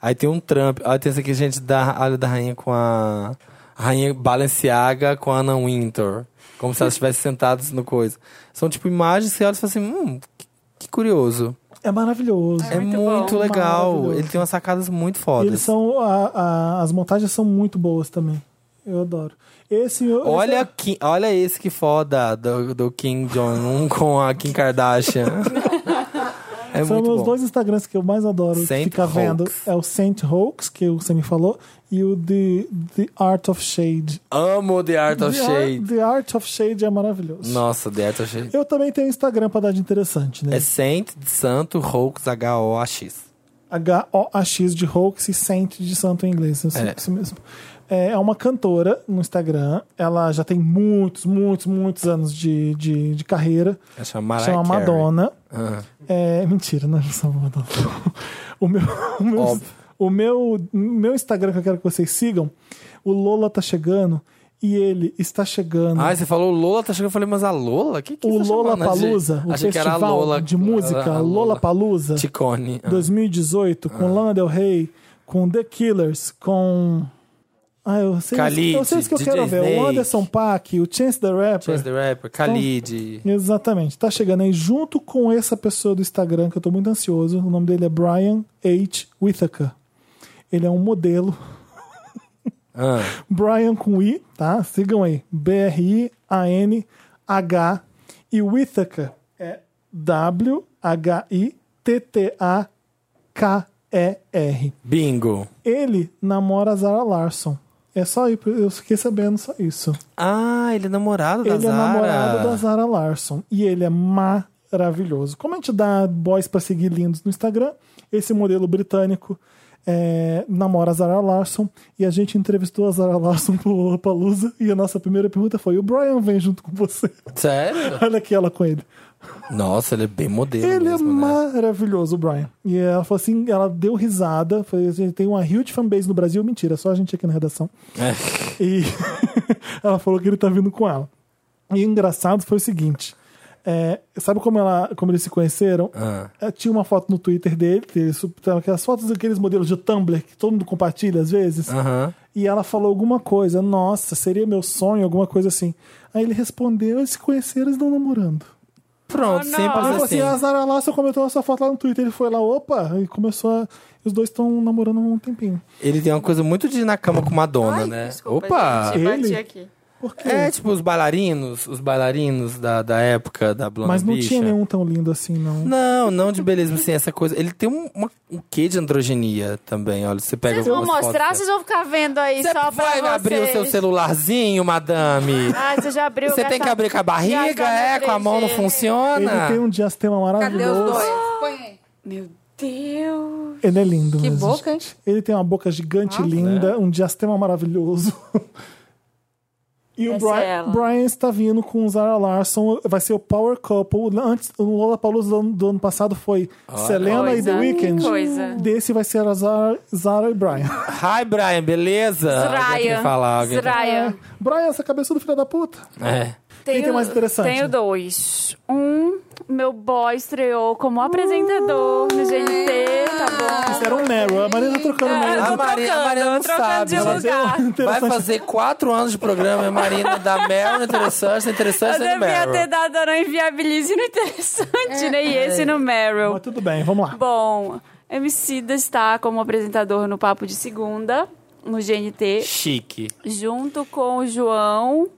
D: Aí tem um Trump. Aí tem esse aqui, gente, da Alho da Rainha com a. Rainha Balenciaga com a Anna Winter. Como se elas estivessem sentadas no coisa. São tipo imagens que você olha e fala assim: hum, que, que curioso.
C: É maravilhoso.
D: É, muito, legal.
C: Maravilhoso.
D: Ele tem umas sacadas muito
C: E
D: fodas.
C: eles são. a- a- as montagens são muito boas também. Eu adoro. Esse.
D: Olha,
C: esse,
D: Kim- olha esse que foda do, do Kim Jong-un *laughs* com a Kim
C: *laughs*
D: Kardashian. é
C: são
D: muito
C: os
D: bom.
C: dois Instagrams que eu mais adoro
D: Saint
C: ficar
D: Hoax.
C: vendo. É o Saint Hoax, que você me falou, e o The, The Art of Shade.
D: Amo The Art of
C: The Ar-
D: Shade.
C: The Art of Shade é maravilhoso.
D: Nossa, The Art of Shade.
C: Eu também tenho um Instagram pra dar de interessante, né?
D: É Saint, de Santo, Hoax, H-O-A-X.
C: H-O-A-X de Hoax e Saint de santo em inglês. Isso,
D: É.
C: isso mesmo. É é uma cantora no Instagram. Ela já tem muitos, muitos, muitos anos de, de, de carreira.
D: Ela chama é Mariah
C: Chama
D: Carey.
C: Madonna.
D: Ah.
C: É, mentira, não é só Madonna. O meu, o meu,
D: Óbvio.
C: o meu, meu Instagram que eu quero que vocês sigam, o Lola tá chegando e ele está chegando.
D: Ah, você falou Lola, tá chegando. Eu falei, mas a Lola? Que que
C: o
D: você tá
C: Lola
D: chamando, né,
C: Palusa,
D: gente?
C: o
D: Achei que era a
C: festival
D: Lola. Ah,
C: de música
D: a
C: Lola Palusa
D: Ticone. Ah.
C: 2018 com Lana Del Rey, com The Killers, com Ah, eu sei,
D: Khalid,
C: eu sei isso que eu
D: DJ
C: quero ver. O
D: Snake.
C: Anderson Paak, o Chance the Rapper.
D: Chance the Rapper, Khalid.
C: Exatamente. Tá chegando aí junto com essa pessoa do Instagram, que eu tô muito ansioso. O nome dele é Brian H. Whittaker. Ele é um modelo. *laughs*
D: Ah.
C: Brian com I, tá? Sigam aí. B-R-I-A-N-H. E Whittaker é W-H-I-T-T-A-K-E-R.
D: Bingo.
C: Ele namora a Zara Larson. É só isso, eu fiquei sabendo só isso.
D: Ah, ele é namorado da
C: Ele
D: Zara.
C: é namorado da Zara Larson. E ele é maravilhoso. Como a gente dá boys pra seguir lindos no Instagram, esse modelo britânico é, namora a Zara Larson. E a gente entrevistou a Zara Larson pro Lollapalooza. E a nossa primeira pergunta foi, o Brian vem junto com você? *laughs*
D: Sério?
C: Olha aqui ela com ele.
D: Nossa, ele é bem modelo
C: Ele é
D: mesmo, né?
C: maravilhoso, o Brian. E ela falou assim, ela deu risada. Foi, assim, tem uma huge fanbase no Brasil. Mentira, só a gente aqui na redação.
D: É.
C: E *laughs* ela falou que ele tá vindo com ela. E o engraçado foi o seguinte. é, sabe como, ela, como eles se conheceram?
D: Ah.
C: É, Tinha uma foto no Twitter dele, que ele sub- tava aquelas fotos daqueles modelos de Tumblr que todo mundo compartilha às vezes.
D: Aham.
C: E ela falou alguma coisa, nossa, seria meu sonho, alguma coisa assim. Aí ele respondeu, eles se conheceram, eles estão namorando.
D: Pronto,
A: Oh, não.
D: sempre
C: Aí
D: assim.
C: assim, a Zara Larson comentou a sua foto lá no Twitter, ele foi lá, opa, e começou a... Os dois estão namorando há um tempinho.
D: Ele tem uma coisa muito de ir na cama com Madonna,
A: Ai,
D: né?
A: desculpa,
D: Opa!
A: gente, bati
C: Ele?
A: aqui.
C: Por quê?
D: É tipo os bailarinos, os bailarinos da, da época da Blonde
C: Mas não
D: Bicha.
C: tinha nenhum tão lindo assim, não.
D: Não, não de beleza, assim, essa coisa. Ele tem um, uma- um quê de androgenia também, olha. Você pega
A: Vocês vão
D: algumas
A: mostrar,
D: fotos,
A: vocês vão ficar vendo aí
D: Você
A: só pra
D: vai
A: vocês.
D: abrir o seu celularzinho,
A: *laughs*
D: madame?
A: Ah, você já abriu.
D: Você tem
A: essa-
D: que abrir com a
A: Já
D: barriga,
A: tá no
D: é? Com a mão não
A: 3G.
D: funciona?
C: Ele tem um diastema
E: Cadê os
C: maravilhoso.
E: dois? Põe aí.
A: Meu Deus.
C: Ele é lindo.
E: Que
C: mesmo,
E: boca,
D: É.
C: gente. Ele tem uma boca gigante e linda, um diastema maravilhoso. E o
A: Essa
C: Brian,
A: é ela.
C: Brian está vindo com o Zara Larson, vai ser o Power Couple. Antes, o Lola Palusa do, ano- do ano passado foi Selena e
A: Coisa,
C: The Weeknd.
A: coisa.
C: Desse vai ser a Zara, Zara e
D: *laughs*
C: Brian.
D: Hi, Brian, beleza? Alguém tem que
A: Zraya.
D: falar, alguém tem-
A: Zraya.
C: Brian, essa cabeça do filho da puta.
D: É.
C: Quem tem
A: o-
C: mais interessante?
A: Tenho dois. Um, meu boy estreou como apresentador no GNT, tá
C: Isso era um Meryl. A Marina tá trocando
A: bom?
C: Meryl.
D: Ah,
A: Eu tô
D: a Maria- a
A: trocando,
D: Maria não
A: eu tô trocando
D: sabe,
A: de
D: ela
A: um lugar.
D: Vai fazer quatro anos de programa, e a Marina da Mel no Interessante, no Interessante
A: Eu
D: e no
A: devia ter
D: é Meryl.
A: dado a não inviabilize no interessante, né? E esse no Meryl.
D: um-
C: Mas tudo bem, vamos lá.
A: Bom, MC da está como apresentador no Papo de Segunda, no GNT,
D: Chique.
A: junto com o João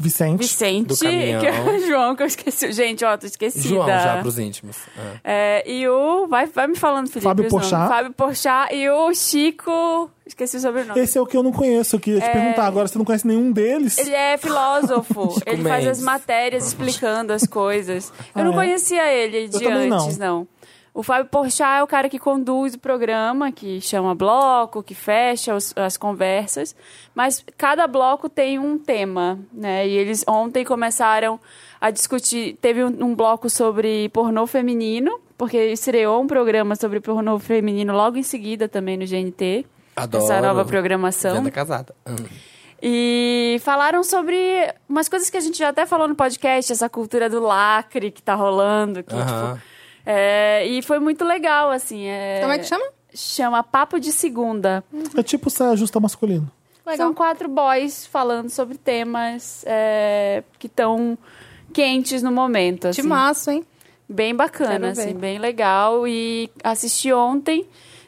C: Vicente.
A: Vicente.
D: Do caminhão.
A: que é o João, que eu esqueci. Gente, ó, tô esquecida.
D: João, já pros íntimos. É.
A: É, e o. Vai, vai me falando, Felipe.
C: Fábio
A: os nomes.
C: Porchat.
A: Fábio Porchat e o Chico. Esqueci o sobrenome.
C: Esse é o que eu não conheço. Eu queria te perguntar agora. Você não conhece nenhum deles?
A: É. Ele é filósofo.
C: *laughs*
D: Chico
A: ele faz
D: Mendes.
A: as matérias explicando as coisas. Eu
C: Ah,
A: não
C: é?
A: conhecia ele de
C: também não.
A: antes, não. O Fábio Porchat é o cara que conduz o programa, que chama bloco, que fecha os- as conversas. Mas cada bloco tem um tema, né? E eles ontem começaram a discutir... Teve um, um bloco sobre pornô feminino, porque estreou um programa sobre pornô feminino logo em seguida também no GNT.
D: Adoro.
A: Essa nova programação.
D: Venda casada. Hum.
A: E falaram sobre umas coisas que a gente já até falou no podcast, essa cultura do lacre que tá rolando. Que,
D: Aham.
A: tipo, é, e foi muito legal, assim. é-
E: Como é que chama?
A: Chama Papo de Segunda.
C: É tipo saia justa masculino.
A: São quatro boys falando sobre temas é, que estão quentes no momento.
E: De
A: Assim.
E: maço, *laughs* hein?
A: Bem bacana,
E: Quero ver.
A: assim, bem legal. E assisti ontem,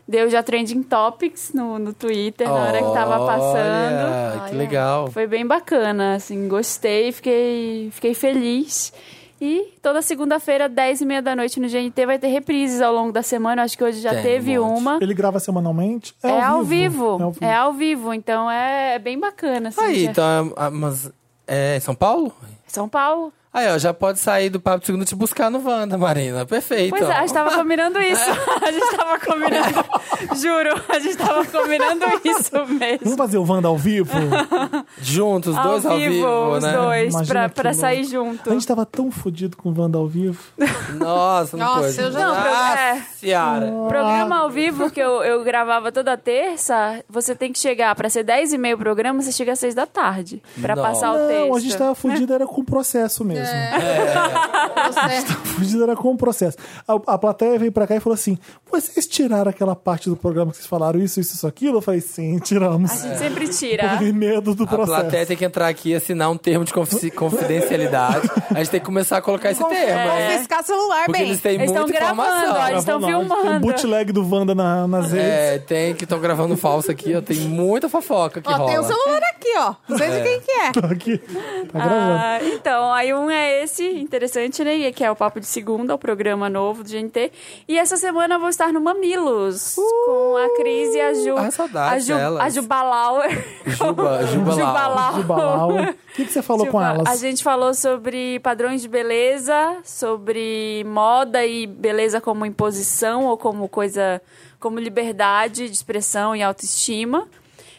A: deu já trending topics no, no Twitter na hora que tava passando.
D: Olha, Que legal.
A: Foi bem bacana, assim, gostei, fiquei, fiquei feliz. E toda segunda-feira, 10 e meia da noite no GNT, vai ter reprises ao longo da semana. Acho que hoje já
D: Tem,
A: teve
D: um monte.
A: uma.
C: Ele grava semanalmente. É,
A: é,
C: ao, vivo.
A: É ao vivo. Então é bem bacana. Assim,
D: Aí,
A: já-
D: então, ah, mas é em São Paulo?
A: São Paulo?
D: Aí, ó, já pode sair do Papo de Segundo e te buscar no Wanda, Marina. Perfeito.
A: Pois é, a gente
D: ó.
A: tava
D: *laughs*
A: combinando isso. A gente tava combinando. Juro, a gente tava combinando isso mesmo.
C: Vamos fazer o Wanda ao vivo?
D: Juntos, os dois ao vivo,
A: os
D: né?
A: *laughs* dois,
C: Imagina
A: pra,
C: que
A: pra
C: louco.
A: sair
C: A
A: junto.
C: gente tava tão fudido com o Wanda ao vivo.
D: Nossa, não
E: Nossa,
D: coisa.
E: eu já- Não,
D: Nossa,
A: é.
D: Ciara.
A: Programa ao vivo que eu, eu gravava toda terça, você tem que chegar pra ser 10 e meio programa, você chega às 6 da tarde Pra
D: Não. tá
A: passar o texto.
C: Não, a gente tava fudido era com o processo mesmo.
A: É.
C: *laughs*
E: é.
C: Fudido era com o processo. A, a plateia veio pra cá e falou assim: vocês tiraram aquela parte do programa que vocês falaram isso, isso, isso, aquilo? Eu falei, sim, tiramos.
A: A gente sempre
C: *laughs* Eu
A: tira.
C: tive medo do
D: A plateia
C: processo.
D: tem que entrar aqui e assinar um termo de confi- confidencialidade. A gente tem que começar a colocar esse termo. né?
A: É.
E: Confiscar celular,
D: Porque
E: bem.
D: eles têm
A: Eles tão
D: muita informação.
A: gravando, ó, eles
C: Gravou
A: estão
C: não, Tem um
A: filmando.
C: bootleg do Wanda na, nas redes. *laughs*
D: É, tem que estão gravando falso aqui, ó. Tem muita fofoca que
E: Ó,
D: rola.
E: tem o celular aqui, ó. Não sei de quem que é.
C: Tá aqui. Tá gravando.
A: Ah, então, aí um é esse, interessante, né? e Que é o Papo de Segunda, o programa novo do GNT. E essa semana eu vou estar no Mamilos, com a Cris e a Ju.
D: Uh! Ah, saudades
A: a Ju,
D: delas.
A: a Ju Balauer.
D: Juba- Juba Lau.
C: De Balau. O que, que você
A: *laughs*
C: falou
A: Ah. Tipo,
C: com elas?
A: A gente falou sobre padrões de beleza, sobre moda e beleza como imposição ou como coisa, como liberdade de expressão e autoestima.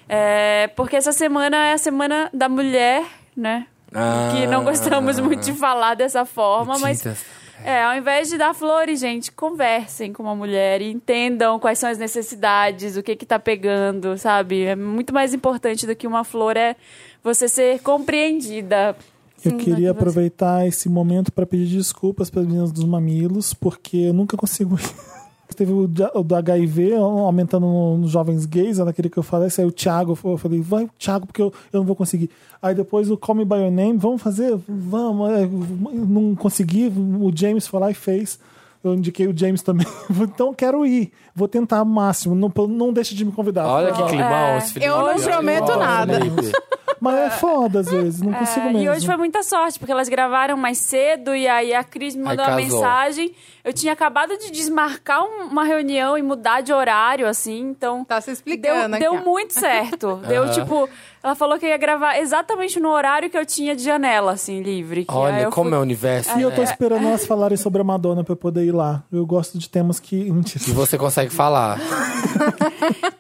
A: É, porque essa semana é a semana da mulher, né?
D: Ah.
A: que não gostamos muito de falar dessa forma, mas
D: Tintas.
A: é, ao invés de dar flores, gente, conversem com uma mulher e entendam quais são as necessidades, o que que tá pegando, sabe? É muito mais importante do que uma flor é você ser compreendida.
C: Eu
A: né,
C: queria aproveitar esse momento para pedir desculpas para as meninas dos mamilos, porque eu nunca consigo. *laughs* ir. Teve o da- o do HIV um, aumentando no- nos jovens gays, era aquele que eu falei, aí o Thiago, eu falei, vai Thiago, porque eu, eu não vou conseguir. Aí depois o Call Me By Your Name, vamos fazer? Vamos. é, Não consegui, o James foi lá e fez. Eu indiquei o James também. *laughs* Então quero ir, vou tentar o máximo, não, não deixe de me convidar.
D: Olha que climão esse filho
E: É, Eu
D: da
E: não
D: puta.
E: prometo
D: Olha,
E: nada.
D: Felipe.
C: Mas é foda às vezes, não consigo
A: É,
C: mesmo.
A: e hoje foi muita sorte, porque elas gravaram mais cedo e aí a Cris me
D: Aí
A: mandou uma
D: casou.
A: mensagem. Eu tinha acabado de desmarcar um- uma reunião e mudar de horário, assim, então.
E: Tá se
A: Deu,
E: explicando
A: deu
E: aqui, ó.
D: *laughs*
A: muito certo. Deu, tipo, Ela falou que ia gravar exatamente no horário que eu tinha de janela, assim, livre. que
D: *laughs*
A: aí
D: Olha
A: eu
D: como
A: fui-
D: é o universo.
C: E eu tô
D: né?
C: esperando elas falarem sobre a Madonna pra eu poder ir lá. Eu gosto de temas que. Mentira.
D: E você consegue falar.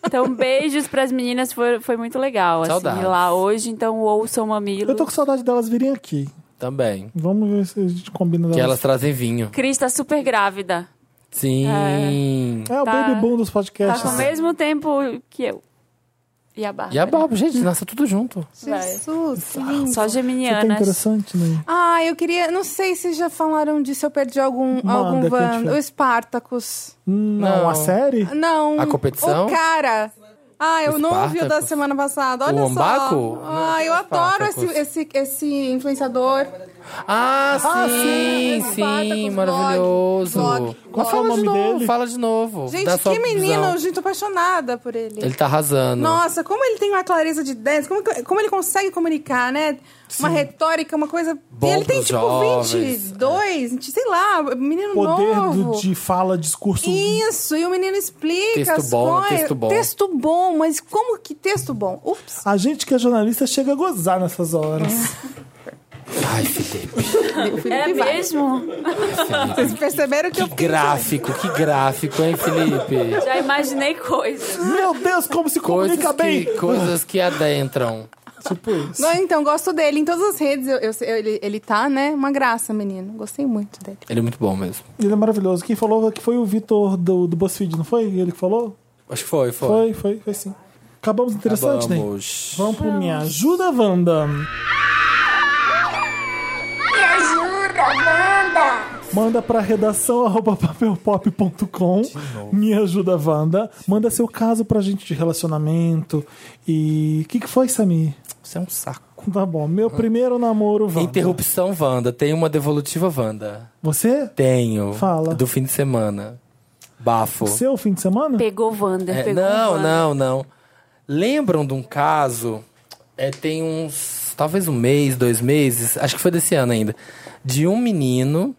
A: Então, beijos pras meninas, foi, foi muito legal, assim,
D: Saudades.
A: ir lá hoje. Então, ouçam
C: Eu
A: Mamilo.
C: tô com saudade delas virem aqui.
D: Também.
C: Vamos ver se a gente combina
D: Que
C: delas.
D: elas trazem vinho.
A: Cris tá super grávida.
D: Sim.
C: É o
A: Tá-
C: baby boom dos
A: Tá
C: podcasts.
A: com o mesmo tempo que eu. E a Bárbara.
D: E a Bárbara, gente, nasce tudo junto.
E: Jesus, que
A: Só
E: lindo.
C: Isso é tão
A: geminianas.
C: interessante, né?
E: Ah, eu queria. Não sei se já falaram disso, eu perdi algum,
C: Manda, que
E: algum
C: eu te
E: van.
C: falo.
E: O Spartacus.
C: Não, a série?
E: Não.
D: A competição?
E: O cara. Ah, eu
D: O
E: não ouvi o da
D: Spartacus?
E: semana passada. Olha
D: O
E: só.
D: Ombaco?
E: Ah, eu
D: Não,
E: adoro esse,
D: Spartacus.
E: esse, esse influenciador.
D: Ah, sim, sim,
E: sim, Spartacus,
D: maravilhoso.
E: blog, blog.
D: Mas fala
C: Qual é o
D: de
C: nome
D: novo,
C: dele?
D: fala de novo. dá
E: Gente,
D: sua
E: que menino,
D: visão.
E: gente, tô apaixonada por ele.
D: Ele tá arrasando.
E: Nossa, como ele tem uma clareza de ideias, como, como ele consegue comunicar, né? Uma retórica, uma coisa.
D: Bom
E: ele tem
D: pros
E: tipo
D: jovens,
E: 22, sei lá, menino
C: Poder
E: novo.
C: do, de fala, discurso.
E: Isso, e o menino explica.
D: Texto
E: as
D: bom, né?
E: coisas.
D: Texto bom.
E: Texto bom, mas como que texto bom? Ups.
C: A gente que é jornalista chega a gozar nessas horas.
D: Ai, Felipe,
A: É mesmo?
E: Vocês perceberam que, eu
D: que gráfico, que gráfico, hein, Felipe?
A: Já imaginei coisas.
C: Meu Deus, como é se
D: Coisas
C: comunica bem!
D: que, coisas que adentram.
C: Tipo isso.
E: Não, então, gosto dele. Em todas as redes, eu, eu- eu- ele, ele tá, né? Uma graça, menino. Gostei muito dele.
D: Ele é muito bom mesmo.
C: Ele é maravilhoso. Quem falou que foi o Vitor do, do BuzzFeed, não foi? Ele que falou?
D: Acho que foi, foi.
C: Foi, foi, foi sim. Acabamos interessante, né?
D: Vamos.
C: Vamos pro Minha Ajuda, Wanda.
H: Me ajuda, Wanda!
C: Manda pra redação arroba papelpop.com. Me ajuda, Wanda. Manda seu caso pra gente de relacionamento. E. O que, que foi, Samir?
D: Você é um saco.
C: Tá bom. Meu
D: Ah.
C: primeiro namoro, Wanda.
D: Interrupção, Wanda. Tem uma devolutiva, Wanda.
C: Você?
D: Tenho.
C: Fala.
D: Do fim de semana. Bafo.
C: Seu fim de semana?
A: Pegou Wander,
D: É,
A: pegou um
D: não,
A: Wander.
D: não, não. Lembram de um caso? É, tem uns. Talvez um mês, dois meses. Acho que foi desse ano ainda. De um menino.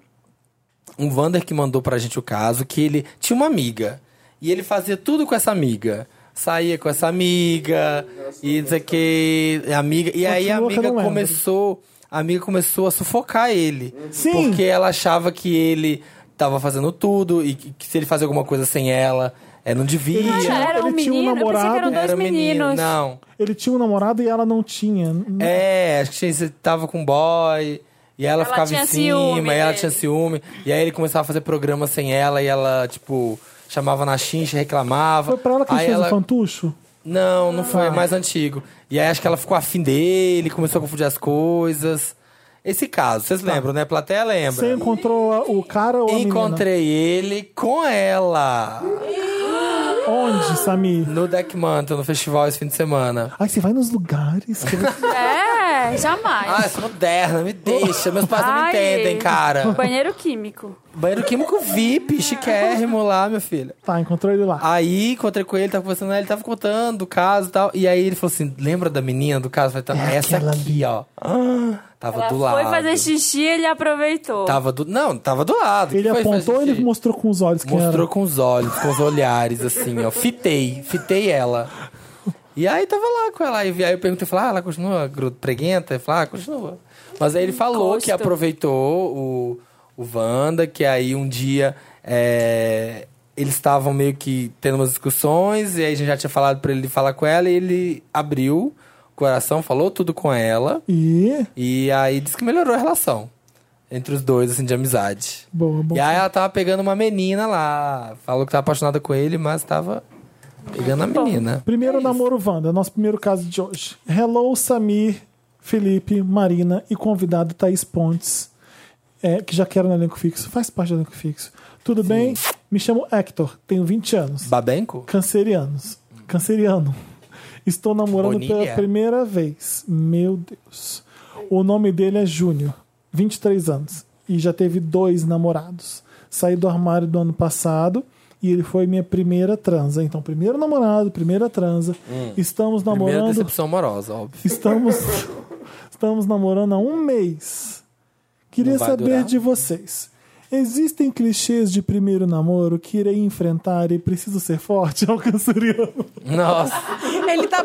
D: Um Vander que mandou pra gente o caso. Que ele tinha uma amiga. E ele fazia tudo com essa amiga. Saía com essa amiga. E não sei o que. é Amiga. E aí
C: Continua que
D: a
C: eu
D: amiga
C: não lembro.
D: começou. A amiga começou a sufocar ele.
C: Sim.
D: Porque ela achava que ele tava fazendo tudo e que que se ele fazia alguma coisa sem ela, é, não devia.
C: Ele
A: Ah,
C: tinha-
A: era um
C: ele tinha um
A: menino, eu pensei que eram
C: namorado.
A: dois
D: Era um menino,
A: meninos.
D: Não.
C: Ele tinha um namorado e ela não tinha.
D: É, acho que você tava com um boy. E ela,
A: Ela
D: ficava
A: tinha
D: em cima,
A: ciúme
D: e ela
A: dele.
D: tinha ciúme. E aí ele começava a fazer programa sem ela, e ela, tipo, chamava na chincha, reclamava.
C: Foi pra ela que
D: aí
C: ele fez
D: ela...
C: o fantucho?
D: Não, não
A: Ah.
D: foi, é mais antigo. E aí acho que ela ficou afim dele, começou a confundir as coisas. Esse caso, vocês lembram, né? Plateia lembra.
C: Você encontrou a- o cara ou Tá. a
D: Encontrei ele com ela
C: menina? Onde, Samir?
D: no Deckmantle, no festival esse fim de semana.
C: Ai, você vai nos lugares. que-
D: *laughs*
A: É, jamais.
D: Ah, eu sou moderna, me deixa. Meus pais não me
A: Ai.
D: entendem, cara.
A: Banheiro químico.
D: Banheiro químico VIP, chiquérrimo lá, meu filho.
C: tá, encontrou ele
D: Ah,
C: lá.
D: Aí encontrei com ele, tava conversando, né? ele tava contando o caso e tal. E aí ele falou assim: lembra da menina do caso? Eu Falei, tá,
C: É
D: essa
C: aquela
D: aqui, ó. Ah, tava
A: Ela
D: do lado. Tá.
A: foi fazer xixi, ele aproveitou.
D: Tava do. Não, tava do lado.
C: ele
D: Foi fazer
C: apontou ele
D: xixi.
C: mostrou com os olhos quem
D: Mostrou
C: era?
D: com os olhos, com os olhares, assim, ó. Fitei, fitei ela. E aí tava lá com ela. E aí eu perguntei, falei, ah, ela continua gru- preguenta? Ele falou, ah, continua. Mas aí ele falou
A: Encosto.
D: que aproveitou o, o Wanda, que aí um dia é, eles estavam meio que tendo umas discussões, e aí a gente já tinha falado pra ele falar com ela, e ele abriu o coração, falou tudo com ela,
C: E.
D: e aí disse que melhorou a relação entre os dois, assim, de amizade.
C: Boa, boa.
D: E aí ela tava pegando uma menina lá. Falou que tava apaixonada com ele, mas tava pegando a menina.
C: Primeiro namoro Wanda, nosso primeiro caso de hoje. Hello, Samir, Felipe, Marina e convidado Thaís Pontes, é, que já quero no elenco fixo, faz parte do elenco fixo. Tudo bem? Me chamo Hector, tenho 20 anos.
D: Babenco?
C: Cancerianos. Canceriano. Estou namorando
D: Bonilha.
C: pela primeira vez. Meu Deus. O nome dele é Júnior, 23 anos. E já teve dois namorados. Saí do armário do ano passado e ele foi minha primeira transa. Então, primeiro namorado, primeira transa. Estamos
D: Primeira
C: namorando.
D: decepção amorosa, óbvio.
C: Estamos, estamos namorando há um mês. Queria
D: Não vai
C: saber
D: durar.
C: de vocês. Existem clichês de *laughs* primeiro namoro que irei enfrentar e preciso ser forte ao É canceriano?
D: Nossa.
E: Ele tá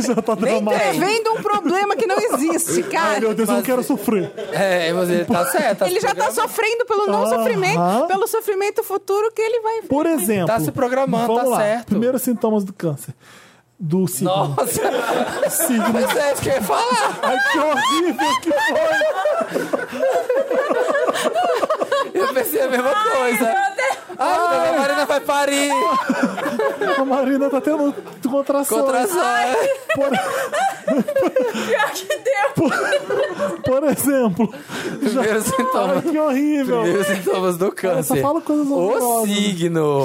C: *laughs* Já tá dramático.
E: Prevendo um problema que não existe,
C: Ai,
E: cara.
C: meu Deus, eu não
D: Mas-
C: quero sofrer.
D: É, mas ele tá certo. tá
E: Ele já tá
D: programado.
E: sofrendo pelo não
C: Aham.
E: sofrimento, pelo sofrimento futuro que ele vai.
C: Por exemplo.
D: Tá se programando,
C: vamos
D: tá
C: lá.
D: certo.
C: Primeiros sintomas do câncer. Do signo.
D: Nossa,
C: Signo.
D: pois é, isso que eu ia falar.
C: Ai, que horrível que foi.
D: Eu pensei a mesma coisa. Ai, meu Deus, a Marina vai parir.
C: A Marina tá tendo contrações.
D: Contração. né?
C: Por,
A: Pior que deu.
C: por exemplo.
D: Primeiros
C: Ai,
D: sintomas.
C: que horrível.
D: Primeiros sintomas do câncer.
C: só fala coisas
D: O
C: horrorosas.
D: signo.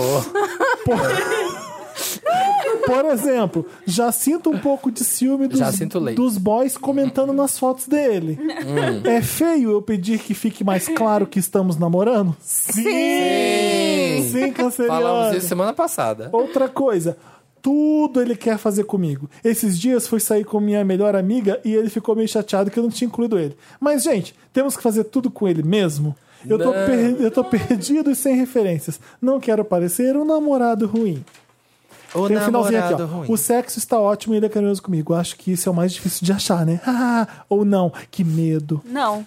C: Por exemplo, já sinto um pouco de ciúme dos,
D: Já sinto leite.
C: dos boys comentando nas fotos dele.
D: Hum.
C: É feio eu pedir que fique mais claro que estamos namorando? Sim! Sim,
D: Falamos
C: canceriano.
D: isso semana passada.
C: Outra coisa. Tudo ele quer fazer comigo. Esses dias fui sair com minha melhor amiga e ele ficou meio chateado que eu não tinha incluído ele. Mas, gente, temos que fazer tudo com ele mesmo? Eu tô,
D: Não.
C: per- eu tô perdido e sem referências. Não quero parecer um namorado ruim.
F: O
C: Tem um finalzinho aqui,
F: é namorado
C: ó.
F: ruim.
C: O sexo está ótimo e ele é carinhoso comigo. Acho que isso é o mais difícil de achar, né? *laughs* Ah, ou não. Que medo.
A: Não.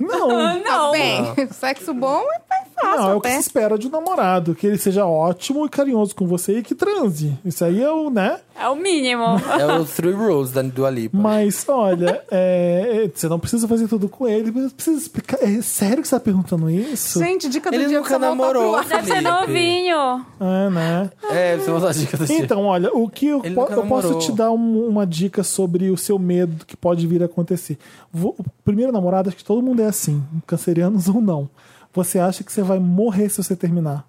C: Não,
E: Tá
A: Não.
E: bem, *laughs* sexo bom é fácil.
C: não, é o que
E: até.
C: se espera de um namorado. Que ele seja ótimo e carinhoso com você e que transe. Isso aí é o, né?
A: É o mínimo.
D: É o Three Rules da Dua Lipa.
C: Mas,
F: *laughs*
C: olha, é, é, você não precisa fazer tudo com ele, mas precisa explicar. É sério que você tá perguntando isso?
E: Gente, dica do
D: Ele
E: dia
D: nunca
E: pra você voltar pro
D: namorou.
E: ar.
A: Deve ser
D: Felipe.
A: novinho.
C: É, né?
D: É, você usar a dica do dia.
C: Então, olha, o que eu,
D: Ele
C: po-
D: nunca
C: eu posso
D: namorou.
C: te dar um- uma dica sobre o seu medo que pode vir a acontecer. Vo- o primeiro namorado, acho que todo mundo é assim, cancerianos *laughs* ou não. Você acha que você vai morrer se você terminar,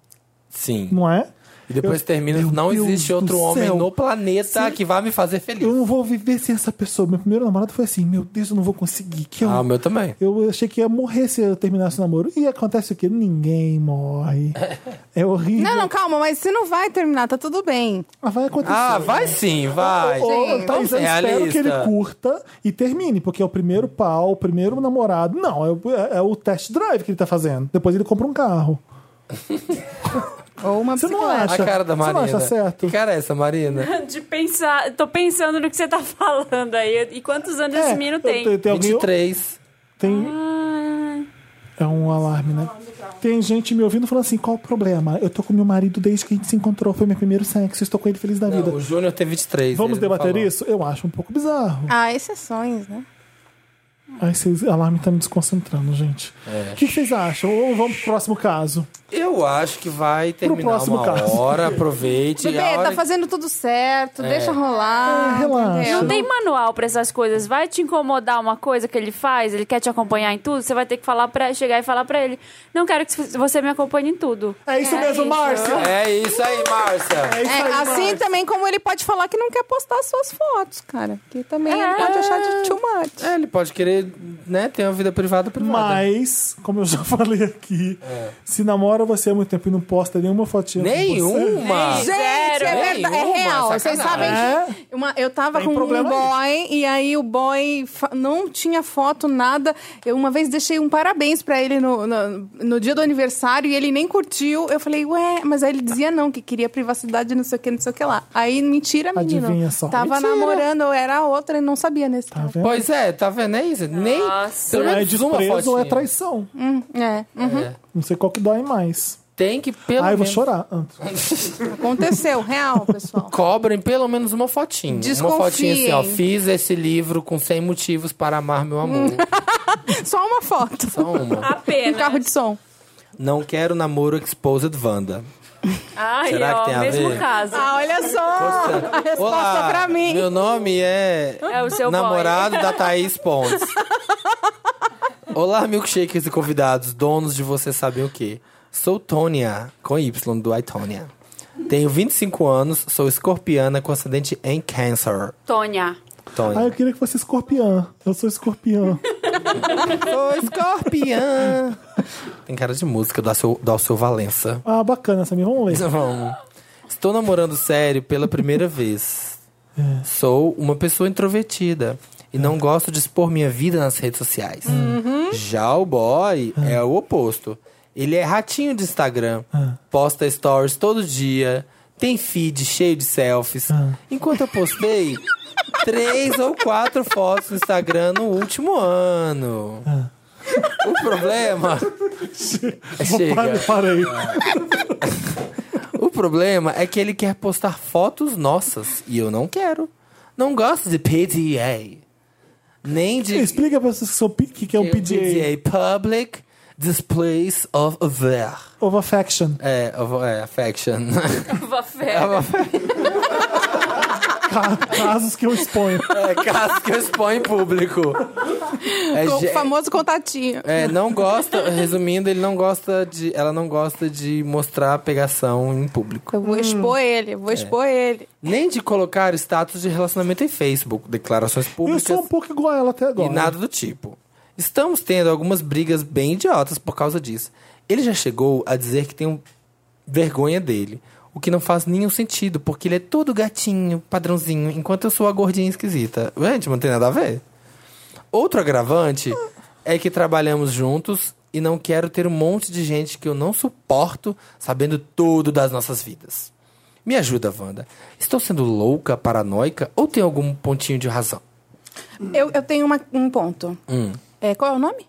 D: Sim.
C: não é?
D: E depois
C: Eu-
D: termina.
C: Meu
D: Não
C: Deus
D: existe
C: do
D: outro homem
C: céu.
D: no planeta que vai me fazer feliz.
C: Eu não vou viver sem essa pessoa. Meu primeiro namorado foi assim, meu Deus, eu não vou conseguir. Que eu...
D: Ah, o meu também.
C: Eu achei que ia morrer se eu terminasse o namoro. E acontece o quê? Ninguém
D: *laughs*
C: morre. É horrível.
E: Não, não, calma, mas você não vai terminar, tá tudo bem.
C: Ah, vai acontecer.
D: Ah, vai sim, vai.
C: Ô,
D: Então
C: Thaís, eu
D: é a
C: espero que ele
D: lista.
C: curta e termine, porque é o primeiro pau, o primeiro namorado. Não, é, o- é- é o test drive que ele tá fazendo. Depois ele compra um carro.
E: Ou uma
C: Você não
E: bicicleta.
D: A cara da
C: Você não
D: Marina.
C: acha certo?
D: Que cara é essa, Marina?
A: De pensar. Tô pensando no que você tá *laughs* falando aí. E quantos
D: É,
A: anos esse menino tem?
C: eu- É, Tem, alguém-
D: 23.
C: tem-
A: Ah,
C: É um alarme, né? Tem gente me ouvindo falando assim: qual o problema? Eu tô com meu marido desde que a gente se encontrou, foi meu primeiro sexo, estou com ele feliz da vida.
D: Não, o Júnior tem 23.
C: Vamos
D: ele não
C: debater
D: falou.
C: isso? Eu acho um pouco bizarro.
E: Ah, exceções, né?
C: Ai, vocês, alarme tá me desconcentrando, gente.
D: É.
C: O que vocês acham? Ou vamos pro próximo caso?
D: Eu acho que vai terminar
C: próximo
D: uma
C: caso.
D: hora, aproveite. É
E: Bebê,
D: a hora
E: tá
D: que-
E: fazendo tudo certo, deixa rolar.
C: É, relaxa.
E: entendeu?
A: Não tem manual pra essas coisas. Vai te incomodar uma coisa que ele faz, ele quer te acompanhar em tudo, você vai ter que falar para chegar e falar pra ele: "Não quero que você me acompanhe em tudo".
C: É isso mesmo,
A: isso.
C: Márcia!
D: É isso aí, Márcia.
C: isso
E: É,
C: aí,
E: assim
C: Márcia.
E: também como ele pode falar que não quer postar suas fotos, cara. Que também ele pode achar de too much.
D: É, ele pode querer, né, ter uma vida privada privada.
C: Mas, como eu já *laughs* falei aqui,
D: É.
C: se namora você há muito tempo e não posta nenhuma fotinha com você,
D: Nenhuma.
A: Nem-
E: Gente, é
A: Zero.
E: verdade, é
D: Ah. Nenhuma,
E: real. Vocês sabem
D: sacanagem.
E: que uma, eu tava
C: É. Tem
E: com um
C: problema aí.
E: boy e aí o boy fa- não tinha foto, nada. Eu uma vez deixei um parabéns pra ele no, no, no dia do aniversário e ele nem curtiu. Eu falei, ué, mas aí ele dizia não, que queria privacidade, não sei o que, não sei o que lá. Aí, mentira, menino.
C: Adivinha só.
E: Tava
C: Mentira.
E: namorando, eu era outra e não sabia nesse
C: Tá
E: caso.
C: vendo?
D: Pois é, tá vendo? É isso. Nem,
A: Nossa.
D: pelo
C: Ou é
D: menos uma
C: desprezo ou é
D: fotinha.
C: traição.
E: Hum, é, uhum.
C: Não sei qual que dói mais.
D: Tem que pelo
C: ah, eu vou
D: menos...
C: chorar. Ah,
E: Aconteceu, real, pessoal.
D: Cobrem pelo menos uma fotinha.
E: Desconfiem.
D: Uma fotinha assim, ó. Fiz esse livro com 100 motivos para amar meu
E: *laughs*
D: amor.
E: Só uma foto.
D: Só uma.
E: Um
A: Apenas.
E: carro de som.
D: Não quero namoro exposed Wanda.
A: Ai,
D: Será que
A: ó,
D: tem a
A: mesmo
D: ver?
A: caso.
E: Ah, olha só! A resposta
D: Olá,
E: pra mim.
D: meu nome é...
A: É o seu
D: Namorado da Thaís Pons. Olá, milkshakers e convidados, donos de você sabem o quê? Sou Tônia, com Y, do iTônia. Tenho 25 anos, sou escorpiana com ascendente em Cancer.
A: Tônia.
D: Tônia.
C: ah, eu queria que fosse escorpião. Eu sou
D: *laughs*
C: escorpião.
D: Sou escorpiã. Tem cara de música do Alceu, do Alceu Valença.
C: Ah, bacana, Samir. Vamos ler.
D: Então, Estou namorando sério pela primeira vez. Sou uma pessoa introvertida e não gosto de expor minha vida nas redes sociais. Já o boy é o oposto. Ele é ratinho de Instagram, posta stories todo dia, Tem feed cheio de selfies. Enquanto eu postei três ou quatro fotos no Instagram no último ano. O problema. É, Chega.
C: Parei.
D: O problema é que ele quer postar fotos nossas e eu não quero. Não gosto de PDA. Nem de
C: Explica pra vocês que são P- que, que é o PDA.
D: Public Displays of Affair.
C: Of Affection.
D: É, of- é, affection. *laughs*
A: Vafé.
C: Ca- Casos que eu
D: *laughs*
C: exponho.
D: é caso que eu exponho em público. É,
E: Com o
D: ge-
E: famoso contatinho.
D: é, não gosta, resumindo, ele não gosta de. Ela não gosta de mostrar pegação em público.
E: Eu vou expor ele, eu vou
D: É.
E: expor ele.
D: Nem de colocar status de relacionamento em Facebook, declarações
C: Eu
D: públicas.
C: sou um pouco igual a ela até agora.
D: é E nada do tipo. Estamos tendo algumas brigas bem idiotas por causa disso. Ele já chegou a dizer que tem um- vergonha dele. O que não faz nenhum sentido, porque ele é todo gatinho, padrãozinho, enquanto eu sou a gordinha esquisita. Gente, não tem nada a ver. Outro agravante é que trabalhamos juntos e não quero ter um monte de gente que eu não suporto sabendo tudo das nossas vidas. Me ajuda, Wanda. Estou sendo louca, paranoica ou tem algum pontinho de razão?
E: Eu, eu tenho uma- um ponto.
D: Hum.
E: É, qual é o nome?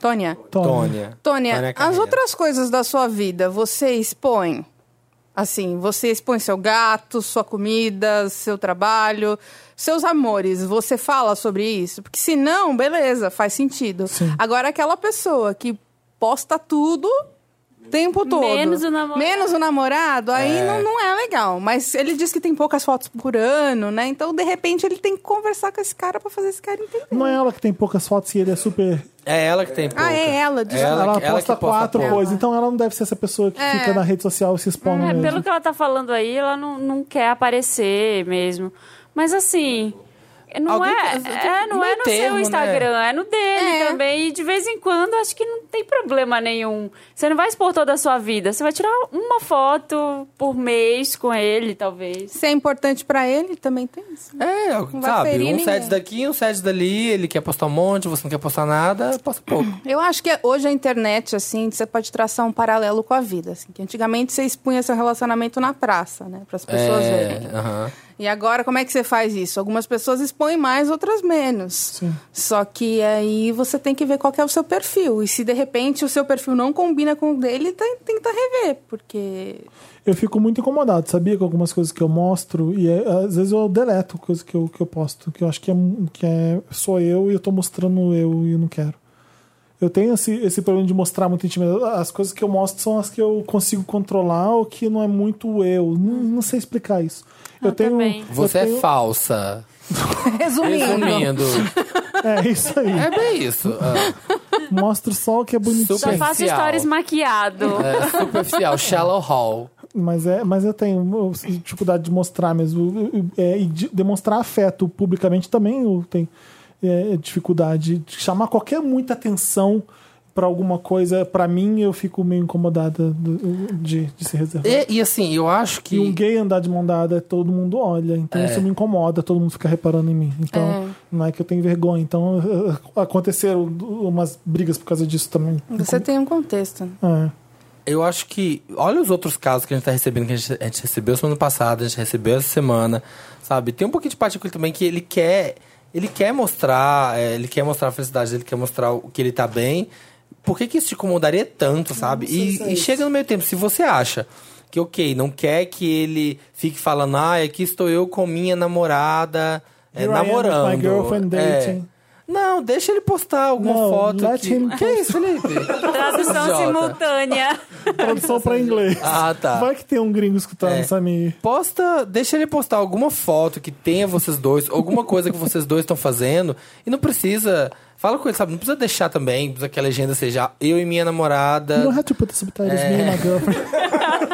E: Tônia.
C: Tony.
D: Tônia.
E: Tônia, as
D: Carreira.
E: outras coisas da sua vida, você expõe? Assim, você expõe seu gato, sua comida, seu trabalho, seus amores. Você fala sobre isso? Porque se não, beleza, faz sentido. Agora, aquela pessoa que posta tudo o tempo todo.
A: Menos o namorado.
E: Menos o namorado, aí não, não é legal. Mas ele diz que tem poucas fotos por ano, né? Então, de repente, ele tem que conversar com esse cara pra fazer esse cara entender.
C: Não é ela que tem poucas fotos e ele é super.
D: É ela que tem pouca.
E: Ah, é ela,
D: de
E: desculpa.
C: Ela,
D: ela, que-
C: posta
D: ela que posta
C: quatro
D: pouco.
C: coisas. Então ela não deve ser essa pessoa que fica na rede social e se expõe
A: É,
C: mesmo.
A: pelo que ela tá falando aí, ela não, não quer aparecer mesmo. Mas assim. Não
D: Alguém-
A: é,
D: tem-
A: é, não
D: meio
A: é no
D: termo,
A: seu
D: né?
A: Instagram, é no dele
E: É.
A: também. E de vez em quando, acho que não tem problema nenhum. Você não vai expor toda a sua vida. Você vai tirar uma foto por mês com ele, talvez.
E: Se é importante pra ele, também tem isso.
D: É,
E: vai
D: sabe?
E: ferir
D: Um
E: ninguém.
D: set daqui, um set dali. Ele quer postar um monte, você não quer postar nada, posta pouco.
E: Eu acho que é, hoje a internet, assim, você pode traçar um paralelo com a vida, assim, que antigamente você expunha seu relacionamento na praça, né, para as pessoas
D: é,
E: verem.
D: aham.
E: E agora como é que você faz isso? Algumas pessoas expõem mais, outras menos. Só que aí você tem que ver qual que é o seu perfil. E se de repente o seu perfil não combina com o dele, tem- tenta rever, porque
C: Eu fico muito incomodado, sabia? Com algumas coisas que eu mostro e é, às vezes eu deleto coisas que eu, que eu posto, que eu acho que é, um- que é só eu e eu tô mostrando eu e eu não quero. Eu tenho esse, esse problema de mostrar muito intimidade. As coisas que eu mostro são as que eu consigo controlar ou que não é muito eu. Não, não sei explicar isso. Eu, tenho.
A: também.
C: eu
D: Você
C: tenho-
D: é falsa.
E: *laughs* resumindo,
D: Resumindo.
C: É isso aí.
D: é bem isso. Ah,
C: Mostro só o que é bonitinho.
A: Só faço
D: Superficial.
A: stories maquiado.
D: é superficial. Shallow hall.
C: Mas, é, mas eu tenho eu sinto dificuldade de mostrar mesmo. Eu- eu- é, e de demonstrar afeto publicamente também eu tenho é, dificuldade de chamar qualquer muita atenção pra alguma coisa. Pra mim, eu fico meio incomodada do- de, de se reservar. E,
D: E, e assim, eu acho que...
C: um gay andar de mão dada, todo mundo olha. Então isso me incomoda, todo mundo fica reparando em mim. Então não é que eu tenho vergonha. Então *laughs* eh, aconteceram umas brigas por causa disso também.
E: você tem um contexto. né?
C: É.
D: Eu acho que. Olha os outros casos que a gente tá recebendo, que a gente, a gente recebeu semana passada, a gente recebeu essa semana, sabe? Tem um pouquinho de particular também que ele quer. Ele quer mostrar, é, ele quer mostrar a felicidade dele, quer mostrar o que ele tá bem. Por que, que isso te incomodaria tanto, sabe? E,
C: é
D: e chega no meio tempo, se você acha que, ok, não quer que ele fique falando, ah, aqui estou eu com minha namorada, é,
C: Here I am with my
D: namorando.
C: girlfriend
D: é.
C: dating.
D: Não, deixa ele postar alguma
C: Não,
D: foto.
C: let
D: que...
C: him
D: que é isso, Felipe?
A: *laughs* Tradução
D: Idiota.
A: simultânea.
C: Tradução *laughs* pra inglês.
D: Ah, tá.
C: Vai que tem um gringo escutando,
D: É.
C: Samir.
D: Posta, deixa ele postar alguma foto que tenha vocês dois, alguma coisa que vocês dois estão fazendo. E não precisa. Fala com ele, sabe? Não precisa deixar também, precisa que a legenda seja eu e minha
C: You don't
D: namorada
C: have to put the subtitles tipo
D: É.
C: me and my
D: *laughs*
C: girlfriend.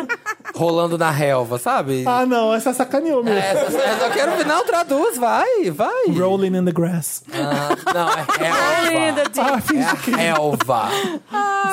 D: rolando na relva, sabe?
C: Ah, não, essa sacaneou mesmo.
D: É, eu só quero o final, traduz, vai, vai.
C: Rolling in the grass.
D: Ah, não, é
A: Linda,
D: relva.
A: de-
C: Ah,
D: É a relva.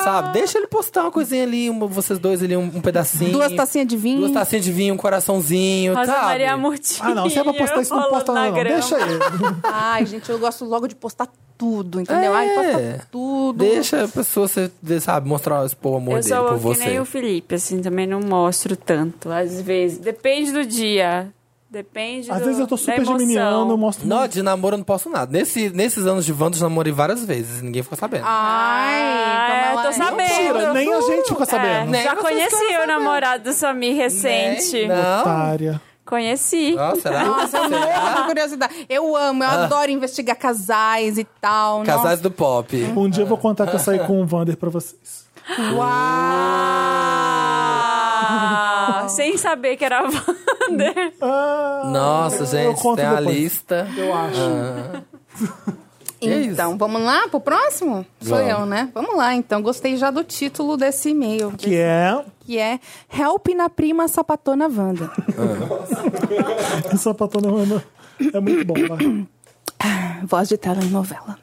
D: Sabe? Deixa ele postar uma coisinha ali, uma- vocês dois ali, um, um pedacinho.
E: Duas tacinhas de vinho.
D: Duas tacinhas de vinho, um coraçãozinho,
A: Rosa
D: sabe?
A: Maria Murtinho.
C: Ah, não, se é pra postar isso, não
A: rolando
C: posta
A: na
C: nada, não.
A: grama.
C: Deixa aí.
E: Ai, gente, eu gosto logo de postar tudo, entendeu? Ai,
D: É.
E: posta tudo.
D: Deixa a pessoa, você, sabe, mostrar, expor o amor
A: Eu
D: dele
A: sou
D: por
A: que nem
D: você.
A: o Felipe, assim, também não mostro sinto tanto, às vezes. Depende do dia. Depende
C: Às
A: do,
C: vezes eu tô
A: da
C: super
A: emoção.
C: geminiano, eu mostro.
D: Não, de namoro eu não posso nada. Nesse, nesses anos de Vandos, namorei várias vezes. Ninguém ficou sabendo.
E: Ah, Ai,
A: Ah,
E: como
A: eu
E: ela
A: tô
E: é.
A: sabendo.
C: Mentira, nem a gente fica
A: É,
C: sabendo.
D: Nem
A: já
D: vocês
A: conheci
D: ficaram
A: o namorado do Samir recente.
D: Né? Não.
C: Otária.
A: Conheci.
D: Ah, será? Ah.
E: Nossa, eu morro de curiosidade. Eu amo, eu adoro investigar casais e
D: *laughs*
E: tal.
D: Casais do pop.
C: Um dia eu vou contar que eu saí com o Vander pra vocês.
E: Nossa.
D: Uh. *laughs*
E: Uau!
A: Ah, sem saber que era *laughs* a Wander.
C: Ah,
D: Nossa, gente,
C: conto
D: tem a
C: depois.
D: lista. Eu acho.
E: Então, vamos lá pro próximo? Sou
D: Vamos.
E: eu, né? Vamos lá, então. Gostei já do título desse e-mail.
C: que é
E: Que é Help na Prima Sapatona Wanda.
C: o sapatão mano. É muito bom, vai.
E: Voz de telenovela.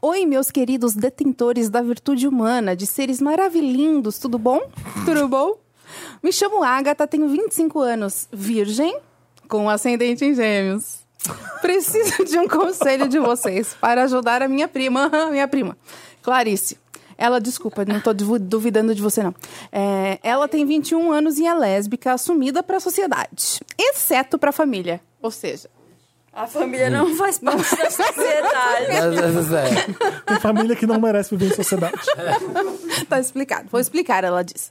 E: Oi, meus queridos detentores da virtude humana, de seres maravilhindos, tudo bom? Tudo bom? Me chamo Agatha, tenho 25 anos, virgem, com ascendente em gêmeos. Preciso de um conselho de vocês para ajudar a minha prima, *laughs* minha prima, Clarice. Ela, desculpa, não tô duvi- duvidando de você, não. É, ela tem 21 anos e é lésbica, assumida para a sociedade, exceto para a família. Ou seja,
A: A família não faz parte da sociedade.
D: Mas, mas, é.
C: Tem família que não merece viver em sociedade.
E: *laughs* tá explicado. Vou explicar, ela diz.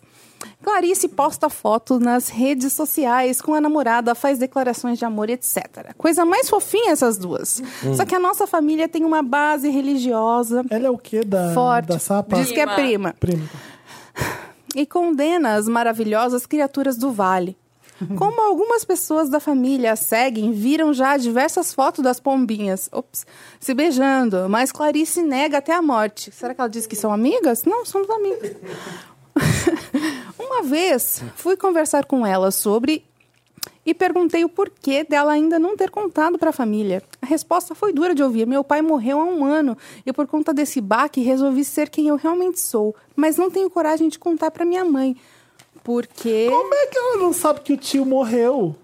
E: Clarice posta foto nas redes sociais com a namorada, faz declarações de amor, etc. Coisa mais fofinha essas duas.
C: Hum.
E: Só que a nossa família tem uma base religiosa
C: Ela é o quê da,
E: forte.
C: da sapa?
E: Diz que é prima.
C: Prima.
E: E condena as maravilhosas criaturas do vale. Como algumas pessoas da família a seguem, viram já diversas fotos das pombinhas ops, se beijando, mas Clarice nega até a morte. Será que ela diz que são amigas? Não, somos amigas. *laughs* Uma vez fui conversar com ela sobre e perguntei o porquê dela ainda não ter contado para a família. A resposta foi dura de ouvir. Meu pai morreu há um ano e por conta desse baque resolvi ser quem eu realmente sou, mas não tenho coragem de contar para minha mãe. Porque
C: Como é que ela não sabe que o tio morreu?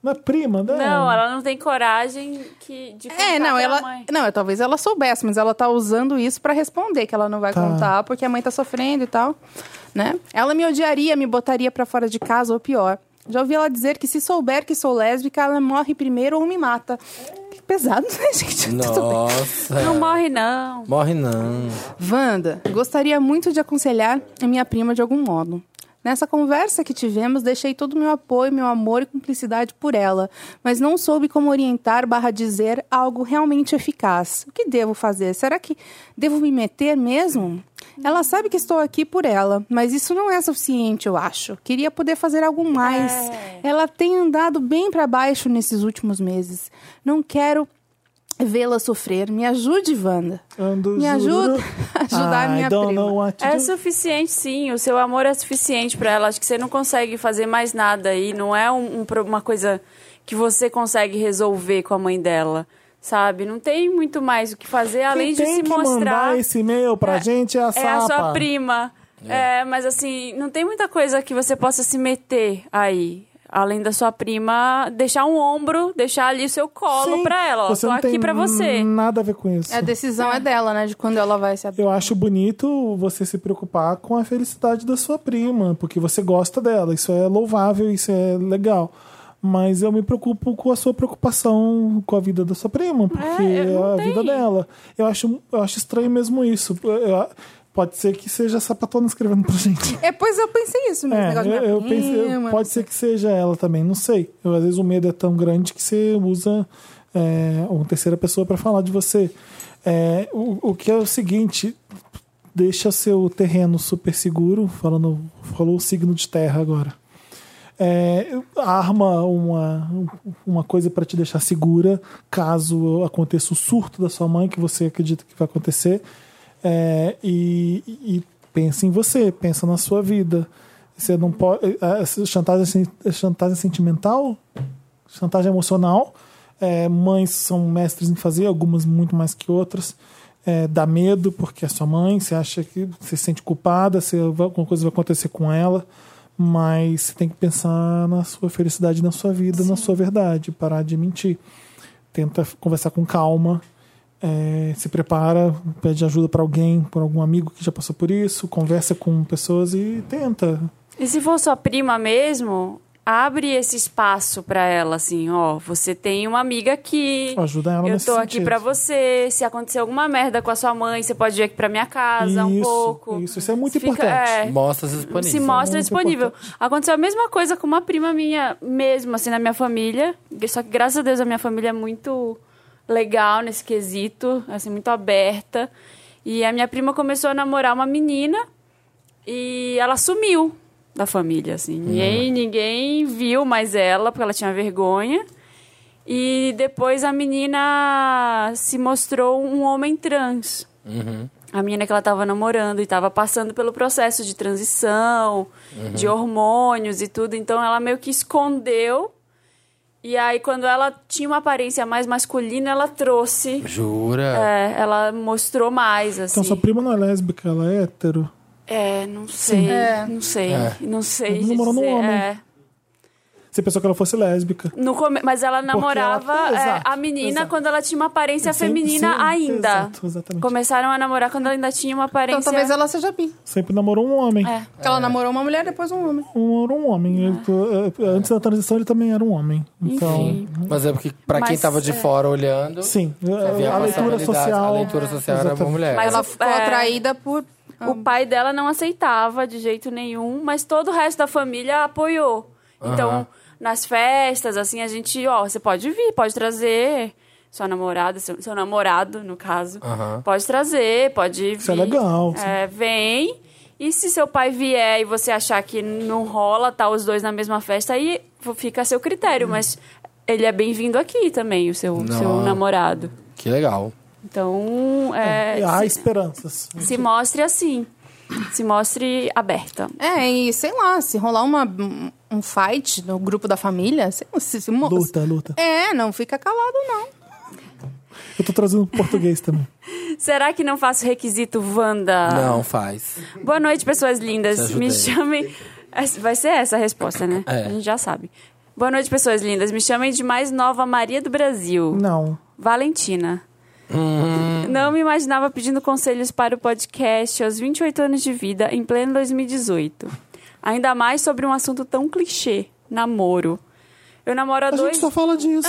C: Não é prima, né?
A: Não, ela não tem coragem que, de assim contar
E: é, não,
A: pra
E: ela,
A: mãe.
E: não, talvez ela soubesse, mas ela tá usando isso para responder que ela não vai
C: Tá.
E: contar porque a mãe tá sofrendo e tal, né? Ela me odiaria, me botaria para fora de casa ou pior. Já ouvi ela dizer que se souber que sou lésbica, ela morre primeiro ou me mata. Que pesado, *laughs* né, gente? Tudo bem.
D: Nossa.
A: Não morre, não.
D: Morre não.
E: Wanda, gostaria muito de aconselhar a minha prima de algum modo. Nessa conversa que tivemos, deixei todo o meu apoio, meu amor e cumplicidade por ela, mas não soube como orientar barra dizer algo realmente eficaz. O que devo fazer? Será que devo me meter mesmo? Ela sabe que estou aqui por ela, mas isso não é suficiente, eu acho. Queria poder fazer algo mais. Ela tem andado bem para baixo nesses últimos meses. Não quero vê-la sofrer. Me ajude, Wanda.
C: Ando
E: Me
C: jururu.
E: ajuda a ajudar
C: I
E: a minha
C: don't
E: prima.
C: know what to
A: É
C: do.
A: suficiente, sim. O seu amor é suficiente pra ela. Acho que você não consegue fazer mais nada aí. Não é um- um pro- uma coisa que você consegue resolver com a mãe dela, sabe? Não tem muito mais o que fazer além
C: Quem tem
A: de se
C: que
A: mostrar.
C: mandar esse e-mail pra gente é a
A: É a
C: sapa.
A: sua prima. É. mas assim, não tem muita coisa que você possa se meter aí. Além da sua prima, deixar um ombro, deixar ali o seu colo
C: Sim,
A: pra ela. Ó,
C: você
A: tô
C: não
A: aqui
C: tem
A: pra você.
C: nada a ver com isso.
E: A decisão é dela, né? De quando ela vai se abrir.
C: Eu acho bonito você se preocupar com a felicidade da sua prima, porque você gosta dela. Isso é louvável, isso é legal. Mas eu me preocupo com a sua preocupação com a vida da sua prima, porque
A: É,
C: é,
A: não
C: a
A: tem.
C: vida dela. Eu acho, eu acho estranho mesmo isso. Eu- eu- pode ser que seja a sapatona escrevendo pra gente.
E: É, pois eu pensei isso mesmo.
C: É,
E: negócio de
C: eu,
E: minha
C: eu
E: prima.
C: pensei, eu- pode ser que seja ela também, não sei. Eu, às vezes o medo é tão grande que você usa é, uma terceira pessoa para falar de você. É, o, o que é o seguinte, deixa seu terreno super seguro, falando, falou o signo de terra agora. É, arma uma, uma coisa para te deixar segura caso aconteça o surto da sua mãe, que você acredita que vai acontecer. É, e, e pensa em você, pensa na sua vida. Você não pode. a- a Chantagem, sen- chantagem sentimental? Chantagem emocional. É, mães são mestres em fazer, algumas muito mais que outras. É, dá medo porque é sua mãe, você acha que você se sente culpada, se alguma coisa vai acontecer com ela. Mas você tem que pensar na sua felicidade, na sua vida, na sua verdade, parar de mentir tenta f- conversar com calma, é, se prepara, pede ajuda para alguém, por algum amigo que já passou por isso, conversa com pessoas e tenta.
A: E se for sua prima mesmo, abre esse espaço pra ela, assim, ó, você tem uma amiga aqui.
C: Ajuda ela
A: Eu
C: nesse
A: tô aqui
C: sentido.
A: pra você. Se acontecer alguma merda com a sua mãe, você pode vir aqui pra minha casa um
C: Isso,
A: pouco.
C: isso, isso é muito
A: Se
C: importante.
A: é,
D: Mostra se disponível.
A: se mostra
C: muito
A: disponível.
C: importante.
A: Aconteceu a mesma coisa com uma prima minha, mesmo assim, na minha família. Só que, graças a Deus, a minha família é muito legal nesse quesito, assim, muito aberta. E a minha prima começou a namorar uma menina e ela sumiu da família, assim.
C: Uhum.
A: Ninguém, ninguém viu mais ela, porque ela tinha vergonha. E depois a menina se mostrou um homem trans. A menina que ela estava namorando e estava passando pelo processo de transição, de hormônios e tudo. Então ela meio que escondeu. E aí, quando ela tinha uma aparência mais masculina, ela trouxe.
D: Jura?
A: é, ela mostrou mais, assim.
C: Então sua prima não é lésbica, ela é hétero.
A: É, não sei. Não sei.
D: É.
A: Não sei.
C: Ela namorou um
A: dizer,
C: homem.
A: é.
C: Você pensou que ela fosse lésbica.
A: No come- Mas ela namorava
C: ela-
A: é,
C: Exato,
A: a menina
C: exato.
A: quando ela tinha uma aparência
C: Sim,
A: feminina
C: sim,
A: ainda.
C: exato, exatamente.
A: Começaram a namorar quando ela ainda tinha uma aparência.
E: Então talvez ela seja bi.
C: Sempre namorou um homem.
A: É. Ah.
E: Porque ela namorou uma mulher, depois um homem.
C: Um, era um homem. Ele- eh, Antes da transição ele também era um homem. Então,
A: Enfim.
D: Mas é porque, pra quem
A: Mas,
D: tava de
A: é.
D: fora olhando,
C: sim. eh,
D: havia
C: A leitura
D: possibilidade.
C: social. é.
D: A leitura social era uma
C: Exatamente.
D: mulher.
A: Mas
E: Ela
A: É.
E: ficou
A: É.
E: atraída por.
D: Ah.
A: O pai dela não aceitava de jeito nenhum, mas todo o resto da família apoiou. Então,
D: Aham.
A: nas festas, assim, a gente, ó, você pode vir, pode trazer sua namorada, seu, seu namorado, no caso.
D: Aham.
A: Pode trazer, pode vir.
C: Isso é legal,
A: É, vem. E se seu pai vier e você achar que não rola, tá os dois na mesma festa, aí fica a seu critério, mas ele é bem-vindo aqui também, o seu,
D: Hum. Não.
A: seu namorado.
D: Que legal.
A: Então, é,
C: Há
A: se-
C: esperanças.
A: se mostre assim. Se mostre aberta.
E: É, e sei lá, se rolar uma, um fight no grupo da família, sei lá, se, se mo-
C: Luta, luta.
E: É, não fica calado, não.
C: Eu tô
A: *laughs*
C: trazendo pro português também.
A: Será que não faço requisito Wanda?
D: Não, faz.
A: Boa noite, pessoas lindas.
D: Te ajudei.
A: Me chamem. Essa- Vai ser essa a resposta, né?
D: É.
A: A gente já sabe. Boa noite, pessoas lindas. Me chamem de mais nova Maria do Brasil.
C: Não.
A: Valentina.
C: Uhum.
A: Não me imaginava pedindo conselhos para o podcast aos 28 anos de vida, em pleno 2018. Ainda mais sobre um assunto tão clichê: namoro. Eu namoro há
C: A
A: Tá dois Ah.
C: gente só fala disso.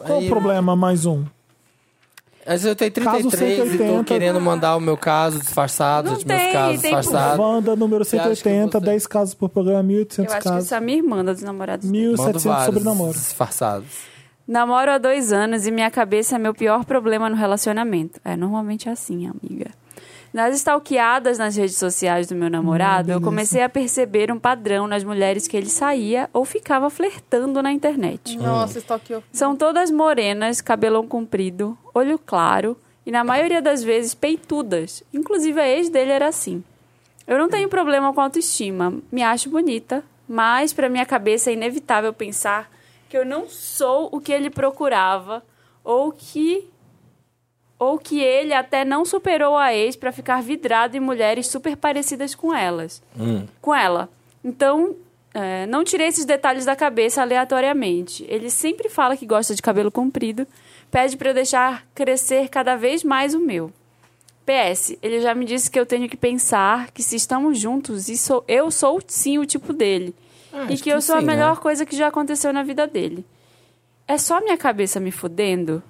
C: Qual
D: Aí-
C: o problema? Mais um.
D: Mas eu tenho
C: Caso
D: 33 e tô
C: 180.
D: querendo mandar o meu caso disfarçado,
A: Não
D: os meus
A: tem,
D: casos
A: tem
D: disfarçados.
C: Wanda, número
D: Você acha que
C: 180,
D: você-
C: 10 casos por programa,
A: Eu
C: 1.800
A: acho que
C: casos.
A: isso é a minha irmã dos namorados.
D: Mando
C: 1.700
D: vários
C: sobre namoro.
D: disfarçados.
A: Namoro há dois anos e minha cabeça é meu pior problema no relacionamento. É, normalmente é assim, amiga. Nas stalkeadas nas redes sociais do meu namorado, eu comecei a perceber um padrão nas mulheres que ele saía ou ficava flertando na internet.
C: Ah.
E: Nossa, stalkeou.
A: São todas morenas, cabelão comprido, olho claro e, na maioria das vezes, peitudas. Inclusive, a ex dele era assim. Eu não tenho problema com autoestima, me acho bonita, mas para minha cabeça é inevitável pensar que eu não sou o que ele procurava ou que ou que ele até não superou a ex para ficar vidrado em mulheres super parecidas com elas.
D: Hum.
A: Com ela. Então, é, não tirei esses detalhes da cabeça aleatoriamente. Ele sempre fala que gosta de cabelo comprido, pede para eu deixar crescer cada vez mais o meu. PS, ele já me disse que eu tenho que pensar que se estamos juntos, isso, eu sou sim o tipo dele. e
D: acho
A: que eu
D: que
A: sou a
D: sim, né?
A: melhor coisa que já aconteceu na vida dele. É só minha cabeça me fudendo?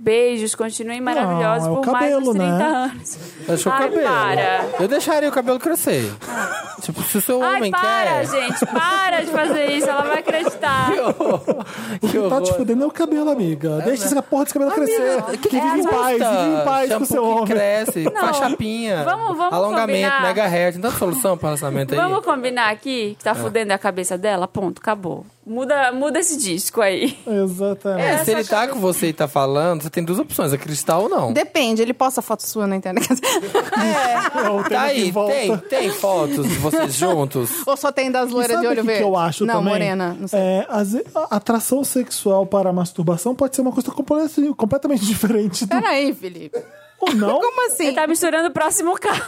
A: Beijos, continuem maravilhosos
C: Não, é o
A: por mais uns
C: cabelo,
A: 30
C: né?
A: anos.
D: Deixa o
A: Ai,
D: cabelo.
A: para.
D: Eu deixaria o cabelo crescer. tipo, se o seu
A: Ai,
D: homem
A: para,
D: quer.
A: gente, para de fazer isso, ela vai acreditar.
C: O que tá te fudendo é o cabelo, amiga.
D: né?
C: Deixa essa porra desse cabelo
A: é
C: crescer. Que vive em paz, vive em paz com o seu
D: que
C: homem.
D: cresce,
A: Não.
D: faz chapinha,
A: Vamos- vamos
D: alongamento,
A: combinar.
D: megahertz, não tanta solução para relacionamento aí.
A: Vamos combinar aqui que tá fudendo a cabeça dela? Ponto, acabou. Muda, muda esse disco aí.
C: Exatamente.
D: É, se ele tá com você e tá falando, você tem duas opções, acreditar ou não.
E: Depende, ele posta foto sua na internet. *laughs*
C: Não, tem
D: Tá
C: que
D: aí,
C: volta.
D: tem, tem fotos de
C: *laughs*
D: vocês juntos.
E: Ou só tem das loiras
C: Sabe
E: de olho
C: o que
E: verde?
C: que eu acho
E: não,
C: também?
E: morena. Não sei.
C: É, às ve- a atração sexual para a masturbação pode ser uma coisa comple- completamente diferente do...
E: Peraí, Felipe.
C: Ou não?
E: Como assim?
A: Ele tá misturando o próximo *laughs* caso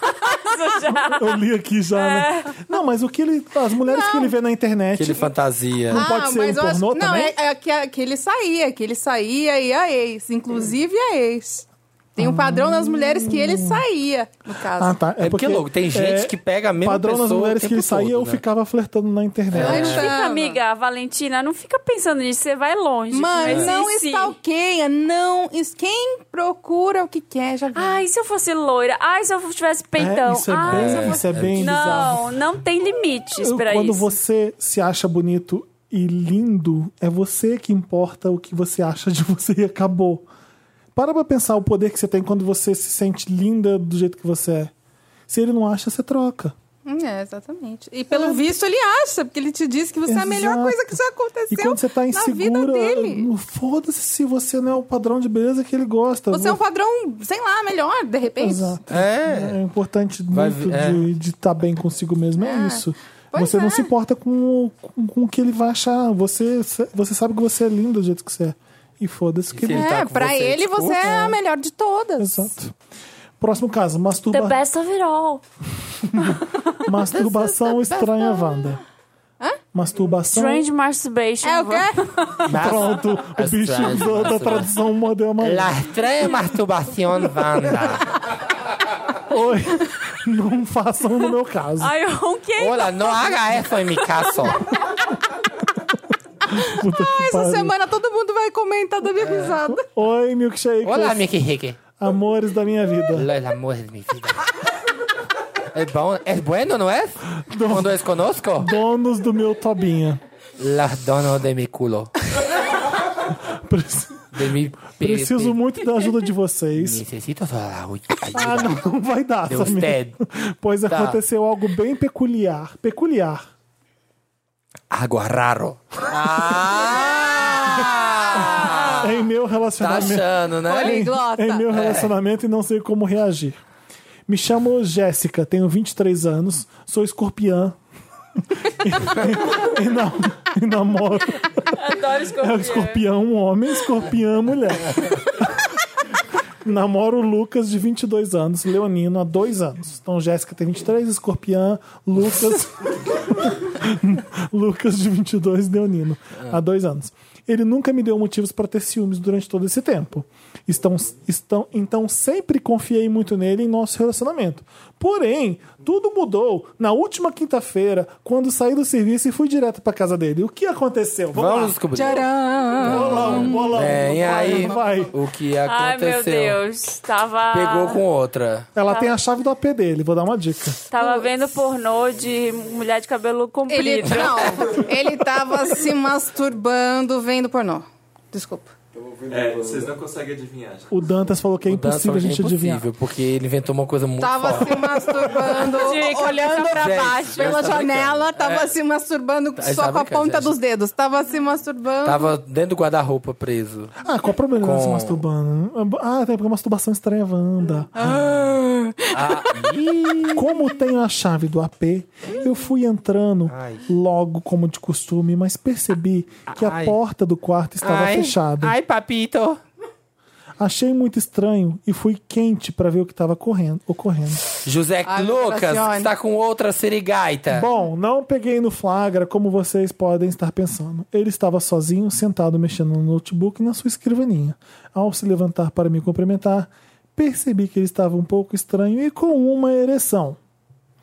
A: já.
C: Eu li aqui já, né?
E: É.
C: Não, mas o que ele... As mulheres que ele vê na internet...
D: Aquele fantasia.
C: Não pode ser um
E: Ah, eu
C: pornô
E: Não,
C: também?
E: é, é que, que ele saía, que ele saía e a ex. Inclusive a ex. Tem um padrão nas mulheres que ele saía, no caso.
C: Ah, tá.
D: É porque, louco, tem gente que pega a mesma
C: padrão nas
D: pessoa o
C: mulheres que
D: tempo
C: ele saía,
D: todo,
C: eu
D: né?
C: ficava flertando na
E: Ai,
C: internet.
E: não
A: Fica,
E: dava.
A: amiga, Valentina, não fica pensando nisso, você vai longe.
E: Mãe,
A: Mas
E: não
A: e se-
E: stalkeia, não. es- Quem procura o que quer, já viu.
A: Ai, se eu fosse loira? Ai, se eu tivesse peitão?
C: É,
E: então.
C: isso é
E: Ah,
A: Ai,
C: bem-
A: se eu fosse...
C: isso é bem
A: Não,
C: bizarro.
A: não tem limites
C: Eu-
A: pra
C: Quando
A: isso.
C: você se acha bonito e lindo, é você que importa o que você acha de *laughs* você e acabou. Para pra pensar o poder que você tem quando você se sente linda do jeito que você é. Se ele não acha, você troca.
E: Hum, É, exatamente. E pelo
A: Ah.
E: visto ele acha, porque ele te diz que você é a melhor
C: Exato.
E: coisa que já
C: E
E: aconteceu
C: quando você tá
E: na vida
C: insegura,
E: dele.
C: não- foda-se se você não é o padrão de beleza que ele gosta.
E: Você é um padrão, sei lá, melhor, de repente.
C: tá Exato.
D: É.
C: É importante
D: Vai
C: muito
D: vi- é.
C: de estar bem consigo mesmo, é,
E: É.
C: isso.
E: Pois
C: você
E: é.
C: não se importa com, o- com, com o que ele vai achar. Você, você sabe que você é lindo do jeito que você é. E foda-se que
D: se
C: ele...
D: ele- tá
E: É,
D: com
E: pra
D: você,
E: ele
D: tipo,
E: você é a melhor de todas.
C: Exato. Próximo caso,
A: The
C: masturba...
A: best of it all.
C: masturbação estranha, Wanda. Masturbação...
A: Strange masturbation.
E: É o quê?
C: Pronto,
D: *laughs*
C: o bicho
D: Estranho,
C: da- da
D: masturbação.
C: tradução modelo
D: La estranha masturbação Wanda.
C: Oi, não façam no meu caso.
A: Ai, eu ronquei.
D: Olá, não haga eso en mi caso.
C: Puta que
E: Essa
C: pariu. É.
E: semana todo mundo vai comentar da minha risada.
C: Oi, milkshakers.
D: Olá, Mickey Rick.
C: Amores da minha vida.
D: Los amores de mi vida. Es, bon, es bueno, ¿no es? Cuando desconozco.
C: Donos do meu Tobinha.
D: Los donos de mi culo.
C: Preci-
D: De mi pene.
C: Preciso muito da ajuda de
D: *laughs*
C: vocês.
D: Necesito toda la ayu-
C: Ah,
D: ayuda.
C: não, não vai dar,
D: De
C: Samir.
D: usted.
C: Pois
D: Tá.
C: aconteceu algo bem peculiar. Peculiar.
D: Algo raro. Ah!
C: Em meu
D: Tá
C: relacionamento.
D: achando, né?
E: Olha, idiota.
C: em meu relacionamento e não sei como reagir. Me chamo Jéssica, tenho 23 anos, sou *laughs* escorpiã. e, e- e nam- e namoro.
A: Adoro
C: É
A: escorpião.
C: o escorpião um homem, escorpião *laughs* mulher. Namoro o Lucas, de 22 anos, Leonino, há dois anos. Então, Jéssica tem 23, escorpião, Lucas. *laughs* Lucas, de 22, Leonino, há dois anos. Ele nunca me deu motivos para ter ciúmes durante todo esse tempo. Estão, estão, então, sempre confiei muito nele em nosso relacionamento. Porém, tudo mudou na última quinta-feira, quando saí do serviço e fui direto para casa dele. O que aconteceu? Vamos,
D: Vamos Eh,
C: lá.
D: descobrir.
E: Tcharam!
C: Bolão, bolão.
D: Vem aí
C: Vai.
D: o que aconteceu.
A: Ai, meu Deus. Tava,
D: Pegou com outra.
C: Ela tem a chave do AP dele, vou dar uma dica.
A: tava vendo pornô de mulher de cabelo comprido.
E: Ele, tá não, ele tava se masturbando vendo pornô. Desculpa.
I: É, vocês não conseguem adivinhar. gente.
C: O Dantas falou que é impossível a
D: Dança,
C: gente
D: é
C: adivinhar.
D: impossível, porque ele inventou uma coisa muito
E: Tava
D: forte.
E: se masturbando,
A: De cabeça
E: olhando
D: *laughs*
A: pra
D: Gente,
A: baixo.
E: pela
D: Ele tá
E: janela, tava
D: É.
E: se masturbando
D: Ele
E: só
D: tá
E: com a
D: brincando,
E: ponta
D: gente.
E: dos dedos. Tava se masturbando.
D: Tava dentro do guarda-roupa preso.
C: Ah, qual o problema de
D: Com-
C: se masturbando? Ah, tem porque masturbação estranha, Wanda.
D: Ah.
C: Ah. Como tenho a chave do AP, eu fui entrando logo como de costume, mas percebi que a
D: Ai.
C: porta do quarto estava fechada.
D: Ai, papito.
C: Achei muito estranho e fui quente para ver o que estava correndo- ocorrendo.
D: José
E: Ai,
D: Lucas
E: Senhora.
D: está com outra serigaita.
C: Bom, não peguei no flagra como vocês podem estar pensando. Ele estava sozinho, sentado mexendo no notebook na sua escrivaninha. Ao se levantar para me cumprimentar, percebi que ele estava um pouco estranho e com uma ereção.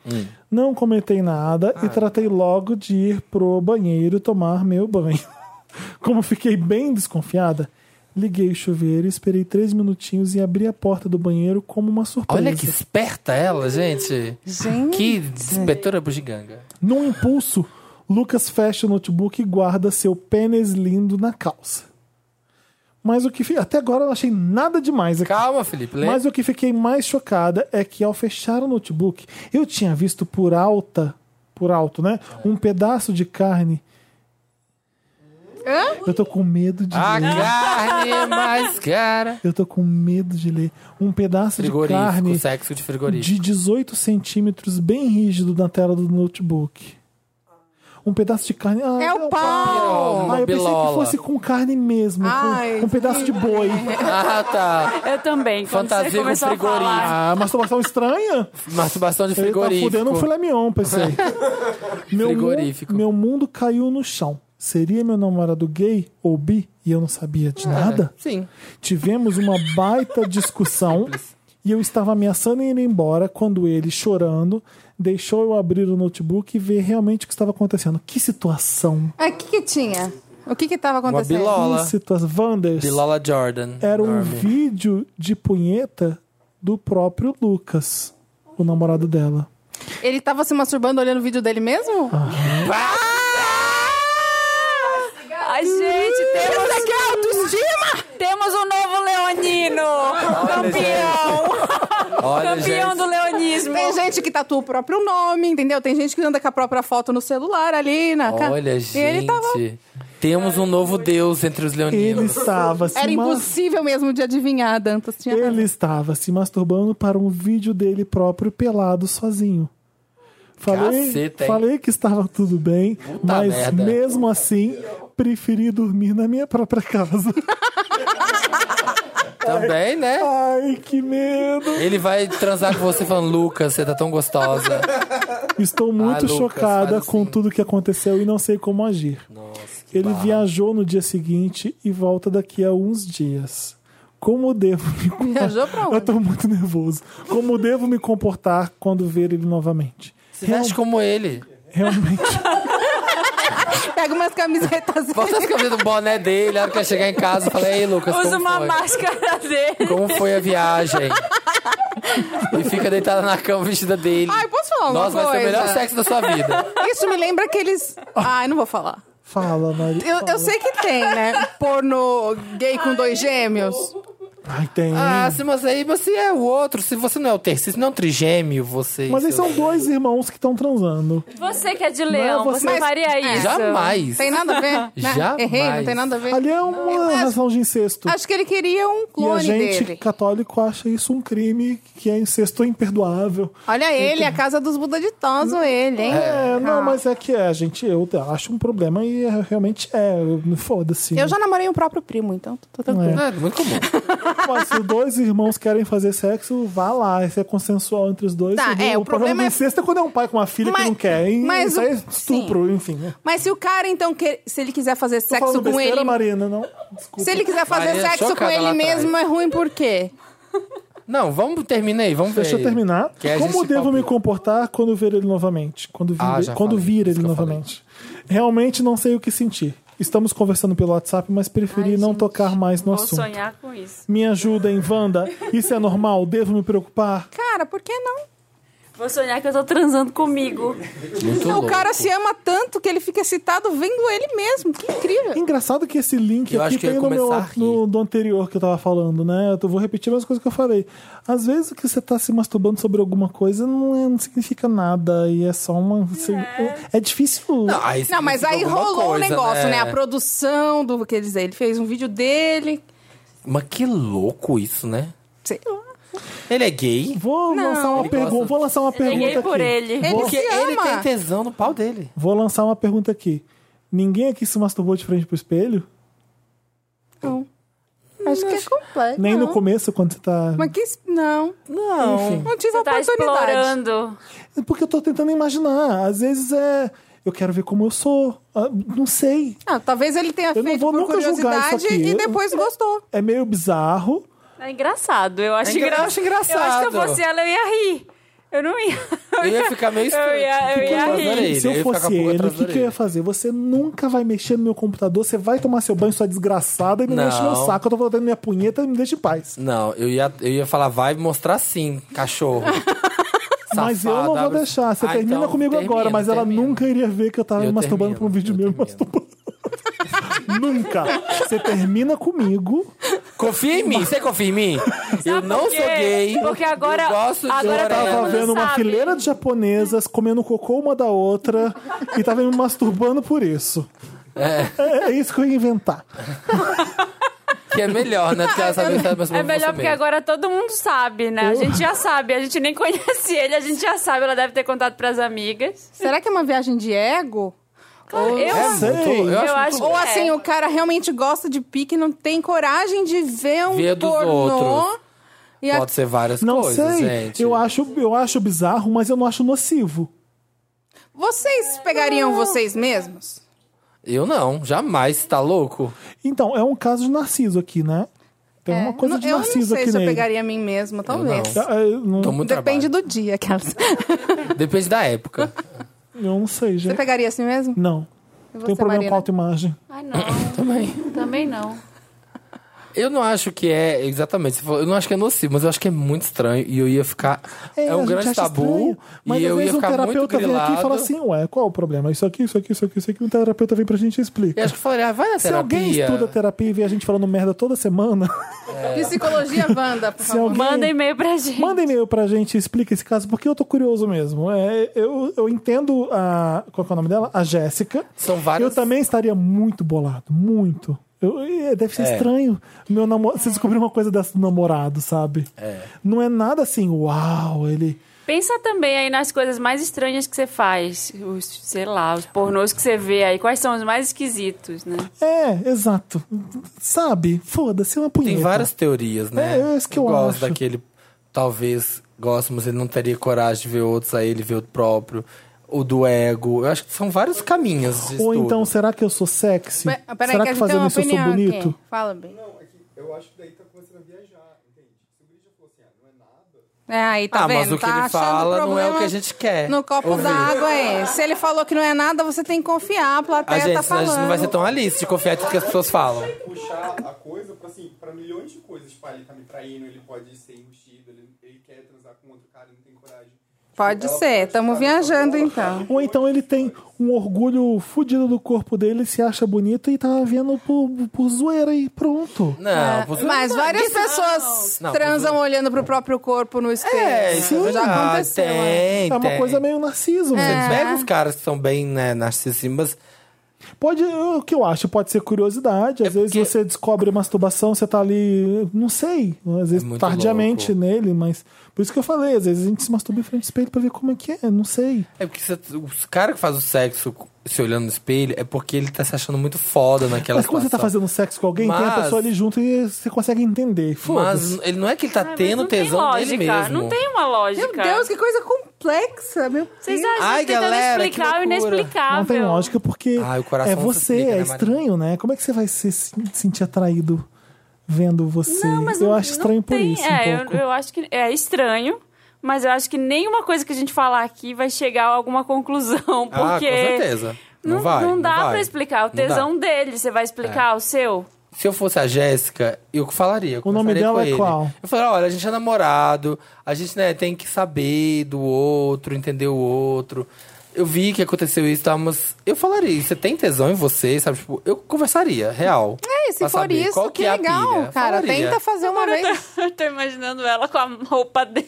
D: Hum.
C: Não comentei nada e tratei logo de ir pro banheiro tomar meu banho. *laughs* Como fiquei bem desconfiada, liguei o chuveiro, esperei três minutinhos e abri a porta do banheiro como uma surpresa.
D: Olha que esperta ela, gente.
E: Gente.
D: Que inspetora bugiganga.
C: Num impulso, Lucas fecha o notebook e guarda seu pênis lindo na calça. Mas o que fi- até agora eu não achei nada demais aqui.
D: Calma, Felipe. Lê.
C: Mas o que fiquei mais chocada é que ao fechar o notebook, eu tinha visto por alta, por alto, né? Um pedaço de carne. Eu tô com medo de
D: A
C: ler.
D: carne é mais cara.
C: Eu tô com medo de ler. Um pedaço de
D: Frigorífico,
C: carne
D: sexo de frigorífico.
C: de 18 centímetros, bem rígido na tela do notebook. Um pedaço de carne. Ah,
E: É o pau!
D: Uma
C: Ah, eu pensei que
D: bilola.
C: fosse com carne mesmo, com-
E: Ai,
C: com, um pedaço de boi.
D: Ah, tá.
A: Eu também. Quando
D: Fantasia
A: você
D: com
A: começou a
D: frigorífico.
A: falar.
C: Ah, masturbação estranha?
D: Masturbação de
C: Ele tá
D: frigorífico. *laughs*
C: fudendo um filé mignon, pensei. meu, mu-
D: Frigorífico.
C: meu mundo caiu no chão. Seria meu namorado gay ou bi? E eu não sabia de nada?
D: É. Sim.
C: Tivemos uma baita discussão e eu estava ameaçando ir embora quando ele, chorando, deixou eu abrir o notebook e ver realmente o que estava acontecendo. Que situação!
E: Ah, o que que tinha? O que que tava
D: Uma
E: acontecendo?
C: Que
D: bilola.
C: situação! Wanders
D: Bilola Jordan.
C: era um
D: Norby.
C: vídeo de punheta do próprio Lucas, o namorado dela.
E: Ele tava se masturbando olhando o vídeo dele mesmo?
D: Ah.
A: Ai, gente, temos aqui
E: é
A: a autoestima! Temos um novo leonino! campeão!
D: Olha,
A: campeão
D: gente.
A: do leonismo!
E: Tem gente que tatua o próprio nome, entendeu? Tem gente que anda com a própria foto no celular ali, na ca-
D: Olha,
E: E
D: gente.
E: ele tava.
D: Temos um novo deus entre os
C: Ele
D: leoninos.
C: estava assim, se
E: Era
C: mas-
E: impossível mesmo de adivinhar, Dantas. Tinha
C: Ele estava se masturbando para um vídeo dele próprio pelado sozinho. Falei,
D: Caceta, hein?
C: falei que estava tudo bem, mas
D: merda.
C: mesmo assim preferi dormir na minha própria casa. *laughs*
D: Também, né?
C: Ai, que medo!
D: Ele vai transar com você falando, Lucas, você tá tão gostosa.
C: Estou muito
D: Ah, Lucas,
C: chocada
D: faz
C: com
D: assim.
C: tudo que aconteceu e não sei como agir.
D: Nossa, que
C: Ele
D: barra.
C: viajou no dia seguinte e volta daqui a uns dias. Como devo me comportar?
E: *laughs* Viajou pra onde?
C: Eu tô muito nervoso. Como devo me comportar quando ver ele novamente?
D: Se veste como ele.
C: Realmente.
D: *laughs*
E: Pega umas camisetas.
C: *laughs*
D: Bota as camisas do boné dele, a hora que eu chegar em casa, fala, ei, Lucas,
A: Usa
D: como
A: uma
D: foi?
A: máscara dele.
D: Como foi a viagem? e fica deitada na cama vestida dele.
E: Ai, posso falar uma
D: Nossa, vai ser o
E: coisa?
D: melhor sexo da sua vida.
E: *laughs* Isso me lembra aqueles. Ai, não vou falar.
C: Fala, Maria.
E: Eu, eu sei que tem, né? Porno gay com dois gêmeos.
C: Ai, tem.
D: Ah, sim, mas aí você é o outro. Se você não é o terceiro, se não é um trigêmeo, você.
C: Mas aí
D: seu-
C: são dois irmãos que estão transando.
A: Você que é de leão,
C: você-
A: você faria isso?
D: Jamais.
E: Tem nada a ver? né?
D: Jamais.
E: Errei, não tem nada a ver.
C: Ali é uma relação de incesto.
E: Acho que ele queria um
C: E a
E: clone
C: gente
E: dele.
C: católico acha isso um crime que é incesto imperdoável.
E: Olha ele, a casa dos Buda de Toso, ele, hein?
C: É, não,
E: Ah.
C: mas é que é, gente. Eu acho um problema e é, realmente é. eu- Foda-se.
E: Eu já namorei o próprio primo, então tô tranquilo.
D: É, muito comum.
C: Mas se dois irmãos querem fazer sexo, vá lá. Isso é consensual entre os dois.
E: Tá, é, o problema
C: do
E: é-
C: incesto é quando é um pai com uma filha
E: Mas-
C: que não quer. E
E: mas
C: isso
E: o-
C: aí é estupro, enfim. né?
E: Mas se o cara, então, que- se ele quiser fazer
C: Tô
E: sexo
C: falando
E: com
C: besteira,
E: ele.
C: Marina, não. Desculpa.
E: Se ele quiser fazer
D: Maria,
E: sexo com
D: chocada lá
E: ele
D: atrás.
E: mesmo, é ruim por quê?
D: Não, vamos terminar aí, vamos ver.
C: Deixa eu terminar.
D: É Que a
C: Como
D: gente
C: devo me
D: palpita.
C: comportar quando ver ele novamente? Quando vir,
D: Ah, já
C: quando
D: falei,
C: vir
D: isso
C: ele
D: que eu falei.
C: novamente. Realmente não sei o que sentir. Estamos conversando pelo WhatsApp, mas preferi não tocar mais no
A: Vou
C: assunto.
A: sonhar com isso.
C: Me ajudem, Wanda. Isso é normal? Devo me preocupar?
E: Cara, por que não?
A: Vou sonhar que eu tô transando comigo.
D: Muito
E: Não, o
D: louco.
E: cara se ama tanto que ele fica excitado vendo ele mesmo. Que incrível.
C: Engraçado que esse link
D: Eu
C: aqui
D: acho que eu
C: tem
D: ia
C: no meu
D: começar a rir.
C: no, do anterior que eu tava falando, né? Eu tô- vou repetir a mesma coisa que eu falei. Às vezes o que você tá se masturbando sobre alguma coisa não, é- não significa nada e é só uma. você- é. difícil.
D: Não, aí
E: Não, mas aí
D: significa alguma
E: rolou um
D: coisa,
E: negócio, né? A produção do. Quer dizer, ele fez um vídeo dele.
D: Mas que louco isso, né?
E: Sei lá.
D: Ele é gay?
C: Vou, lançar uma
D: Ele
C: pergunta,
D: gosta-
C: vou lançar uma pergunta.
A: Peguei por
C: aqui.
A: ele.
E: Ele
D: Porque
E: se ama.
D: ele é tem tesão no pau dele.
C: Vou lançar uma pergunta aqui. Ninguém aqui se masturbou de frente pro espelho?
E: Acho que é completo.
C: Nem
E: não.
C: no começo, quando você tá.
E: Mas que. Não.
D: Não.
E: Não tive a
A: Você tá
E: oportunidade.
A: explorando.
C: É Porque eu tô tentando imaginar. Às vezes é. Eu quero ver como eu sou. Ah, Não sei.
E: Ah, talvez ele tenha
C: não
E: feito
C: vou
E: por
C: nunca julgar isso
E: curiosidade
C: aqui.
E: e
C: Eu-
E: depois gostou.
C: É meio bizarro.
A: É engraçado, eu acho,
D: engra- eu acho engraçado.
A: Eu acho que eu fosse ela, eu ia rir. Eu não ia.
D: Eu ia ficar meio
A: Eu ia, eu
D: estranho.
A: ia
D: Adorei.
A: rir.
D: Ele,
C: se
D: ele
C: eu
D: fica com a
C: fosse
D: pulga
C: ele, o
D: atrás
C: que,
D: da
C: que eu ia
D: orelha.
C: fazer? Você nunca vai mexer no meu computador, você vai tomar seu banho, sua desgraçada, e me
D: Não.
C: mexe no saco. Eu tô voltando minha punheta, me deixa em paz.
D: Não, eu ia, eu ia falar, vai mostrar sim, cachorro.
C: *laughs* mas eu não vou
D: abre-
C: deixar. Você
D: Ah,
C: termina
D: então,
C: comigo
D: termina,
C: agora, mas ela
D: termina.
C: nunca iria ver que eu tava
D: Eu
C: me masturbando pra um vídeo
D: termino, eu
C: meu.
D: termino.
C: Masturbando. nunca. Você termina comigo.
D: Confia em mim, você confia
C: *laughs*
D: em mim? eu não
A: por quê?
D: sou gay.
A: Porque agora-
D: Eu gosto de
A: agora
C: Eu
A: Todo
C: tava
A: mundo
D: orelha.
C: tá vendo uma
A: sabe.
C: fileira de japonesas comendo cocô uma da outra e tava me masturbando por isso. É, é isso que eu ia inventar.
D: Que é melhor, né? Porque ela
C: *laughs*
D: sabe que tá mais
A: *laughs* É melhor porque
D: mesmo.
A: agora todo mundo sabe, né? A gente já sabe, a gente nem conhece ele, a gente já sabe, ela deve ter contado pras amigas.
E: Será que é uma viagem de ego? Ou-
A: Eu,
D: É
C: Sei.
D: muito, eu
A: eu
D: acho
A: acho
E: Ou
A: que
E: assim,
A: é.
E: o cara realmente gosta de pique, não tem coragem de ver um
D: Ver dos
E: pornô.
D: outros.
E: E
D: que
E: a-
D: pode ser várias
C: Não
D: coisas,
C: sei.
D: gente.
C: Eu acho, eu acho bizarro, mas eu não acho nocivo.
E: Vocês pegariam vocês mesmos?
D: Eu não, jamais, tá louco?
C: Então, é um caso de narciso aqui, né? Tem
E: É.
C: uma coisa
E: Eu
C: de
E: não-
C: narciso
E: Eu não sei
C: aqui
E: se eu
C: nele.
E: pegaria a mim mesma, talvez.
D: não.
C: Ah, eu não-
D: Tô muito
E: Depende
D: trabalho.
E: do
C: *laughs*
E: dia, aquelas.
D: Depende da época.
C: Eu não sei,
E: Você
C: gente.
E: pegaria assim mesmo?
C: Não.
E: E
C: Tem
E: você,
C: um problema
E: Marina?
C: com a autoimagem.
A: Ai, não. também. Também não.
D: Eu não acho que é exatamente. você falou, Eu não acho que é nocivo, mas eu acho que é muito estranho e eu ia ficar. É,
C: a
D: um
C: gente
D: grande
C: acha
D: tabu
C: estranho, mas
D: e
C: às
D: eu
C: vezes
D: ia
C: um
D: ficar muito
C: terapeuta vem
D: grilado.
C: aqui e fala assim, ué, qual é o problema? Isso aqui, isso aqui, isso aqui, isso aqui. Um terapeuta vem pra gente e
D: eu
C: explica.
D: acho que eu falei, ah, vai na
C: Se
D: terapia.
C: alguém estuda terapia e vê a gente falando merda toda semana, *laughs*
E: Psicologia Wanda, por
C: Se
E: favor.
C: alguém-
A: Manda e-mail pra gente.
C: manda e-mail pra gente e explica esse caso, porque eu tô curioso mesmo. É, eu, eu entendo a. Qual que é o nome dela? A Jéssica.
D: São várias.
C: Eu também estaria muito bolado, muito. Eu, é, deve ser
D: É.
C: estranho meu namorado. Você descobrir uma coisa dessa do namorado, sabe? Não é nada assim, uau, ele.
A: Pensa também aí nas coisas mais estranhas que você faz. Os, sei lá, os pornôs que você vê aí. Quais são os mais esquisitos, né?
C: É, exato. Sabe? Foda-se, é uma punheta.
D: Tem várias teorias, né?
C: É, é isso que eu
D: gosto
C: acho.
D: daquele. Talvez gosto, mas ele não teria coragem de ver outros, aí ele vê o próprio. O do ego. Eu acho que são vários caminhos. De
C: Ou
D: estudo.
C: então, será que eu sou sexy?
E: Pe-
C: será
E: Peraí, que
C: que,
E: a gente tem
C: fazendo
E: uma
C: isso eu sou
E: opinião
C: bonito?
E: aqui. Fala bem.
I: tá
E: É, aí tá
D: Ah,
E: vendo?
D: mas o que
E: Tá
D: ele
E: achando
D: fala não é o
E: problema
D: que a gente quer.
E: No copo
D: ouvir.
E: d'água, é. Se ele falou que não é nada, você tem que confiar. A
D: A
E: plateia
D: gente,
E: tá
D: senão a
E: falando.
D: gente não vai ser tão Alice de confiar em tudo que as pessoas falam.
I: Puxar a coisa pra, assim, pra milhões de coisas. Tipo, ah, ele tá me traindo, ele pode ser enrustido, ele, ele quer transar com outro cara, ele não tem coragem.
E: Pode ser, estamos viajando então.
C: Ou então ele tem um orgulho fudido do corpo dele, se acha bonito e tá vendo por, por zoeira e pronto.
E: É.
D: Não, você
E: Mas várias pessoas
D: Não,
E: transam olhando pro próprio corpo no espelho.
D: É, isso
E: já
D: já
E: aconteceu. É. né?
D: Tem,
C: é uma
D: tem.
C: coisa meio narciso
D: Você
C: mesmo.
D: pega os caras que são bem né, narcisistas,
C: Pode, o que eu acho, pode ser curiosidade. Às
D: É
C: vezes
D: porque-
C: você descobre masturbação, você tá ali, não sei, às vezes
D: É muito
C: tardiamente
D: louco.
C: nele, mas. Por isso que eu falei, às vezes a gente se masturba em frente ao espelho pra ver como é que é, não sei.
D: É porque você, os caras que fazem o sexo se olhando no espelho é porque ele tá se achando muito foda naquela
C: Mas quando você tá
D: situação.
C: fazendo sexo com alguém, tem a
D: Mas-
C: pessoa ali junto e você consegue entender. Foda-se.
D: Mas ele não é que ele tá
A: Ah, mas
D: tendo
A: não tem
D: tesão dele mesmo.
A: Não tem uma lógica.
E: Meu Deus, que coisa complexa, meu
A: Vocês
E: Deus.
A: acham
D: Ai,
A: que tentando
D: galera, que
A: explicar o
D: loucura.
A: inexplicável.
C: Não tem lógica porque
D: Ah, o coração
C: é
D: não se
C: você,
D: explica,
C: é
D: né, Marina?
C: estranho, né? Como é que você vai se se sentir atraído vendo você?
A: Não, mas
C: eu
A: não-
C: acho estranho
A: não
C: por
A: tem-
C: isso.
A: É,
C: um
A: eu-
C: pouco.
A: eu, acho que é estranho, mas eu acho que nenhuma coisa que a gente falar aqui vai chegar a alguma conclusão,
D: Ah,
A: porque
D: com certeza. Não, vai.
A: não dá
D: vai.
A: pra explicar o
D: Não dá. É.
A: tesão dele, você vai explicar o seu?
D: Se eu fosse a Jéssica, eu falaria. eu
C: O nome
D: conversaria
C: dela
D: com
C: é
D: ele.
C: qual?
D: Eu falaria, olha, a gente é namorado, a gente né, tem que saber do outro, entender o outro. Eu vi que aconteceu isso, tá? Mas eu falaria, você tem tesão em você, sabe? Tipo, eu conversaria, real.
E: É, se
D: Pra
E: for
D: saber
E: isso,
D: qual
E: que
D: é a
E: legal,
D: pilha. é.
E: cara.
D: Falaria.
E: Tenta fazer uma vez.
A: Eu tô imaginando ela com a roupa dele.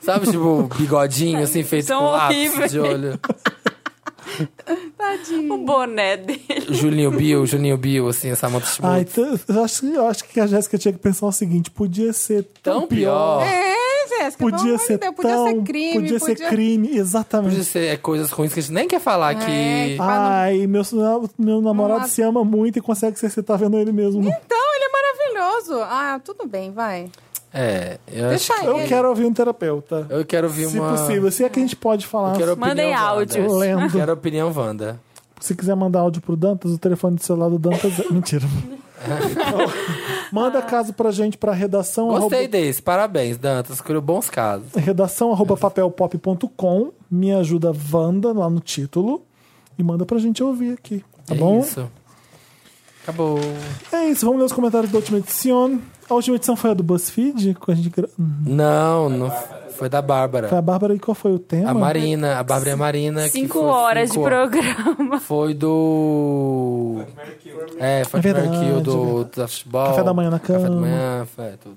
D: Sabe,
E: *laughs*
D: tipo, bigodinho, assim, feito
A: São
D: com lápis
A: horríveis.
D: de olho.
A: O boné dele.
D: Julinho Bill, Julinho Bill, assim, essa moto
C: Ai, t- eu, acho, eu acho que a Jéssica tinha que pensar o seguinte: podia ser tão,
D: tão pior.
E: É, Jéssica, pelo
C: Podia
E: amor de
C: ser tão.
E: Deus, podia ser crime,
C: podia ser crime,
D: Podia
C: exatamente.
D: ser é, coisas ruins que a gente nem quer falar
A: É.
D: que.
E: Mas não-
C: Ai, meu, meu namorado
E: Não-
C: se ama muito e consegue se excitar vendo ele mesmo.
E: Então, ele é maravilhoso. Ah, tudo bem, vai.
D: É, eu
E: Deixa
D: acho que-
C: Eu
E: ele.
C: quero ouvir um terapeuta.
D: Eu quero ouvir
C: se
D: uma.
C: possível, se é que a gente pode falar.
D: Eu quero opinião
A: Mandem
D: Wanda.
A: áudios.
C: Lendo.
D: Quero opinião Wanda.
C: Se quiser mandar áudio pro Dantas, o telefone do celular do Dantas
D: *laughs*
C: é. Mentira. Então, manda caso pra gente pra redação.
D: É. Ah. Gostei
C: arroba-
D: desse, parabéns, Dantas. Escolheu bons casos.
C: Redação
D: É.
C: arroba papelpop.com. Me ajuda Wanda lá no título. E manda pra gente ouvir aqui. Tá
D: é
C: bom?
D: isso. Acabou.
C: É isso. Vamos ler os comentários da última edição. A última edição foi a do BuzzFeed? Com a gente gra- Hum,
D: Não, não foi da Bárbara.
C: Foi a Bárbara e qual foi o tema?
D: A Marina, a Bárbara e a Marina. que
A: Cinco
D: foi
A: horas
D: cinco
A: de
D: horas.
A: *laughs* programa.
D: Foi do. É, foi
C: É verdade,
D: Mary Kill
C: é
D: do,
C: verdade.
D: do futebol.
C: Café da manhã na
D: Café da
C: cama.
D: manhã, foi tudo.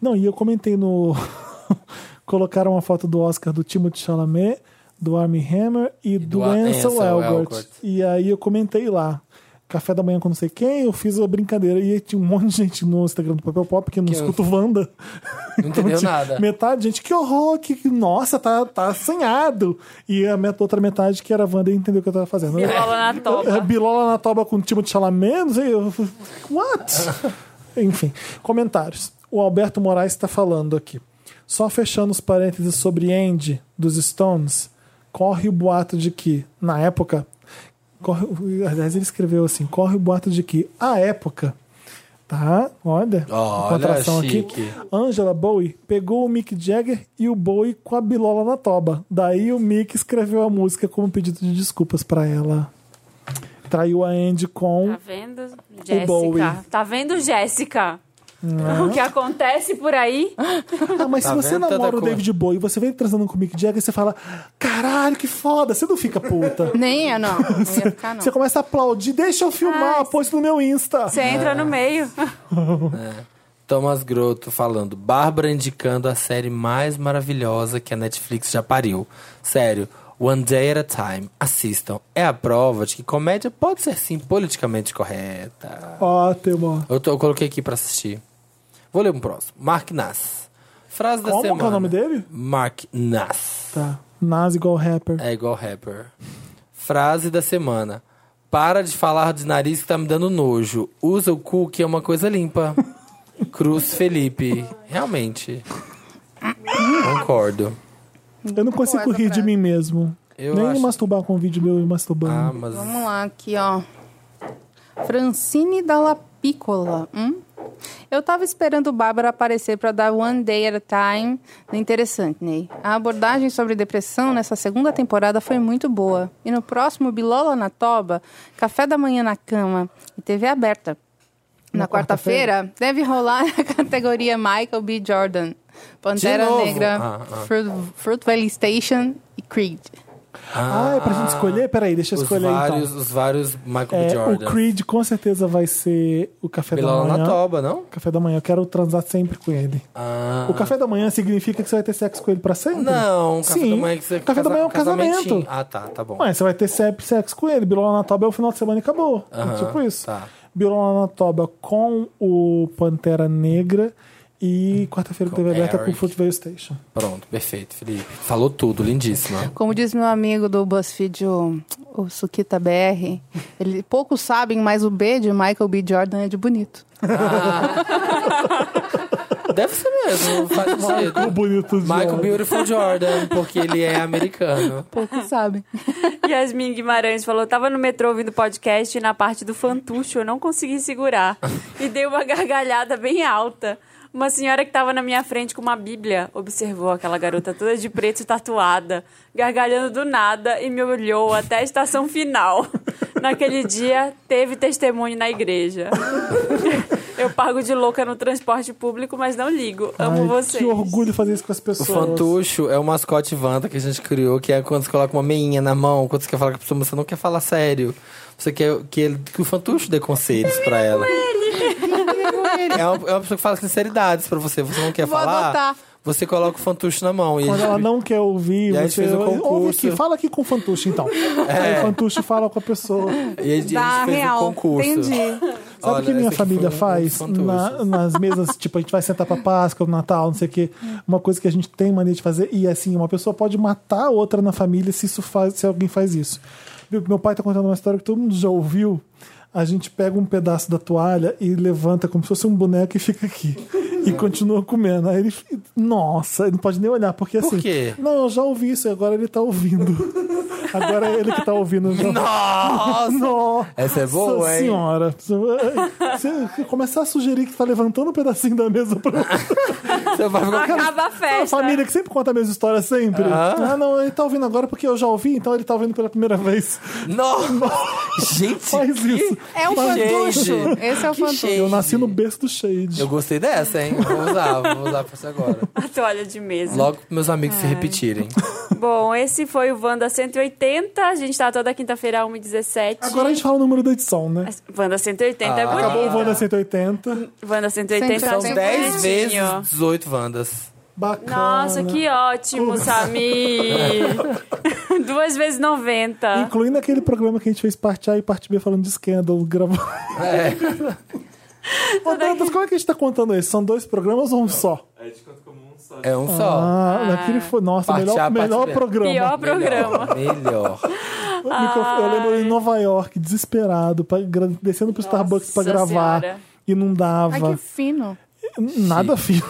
C: Não, e eu comentei no. *laughs* Colocaram uma foto do Oscar do Timothée Chalamet, do Armie Hammer e, do,
D: do
C: Ansel,
D: Ansel
C: Elgort.
D: Elgort.
C: E aí eu comentei lá. Café da manhã com não sei quem, eu fiz a brincadeira. E aí tinha um monte de gente no Instagram do Papel Pop que É. não
D: Que eu-
C: escuta o Wanda.
D: Não entendeu
C: tinha
D: nada.
C: Metade, gente, que horror, que, que- nossa, tá, tá assanhado. E a met- outra metade que era a Wanda e entendeu o que *laughs* eu tava fazendo.
A: Bilola na toba.
C: É, Bilola na toba com o time de Chalamet, não sei. eu-
D: *laughs*
C: What? Enfim, comentários. O Alberto Moraes está falando aqui. Só fechando os parênteses sobre Andy dos Stones, corre o boato de que, na época, Corre, aliás, ele escreveu assim: corre o boato de que a época. Tá, olha.
D: Olha,
C: contração
D: chique.
C: aqui. Angela Bowie pegou o Mick Jagger e o Bowie com a bilola na toba. Daí o Mick escreveu a música como pedido de desculpas pra ela. Traiu a Andy com.
A: Tá vendo,
C: Bowie.
A: Jéssica? Tá vendo, Jéssica? O que acontece
C: *laughs*
A: por aí?
C: Ah, mas
D: Tá
C: se você
D: vendo tanta
C: namora o
D: coisa?
C: David Bowie e você vem transando com o Mick Jagger, você fala: caralho, que foda, você não fica
D: *laughs*
C: puta.
E: Nem eu, não. Não ia
D: Tá,
E: ficar, não.
C: Você começa a aplaudir, deixa eu filmar,
A: Ah,
C: posto no meu Insta.
A: Você entra
C: É.
A: no meio. *laughs*
D: Thomas Groto falando, Bárbara indicando a série mais maravilhosa que a Netflix já pariu. Sério, One Day at a Time, assistam. É a prova de que comédia pode ser sim politicamente correta.
C: Ótimo.
D: Eu, tô- eu coloquei aqui pra assistir. Vou ler um próximo. Mark Nass. Frase da
C: Como que é o
D: semana.
C: nome dele?
D: Mark Nass.
C: Tá. Nas igual rapper.
D: É igual rapper. Frase da semana. Para de falar de nariz que tá me dando nojo. Usa o cu que é uma
C: *laughs*
D: coisa limpa. Cruz Felipe. Realmente. Concordo.
C: Eu não consigo rir de mim mesmo.
D: Eu
C: Nem
D: acho-
C: masturbar com um vídeo meu e
D: Ah,
C: masturbando.
D: mas.
E: Vamos lá, aqui, ó. Francine Dalla Piccola. Hum? Eu tava esperando Bárbara aparecer para dar One Day at a Time. Interessante, Ney. A abordagem sobre depressão nessa segunda temporada foi muito boa. E no próximo, Bilola na Toba, Café da Manhã na Cama e TV aberta. Na, quarta-feira, deve rolar *laughs* a categoria Michael B. Jordan, Pantera
D: novo?
E: Negra,
D: Ah, ah.
E: Fruit, Fruit Valley Station e Creed.
C: Ah, é pra gente escolher? Peraí, deixa eu
D: Os
C: escolher
D: vários,
C: então.
D: os vários Michael
C: É,
D: B.
C: o
D: Jordan.
C: Creed com certeza vai ser o café
D: Bilola
C: da
D: na
C: manhã.
D: toba, não?
C: Café da manhã, eu quero transar sempre com ele.
D: Ah.
C: O café da manhã significa que você vai ter sexo com ele pra sempre?
D: Não, café
C: Sim.
D: da manhã que você
C: Café da manhã é um casamento.
D: casamentinho. Ah, tá, tá bom.
C: Ué, você vai ter sempre sexo com ele. Bilola na toba é o final de semana e acabou.
D: Aham,
C: é tipo isso.
D: tá.
C: Bilola na toba com o Pantera Negra e quarta-feira
D: Com
C: TV aberta
D: Eric.
C: com o Fruitvale Station.
D: Pronto, perfeito, Felipe. Falou tudo, lindíssima.
E: Como diz meu amigo do BuzzFeed, o, o Sukita BR, ele, poucos sabem, mas o B de Michael B. Jordan é de bonito.
D: Deve ser mesmo,
C: *laughs* *laughs*
D: faz
C: O
D: sentido.
C: bonito de
D: Michael
C: Jordan.
D: Beautiful *laughs* Jordan, porque ele é americano.
E: *laughs* Poucos sabem.
A: Yasmin Guimarães falou: tava no metrô ouvindo podcast e na parte do fantucho eu não consegui segurar. E dei uma *laughs* gargalhada bem alta. Uma senhora que tava na minha frente com uma bíblia observou aquela garota toda de preto e tatuada, gargalhando do nada e me olhou até a estação final. *laughs* Naquele dia, teve testemunho na igreja. *laughs* Eu pago de louca no transporte público, mas não ligo. Amo
C: Ai, Que
A: vocês.
C: orgulho fazer isso com as
D: O
C: pessoas.
D: Fantucho é o mascote Wanda que a gente criou, que é quando você coloca uma meinha na mão, quando você quer falar com a pessoa, mas você não quer falar sério. Você quer que, ele- que o Fantucho dê conselhos pra ela. É uma, é uma pessoa que fala sinceridades pra você. Você não quer
E: Vou
D: falar?
E: adotar.
D: Você coloca o Fantucho na mão. E
C: Quando
D: a gente-
C: ela não quer ouvir,
D: E aí a gente
C: você
D: fez um
C: ouve
D: concurso. É.
C: aqui, fala aqui com o Fantucho,
D: *laughs*
C: então. Aí o Fantucho fala com a pessoa.
D: E a gente, a
E: Dá
D: gente fez
E: real.
D: um concurso.
E: Entendi.
C: Sabe o
D: Olha,
C: que minha
D: esse aqui
C: família
D: foi um
C: faz
D: fantucho.
C: na- nas mesas? tipo, a gente vai sentar pra Páscoa, no Natal, não sei o quê. Uma coisa que a gente tem mania de fazer. E assim, uma pessoa pode matar a outra na família se, isso faz, se alguém faz isso. Meu meu pai tá contando uma história que todo mundo já ouviu. A gente pega um pedaço da toalha e levanta como se fosse um boneco e fica aqui. E continua comendo. Aí ele. fi- Nossa, ele não pode nem olhar, porque assim.
D: quê?
C: Não, eu já ouvi isso e agora ele tá ouvindo. Agora é ele que tá ouvindo. *laughs*
D: Nossa!
C: Nossa!
D: Essa é boa,
C: Nossa
D: hein? *laughs*
C: senhora. Você começar a sugerir que tá levantando um pedacinho da mesa
D: *laughs*
C: pra
D: Você vai ficar
A: Acaba a
C: a
A: festa.
C: família que sempre conta a mesma história sempre. Ah, não, ele tá ouvindo agora porque eu já ouvi, então ele tá ouvindo pela primeira
D: *laughs*
C: vez. *laughs*
D: Nossa! gente!
C: Faz
D: que-
C: isso.
E: É um
D: Que
E: fantucho.
D: shade.
E: Esse é o
D: Que
E: fantucho.
D: shade.
C: Eu nasci no berço do
D: Eu
C: Shade.
D: gostei dessa, hein? Vou usar, vou usar pra isso
E: *laughs*
D: agora.
A: A *laughs* toalha de mesa.
D: Logo pros meus amigos se repetirem.
A: Bom, esse foi o Wanda 180. A gente tá toda quinta-feira, 1h17.
C: Agora a gente fala o número da edição, né?
D: Assim,
A: Wanda 180 é bonito.
C: Acabou o Wanda 180.
A: Wanda 180
E: São
A: é
D: São
A: bem
D: 10
A: bonitinho.
D: vezes 18 Wandas.
C: Bacana.
A: Nossa, que
C: *laughs*
A: ótimo, Samir! Duas vezes 90.
C: Incluindo aquele programa que a gente fez parte A e parte B falando de Scandal, gravando.
D: É.
C: *laughs* Ô, Dantas, como é que a gente tá contando isso? São dois programas ou um só?
I: É de quanto comum, só.
D: É um só.
C: Ah, naquele foi. Nossa,
D: Parte
C: melhor,
D: A, parte
C: melhor
D: B.
C: programa.
A: Pior programa.
D: Melhor. melhor.
C: O microfone- Eu lembro em Nova York, desesperado, pra, gra- descendo pro Starbucks pra
A: Nossa
C: gravar.
A: Senhora.
C: E não
E: Ai, que
C: dava.
E: fino.
C: Nada fio.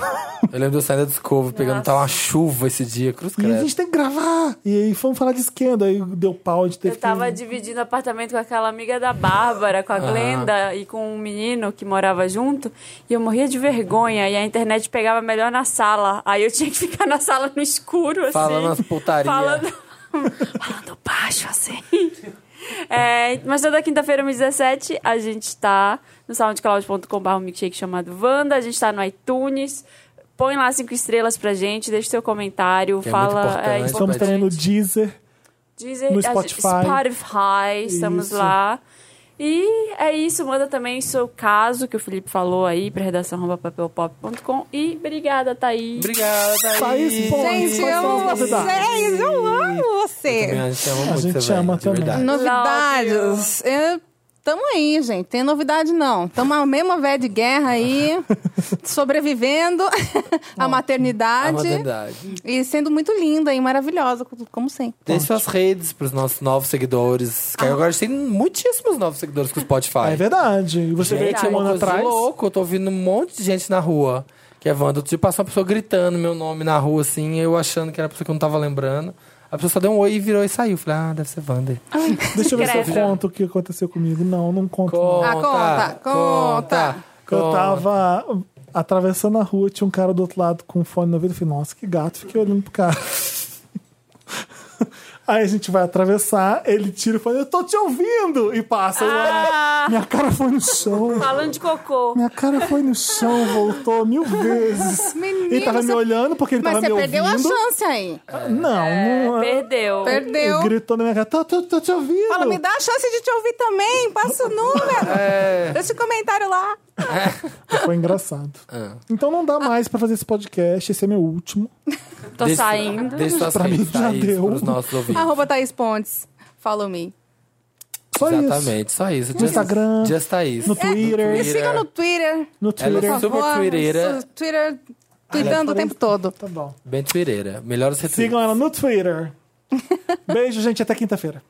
D: Eu lembro de eu saindo da Discovery, pegando tá uma chuva esse dia. Cruz
C: E a
D: credo.
C: gente tem que gravar. E aí fomos falar de esquerda. Aí deu pau, a gente teve
A: Eu tava
C: que...
A: dividindo apartamento com aquela amiga da Bárbara,
D: Ah.
A: com a Glenda e com um menino que morava junto. E eu morria de vergonha. E a internet pegava melhor na sala. Aí eu tinha que ficar na sala no escuro, assim.
D: Falando as putaria.
A: Falando, *laughs* falando baixo, assim. É, mas toda quinta-feira, às 17, a gente tá no soundcloud.com.br um milkshake chamado Wanda. A gente tá no iTunes. Põe lá cinco estrelas pra gente, deixa seu comentário,
D: Que é muito
A: fala.
D: importante.
C: Estamos
D: Pra
C: também no
A: gente.
C: Deezer.
A: Deezer,
C: No
A: a-
C: Spotify.
A: Spotify, estamos
C: Isso.
A: lá. E é isso, manda também seu caso que o Felipe falou aí para redação@papelpop.com e obrigada, Thaís.
D: Obrigado,
C: Thaís Pons, quais
E: Gente, eu
C: são
E: amo
C: as novidades?
E: vocês. Eu amo você.
D: A gente ama muito
C: gente
D: você,
C: ama
D: velho, de
C: também.
D: verdade.
E: Novidades. É, tamo aí, gente. Tem novidade, não. Tamo a mesma véia de guerra aí, sobrevivendo *laughs* à
D: Ama de
E: maternidade.
D: verdade.
E: E sendo muito linda e maravilhosa, como sempre.
D: Deixe suas redes pros nossos novos seguidores.
E: Ah.
D: Que agora a gente tem muitíssimos novos seguidores com o Spotify.
C: É verdade. E você veio
D: Gente,
C: aqui
D: é
C: um
D: uma
C: ano
D: coisa
C: atrás.
D: louco. Eu tô ouvindo um monte de gente na rua. Que é Wanda. Outro dia passou uma pessoa gritando meu nome na rua, assim, eu achando que era a pessoa que eu não tava lembrando. A pessoa só deu um oi e virou e saiu. Falei, ah, deve ser Wander.
C: Deixa eu ver se eu
A: Credo.
C: conto o que aconteceu comigo. Não, não conto. não.
E: Ah, conta, conta.
C: Eu tava atravessando a rua, tinha um cara do outro lado com um fone no ouvido. Eu falei, nossa, que gato. Fiquei olhando pro cara. *laughs* Aí a gente vai atravessar, ele tira o fone, eu tô te ouvindo! E passa. Eu, "Ah, minha cara foi no chão.
A: Falando de cocô.
C: Minha cara foi no chão, voltou mil vezes.
E: *laughs* Menino,
C: ele tava me
E: você-
C: olhando porque ele
E: Mas
C: tava
E: você
C: tá me
E: perdeu
C: ouvindo. Ah,
E: a chance aí.
C: Não, não.
A: Perdeu.
E: Perdeu.
C: Ele gritou na minha cara, tô, tô, tô te ouvindo.
E: Fala, me dá a chance de te ouvir também. Passa
C: *laughs* É.
E: o número. Deixa o comentário lá.
C: Foi engraçado.
D: É.
C: Então não dá mais pra fazer esse podcast, esse é meu último.
A: Tô saindo.
D: Deixe suas
C: Pra
D: redes,
C: mim já
D: Thaís,
C: deu. um. Ah,
D: pros nossos ouvintes.
E: Arroba Thaís Pontes. Follow me.
C: Só isso.
D: Exatamente, só isso. Just-
C: Instagram,
D: Just É, Thaís.
C: No Twitter,
E: Me siga no Twitter.
C: no
D: Ela é
C: Twitter.
D: super
E: Por favor.
D: twireira.
E: Su- Twitter,
C: é
E: tweetando o tempo todo.
C: Tá bom.
D: Bem twireira. Melhores retweets.
E: *laughs*
C: Sigam ela no Twitter. Beijo, gente, até quinta-feira.